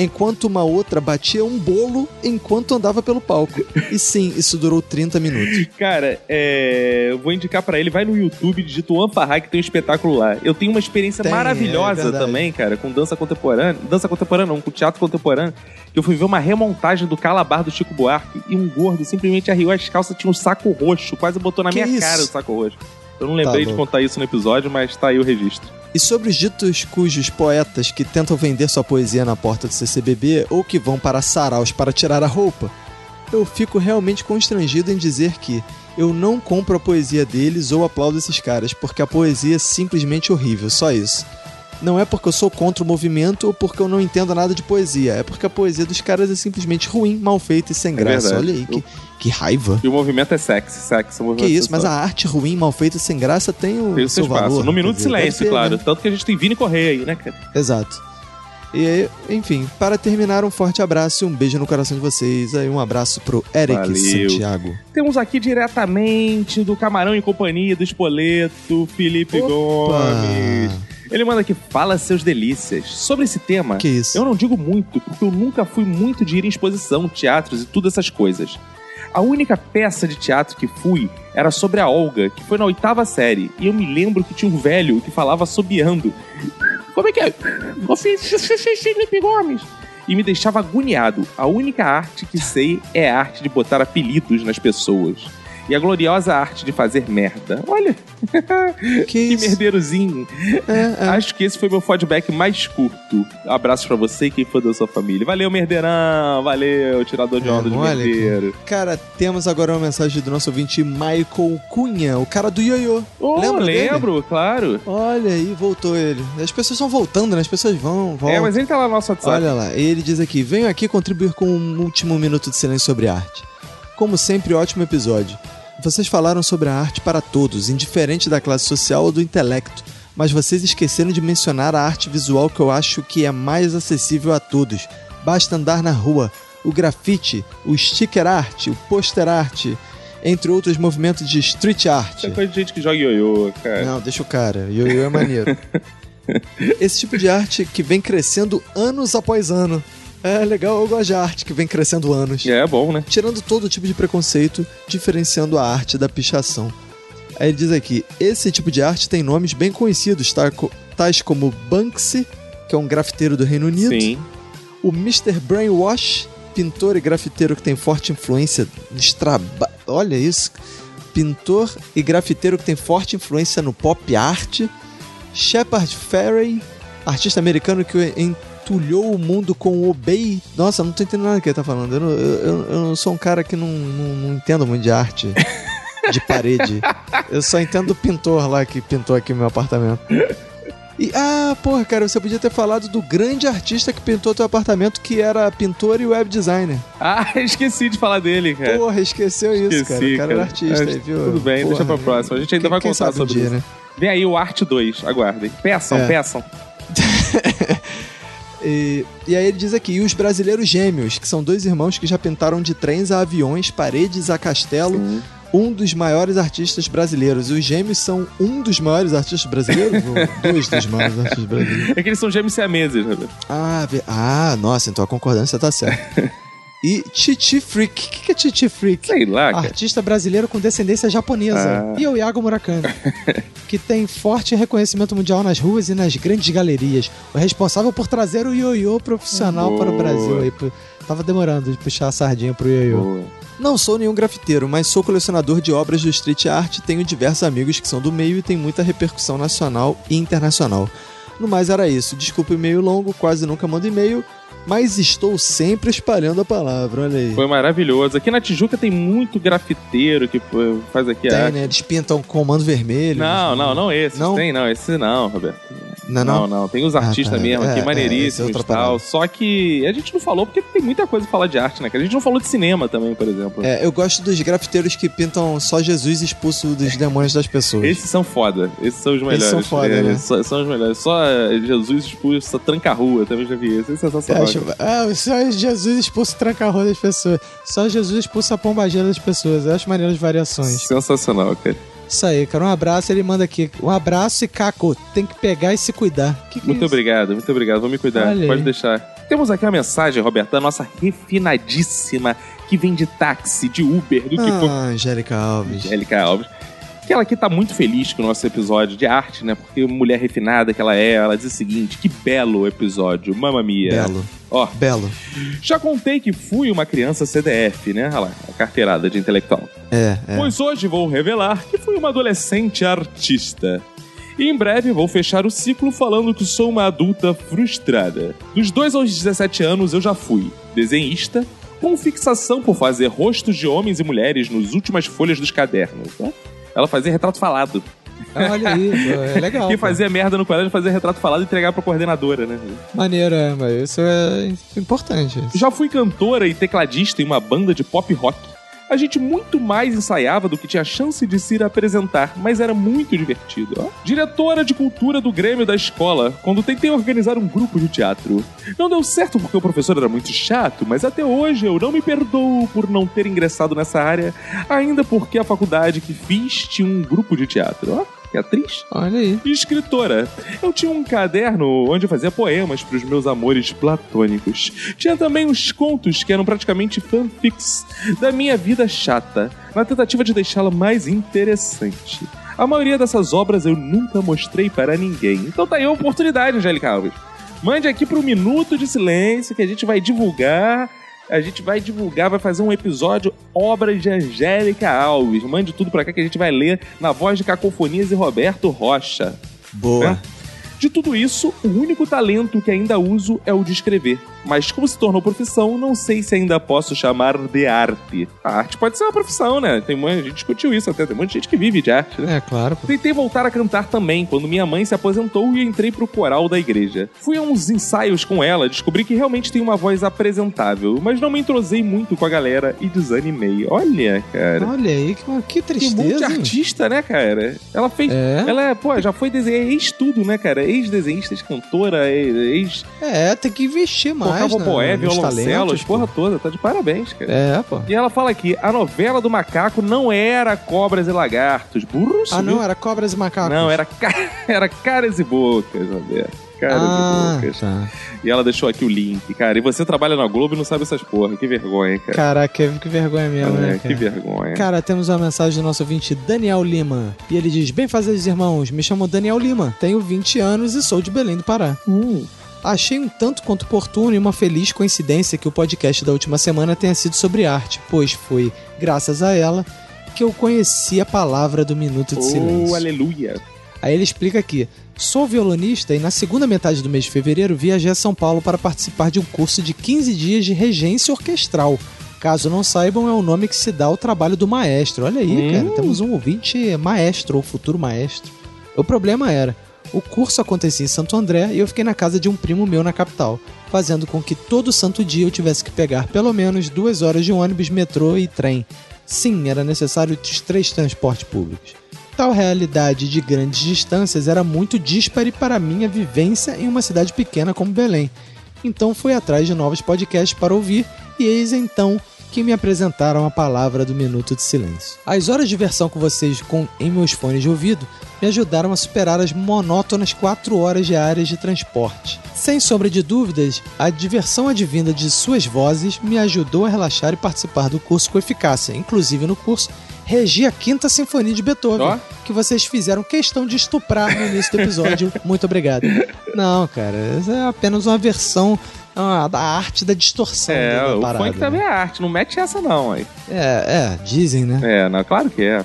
enquanto uma outra batia um bolo enquanto andava pelo palco. E sim, isso durou 30 minutos.
Cara, é, eu vou indicar pra ele, vai no YouTube, digita o Anfarrai, que tem um espetáculo lá. Eu tenho uma experiência
Tem, é
maravilhosa
verdade.
também, cara, com dança contemporânea. Dança contemporânea não, com teatro contemporâneo. Que eu fui ver uma remontagem do Calabar do Chico Buarque e um gordo simplesmente arriou as calças, tinha um saco roxo, quase botou na
Que
minha
isso?
cara o saco roxo. Eu não
Tá
lembrei de
louco.
contar isso no episódio, mas tá aí o registro.
E sobre os ditos cujos poetas que tentam vender sua poesia na porta do CCBB ou que vão para saraus para tirar a roupa, eu fico realmente constrangido em dizer que eu não compro a poesia deles ou aplaudo esses caras, porque a poesia é simplesmente horrível, só isso. Não é porque eu sou contra o movimento ou porque eu não entendo nada de poesia, é porque a poesia dos caras é simplesmente ruim, mal feita e sem graça.
É verdade.
Olha aí, que, que raiva.
E o movimento é sexy,
Que
sexy. O movimento
isso,
sexual.
mas a arte ruim, mal feita e sem graça tem o
Tem o
seu
seu espaço.
valor.
no Minuto
quer
de
dizer, deve
Silêncio,
ter,
claro.
né?
Tanto que a gente tem Vini Correia aí, né, cara?
Exato. E aí, enfim, para terminar, um forte abraço e um beijo no coração de vocês. Aí um abraço pro Eric
Valeu.
Santiago.
Temos aqui diretamente do Camarão e Companhia, do Espoleto, Felipe
Ah,
Gomes. Ele manda aqui, fala seus delícias. Sobre esse tema,
Que isso?
eu não digo muito, porque eu nunca fui muito de ir em exposição, teatros e tudo essas coisas. A única peça de teatro que fui era sobre a Olga, que foi na oitava série. E eu me lembro que tinha um velho que falava assobiando. Como é que é? Você- Felipe Gomes. E me deixava agoniado. A única arte que sei é a arte de botar apelidos nas pessoas. e a gloriosa arte de fazer merda. Olha,
Que,
que
isso? É,
merdeirozinho.
Ah.
Acho que esse foi meu feedback mais curto. Abraço pra você e quem for da sua família. Valeu, merdeirão. Valeu, tirador de
É,
onda de
mole,
merdeiro.
Cara, temos agora uma mensagem do nosso ouvinte Michael Cunha, o cara do ioiô.
Oh,
Lembra dele?
lembro, claro. É,
Olha aí, voltou ele. As pessoas estão voltando, né? As pessoas vão, voltam.
É, mas ele tá lá no nosso WhatsApp.
Olha lá, ele diz aqui: venho aqui contribuir com um último minuto de silêncio sobre arte. Como sempre, ótimo episódio. Vocês falaram sobre a arte para todos, indiferente da classe social ou do intelecto, mas vocês esqueceram de mencionar a arte visual que eu acho que é mais acessível a todos. Basta andar na rua. O grafite, o sticker art, o poster art, entre outros movimentos de street art.
Tem coisa de gente que joga ioiô, cara.
Não, deixa o cara. Ioiô é maneiro. Esse tipo de arte que vem crescendo anos após ano. É legal, eu gosto de arte que vem crescendo anos.
É bom, né?
Tirando todo tipo de preconceito, diferenciando a arte da pichação. Aí ele diz aqui: esse tipo de arte tem nomes bem conhecidos, tá? Co- tais como Banksy, que é um grafiteiro do Reino Unido,
Sim.
o Mr. Brainwash, pintor e grafiteiro que tem forte influência nos traba... Olha isso. Pintor e grafiteiro que tem forte influência no pop art. Shepard Fairey, artista americano que entulhou o mundo com o Obey. Nossa, não tô entendendo nada que ele tá falando. Eu, não- eu- eu- eu não sou um cara que não, não, não entendo muito de arte. De parede. Eu só entendo o pintor lá que pintou aqui o meu apartamento. E, ah, porra, cara, você podia ter falado do grande artista que pintou teu apartamento, que era pintor e web designer.
Ah, esqueci de falar dele, cara.
Porra, esqueceu isso, cara.
É. Esqueci,
O cara era
cara.
artista,
Acho-
viu?
tudo bem, deixa pra próxima. A gente ainda
quem-
vai
quem sabe
contar
um
sobre
dia,
isso.
Né?
Vem aí o Arte 2, aguardem. Peçam,
É.
peçam.
E, e aí ele diz aqui, e os brasileiros gêmeos, que são dois irmãos que já pintaram de trens a aviões, paredes a castelo, um dos maiores artistas brasileiros. E os gêmeos são um dos maiores artistas brasileiros? ou dois dos maiores artistas brasileiros?
É que eles são gêmeos siameses, né?
Ah, ve- ah, nossa, então a concordância tá certa. E Titi Freak. O que, que é Titi Freak?
Sei lá, cara. Ah.
Artista brasileiro com descendência japonesa. E o Iago Murakami. que tem forte reconhecimento mundial nas ruas e nas grandes galerias. O responsável por trazer o ioiô profissional para o
Boa.
Brasil. Aí, pô, Tava demorando de puxar a sardinha pro ioiô.
Boa.
Não sou nenhum grafiteiro, mas sou colecionador de obras do street art, tenho diversos amigos que são do meio e tem muita repercussão nacional e internacional. No mais era isso. Desculpa o e-mail longo, quase nunca mando e-mail, mas estou sempre espalhando a palavra, olha aí.
Foi maravilhoso. Aqui na Tijuca tem muito grafiteiro que pô, faz aqui a
Tem,
arte.
né? Eles pintam comando vermelho.
é. Não, não, não esse.
Não?
Tem, não. Esse não, Roberto.
Não,
Não, não.
não.
Tem os artistas
Ah, tá.
mesmo
É,
aqui,
é, essa é
maneiríssimos
outra
e tal.
parada.
Só que a gente não falou porque tem muita coisa pra falar de arte, né? cara? A gente não falou de cinema também, por exemplo.
É, eu gosto dos grafiteiros que pintam só Jesus expulso dos demônios das pessoas.
Esses são foda. Esses são os melhores.
são foda,
É,
né?
só- são os melhores. Só eh, Jesus expulsa tranca-rua. Também já vi esse. Esse é
Você
sensacional.
acha- Ah, só Jesus expulsa o tranca-rua das pessoas. Só Jesus expulsa a pombageira das pessoas. Eu acho maneiro as
cara.
variações.
Sensacional, cara.
Isso aí, cara. Um abraço. Ele manda aqui. Um abraço e Caco, tem que pegar e se cuidar. Que que é
Muito
isso?
obrigado, muito obrigado. Vou me cuidar,
Olha aí.
pode deixar. Temos aqui uma mensagem, Roberto, da nossa refinadíssima, que vem de táxi, de Uber, do que for.
Ah, Angélica Alves.
Angélica Alves. Que ela aqui tá muito feliz com o nosso episódio de arte, né? Porque mulher refinada que ela é, ela diz o seguinte: que belo episódio, mamma mia.
Belo,
Ó,
belo.
já contei que fui uma criança CDF, né? Olha lá, a carteirada de intelectual.
É, é.
Pois hoje vou revelar que fui uma adolescente artista. E em breve vou fechar o ciclo falando que sou uma adulta frustrada. Dos 2 aos 17 anos eu já fui desenhista, com fixação por fazer rostos de homens e mulheres nas últimas folhas dos cadernos. né? Ela fazia retrato falado.
Ah, Olha aí, pô, é legal.
E
pô.
fazia merda no quadro, fazia retrato falado e entregava pra coordenadora, né?
Maneiro, é, mas isso é importante.
Já fui cantora e tecladista em uma banda de pop rock. A gente muito mais ensaiava do que tinha chance de se ir apresentar, mas era muito divertido. ó. Diretora de cultura do Grêmio da escola, quando tentei organizar um grupo de teatro. Não deu certo porque o professor era muito chato, mas até hoje eu não me perdoo por não ter ingressado nessa área, ainda porque a faculdade que fiz tinha um grupo de teatro. Ó, que atriz
Olha aí.
e escritora. Eu tinha um caderno onde eu fazia poemas para os meus amores platônicos. Tinha também uns contos que eram praticamente fanfics da minha vida chata, na tentativa de deixá-la mais interessante. A maioria dessas obras eu nunca mostrei para ninguém. Então tá aí a oportunidade, Angélica Alves. Mande aqui pro Minuto de Silêncio que a gente vai divulgar A gente vai divulgar, vai fazer um episódio Obras de Angélica Alves. Mande tudo pra cá que a gente vai ler na voz de Cacofonias e Roberto Rocha.
Boa.
De tudo isso, o único talento que ainda uso é o de escrever. Mas como se tornou profissão, não sei se ainda posso chamar de arte. A arte pode ser uma profissão, né? Tem, mu- a gente discutiu isso até, tem muita gente que vive de arte, né?
É, claro. pô.
Tentei voltar a cantar também quando minha mãe se aposentou e eu entrei pro coral da igreja. Fui a uns ensaios com ela, descobri que realmente tem uma voz apresentável, mas não me entrosei muito com a galera e desanimei. Olha, cara. um
Olha aí, que, que
Que
tristeza. hein?
multi-artista, né, cara? Ela fez.
É.
Ela é, pô, já foi desenhista, ex-tudo, né, cara? Ex-desenhista, ex-cantora, ex.
É, tem que investir mais.
Tocava
né,
boé,
nos
violoncelos,
talentos, pô.
porra toda. Tá de parabéns, cara.
É, pô.
E ela fala aqui: a novela do macaco não era cobras e lagartos. Burro,
Ah,
subiu
não, era cobras e macacos.
não, era, ca- era caras e bocas, Roberto. Caras
ah,
e bocas.
tá.
E ela deixou aqui o link, cara. E você trabalha na Globo e não sabe essas porra. Que vergonha, cara.
Caraca, que vergonha mesmo,
É,
né,
que
cara?
vergonha.
Cara, temos uma mensagem do nosso ouvinte Daniel Lima. E ele diz: Bem fazeres irmãos, me chamo Daniel Lima, tenho 20 anos e sou de Belém do Pará. Achei um tanto quanto oportuno e uma feliz coincidência que o podcast da última semana tenha sido sobre arte, pois foi graças a ela que eu conheci a palavra do Minuto de
Oh,
Silêncio.
aleluia.
Aí ele explica aqui: sou violonista e na segunda metade do mês de fevereiro viajei a São Paulo para participar de um curso de 15 dias de regência orquestral. Caso não saibam, é o nome que se dá ao trabalho do maestro. Olha aí, cara, temos um ouvinte maestro ou futuro maestro. O problema era: o curso acontecia em Santo André e eu fiquei na casa de um primo meu na capital, fazendo com que todo santo dia eu tivesse que pegar pelo menos duas horas de ônibus, metrô e trem. Sim, era necessário os três transportes públicos. Tal realidade de grandes distâncias era muito díspare para minha vivência em uma cidade pequena como Belém. Então fui atrás de novos podcasts para ouvir e eis então que me apresentaram a palavra do minuto de silêncio. As horas de versão com vocês com em meus fones de ouvido me ajudaram a superar as monótonas 4 horas diárias de transporte. Sem sombra de dúvidas, a diversão advinda de suas vozes me ajudou a relaxar e participar do curso com eficácia. Inclusive no curso, regi a Quinta Sinfonia de Beethoven,
Ó.
que vocês fizeram questão de estuprar no início do episódio. Muito obrigado. Não, cara, essa é apenas uma versão ah, da arte da distorção
É,
da
o
parada. né?
funk também é arte. Não mete essa, não, aí.
É, é, dizem, né?
É, não, claro que é.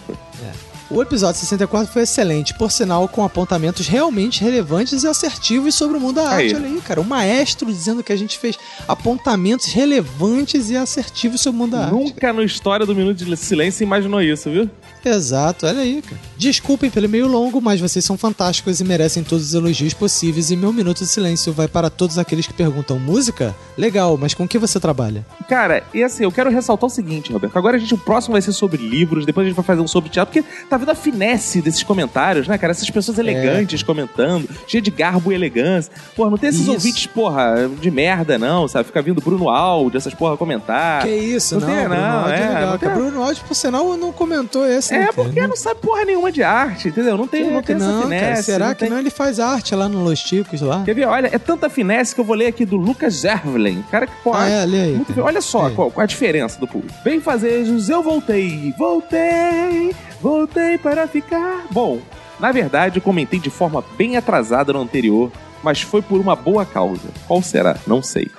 O episódio 64 foi excelente, por sinal, com apontamentos realmente relevantes e assertivos sobre o mundo da
Aí.
arte. Olha aí, cara, o maestro dizendo que a gente fez apontamentos relevantes e assertivos sobre o mundo da arte.
Nunca na história do Minuto de Silêncio imaginou isso, viu?
Exato, olha aí, cara. Desculpem pelo meio longo, mas vocês são fantásticos e merecem todos os elogios possíveis. E meu minuto de silêncio vai para todos aqueles que perguntam: música? Legal, mas com que você trabalha?
Cara, e assim, eu quero ressaltar o seguinte, Roberto. Agora a gente, o próximo vai ser sobre livros, depois a gente vai fazer um sobre teatro, porque tá vendo a finesse desses comentários, né, cara? Essas pessoas
É.
elegantes comentando, cheia de garbo e elegância. Porra, não tem esses
Isso.
ouvintes, porra, de merda, não, sabe? Fica vindo Bruno Aldi, essas porra comentar.
que isso,
Ah, não
não?
tem,
Bruno
não,
Aldi
é,
legal,
não
cara.
tem.
Bruno Aldi, por sinal, não comentou esse. né,
É,
cara?
porque não sabe porra nenhuma de arte, entendeu? Não tem, não
Será que
tem essa
não,
finesse.
cara? Será
não
que
tem-
não? Ele faz arte lá no Los Ticos lá.
Quer ver? Olha, é tanta finesse que eu vou ler aqui do Lucas Zervlin. Cara que porra.
Ah, é, lê aí.
Muito
cara.
bem. Olha só
É.
qual, qual a diferença do público. Bem fazejos, eu voltei, voltei, voltei para ficar. Bom, na verdade, eu comentei de forma bem atrasada no anterior, mas foi por uma boa causa. Qual será? Não sei.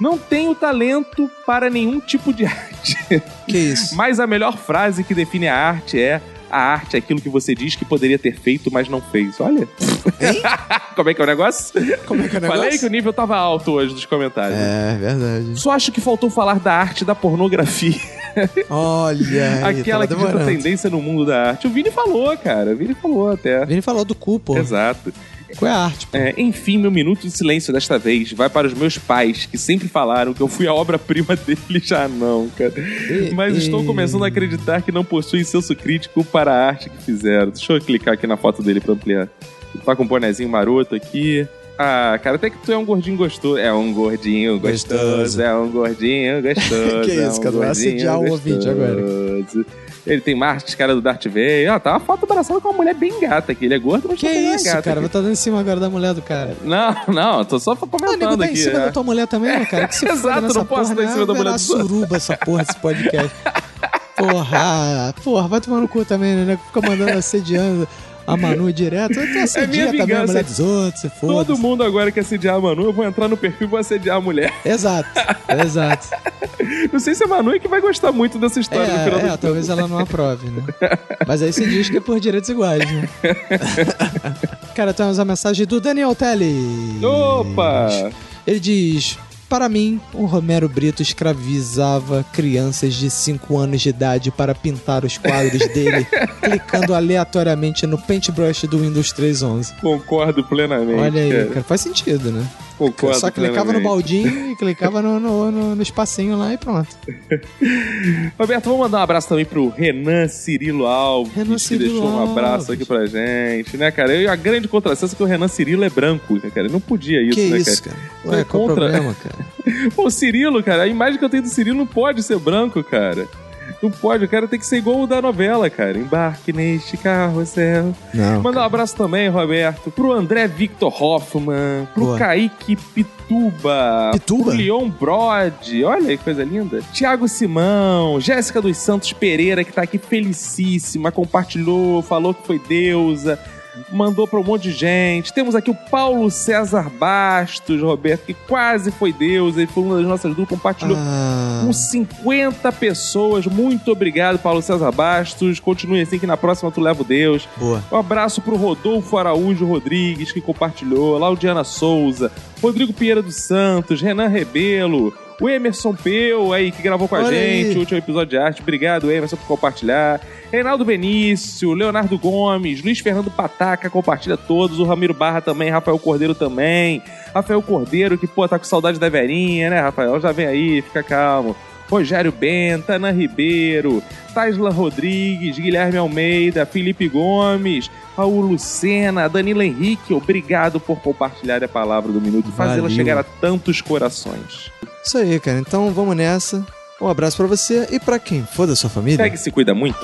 Não tenho talento para nenhum tipo de arte.
Que isso?
Mas a melhor frase que define a arte é: a arte é aquilo que você diz que poderia ter feito, mas não fez. Olha. Como é que é o negócio?
Como é que é o
Falei que o nível tava alto hoje dos comentários.
É, verdade.
Só acho que faltou falar da arte da pornografia.
Olha aí,
aquela que
tava
dita
demorando.
tendência no mundo da arte. O Vini falou, cara. O Vini falou até.
Vini falou do cu, pô.
Exato.
Qual é a arte?
É, enfim, meu minuto de silêncio desta vez vai para os meus pais, que sempre falaram que eu fui a obra-prima dele já não, cara.
E-
Mas estou
e-
começando a acreditar que não possuem senso crítico para a arte que fizeram. Deixa eu clicar aqui na foto dele pra ampliar. Ele tá com um bonezinho maroto aqui. Ah, cara, até que tu é um gordinho gostoso. É um gordinho gostoso.
Gostoso.
É um gordinho gostoso.
Que
é
isso,
um
cara, vai
gordinho
assediar o ouvinte
gostoso. eh, Ele tem Marte, cara do Darth Vader. Ó, tá uma foto abraçada com uma mulher bem gata aqui. Ele é gordo, mas
Que
tá bem
isso,
gata
cara?
aqui.
Vou estar dando em cima agora da mulher do cara.
Não, não, tô só
Ah, nego,
comentando
dá em
aqui.
cima
né?
da tua mulher também, né, cara? Que se
Exato,
foda nessa
não posso
porra,
dar em
né?
cima da
Vai
mulher
lá
dos outros.
suruba essa porra desse podcast. Porra, ah, porra, vai tomar no cu também, né? nego? Fica mandando assediando. A Manu é direto. Eu tô assim,
minha
também, a
vingança.
mulher dos outros, se foda.
Todo mundo agora que assediar a Manu, eu vou entrar no perfil e vou assediar a mulher.
Exato, exato.
Não sei se a Manu é que vai gostar muito dessa
É,
história no final
é,
das contas.
talvez ela não aprove, né? Mas aí se diz que é por direitos iguais, né? Cara, temos a mensagem do Daniel Telly.
Opa!
Ele diz: Para mim, o Romero Brito escravizava crianças de 5 anos de idade para pintar os quadros dele, clicando aleatoriamente no paintbrush do Windows 3.11.
Concordo plenamente.
Olha aí,
cara.
cara, faz sentido, né?
Concordo
Só clicava no
plenamente.
baldinho e clicava no, no, no- no espacinho lá e pronto.
Roberto, vamos mandar um abraço também pro Renan Cirilo Alves,
Renan
que
Cirilo
deixou um
Alves.
abraço aqui pra gente, né, cara? E a grande contrassença é que o Renan Cirilo é branco, né, cara? Ele Não podia isso,
que
né,
isso, cara? Ué,
Foi
qual
contra-
o problema, cara?
cara? Pô, o Cirilo, cara, a imagem que eu tenho do Cirilo não pode ser branco, cara. Não pode, o cara tem que ser igual o da novela, cara. Embarque neste carro, céu.
Não.
Mandar um abraço também, Roberto, pro André Victor Hoffman, pro
Boa.
Kaique Pituba,
Pituba?
pro Leon Brod, olha que coisa linda. Tiago Simão, Jéssica dos Santos Pereira, que tá aqui felicíssima, compartilhou, falou que foi deusa. Mandou pra um monte de gente. Temos aqui o Paulo César Bastos, Roberto, que quase foi Deus. Ele foi uma das nossas duas, compartilhou
Ah,
com 50 pessoas. Muito obrigado, Paulo César Bastos. Continue assim que na próxima tu leva o Deus.
boa.
Um abraço pro Rodolfo Araújo Rodrigues, que compartilhou, Laudiana Souza, Rodrigo Pinheiro dos Santos, Renan Rebelo, o Emerson Peu aí, que gravou com a
Olha
gente
aí.
o último episódio de arte. Obrigado, Emerson, por compartilhar. Reinaldo Benício, Leonardo Gomes, Luiz Fernando Pataca, compartilha todos. O Ramiro Barra também, Rafael Cordeiro também. Rafael Cordeiro, que, pô, tá com saudade da Verinha, né, Rafael? Já vem aí, fica calmo. Rogério Benta, Ana Ribeiro, Taisla Rodrigues, Guilherme Almeida, Felipe Gomes, Raul Lucena, Danilo Henrique, obrigado por compartilhar a palavra do Minuto e fazê-la
Valeu.
chegar a tantos corações.
Isso aí, cara. Então vamos nessa. Um abraço pra você e pra quem for da sua família.
Segue e se cuida muito.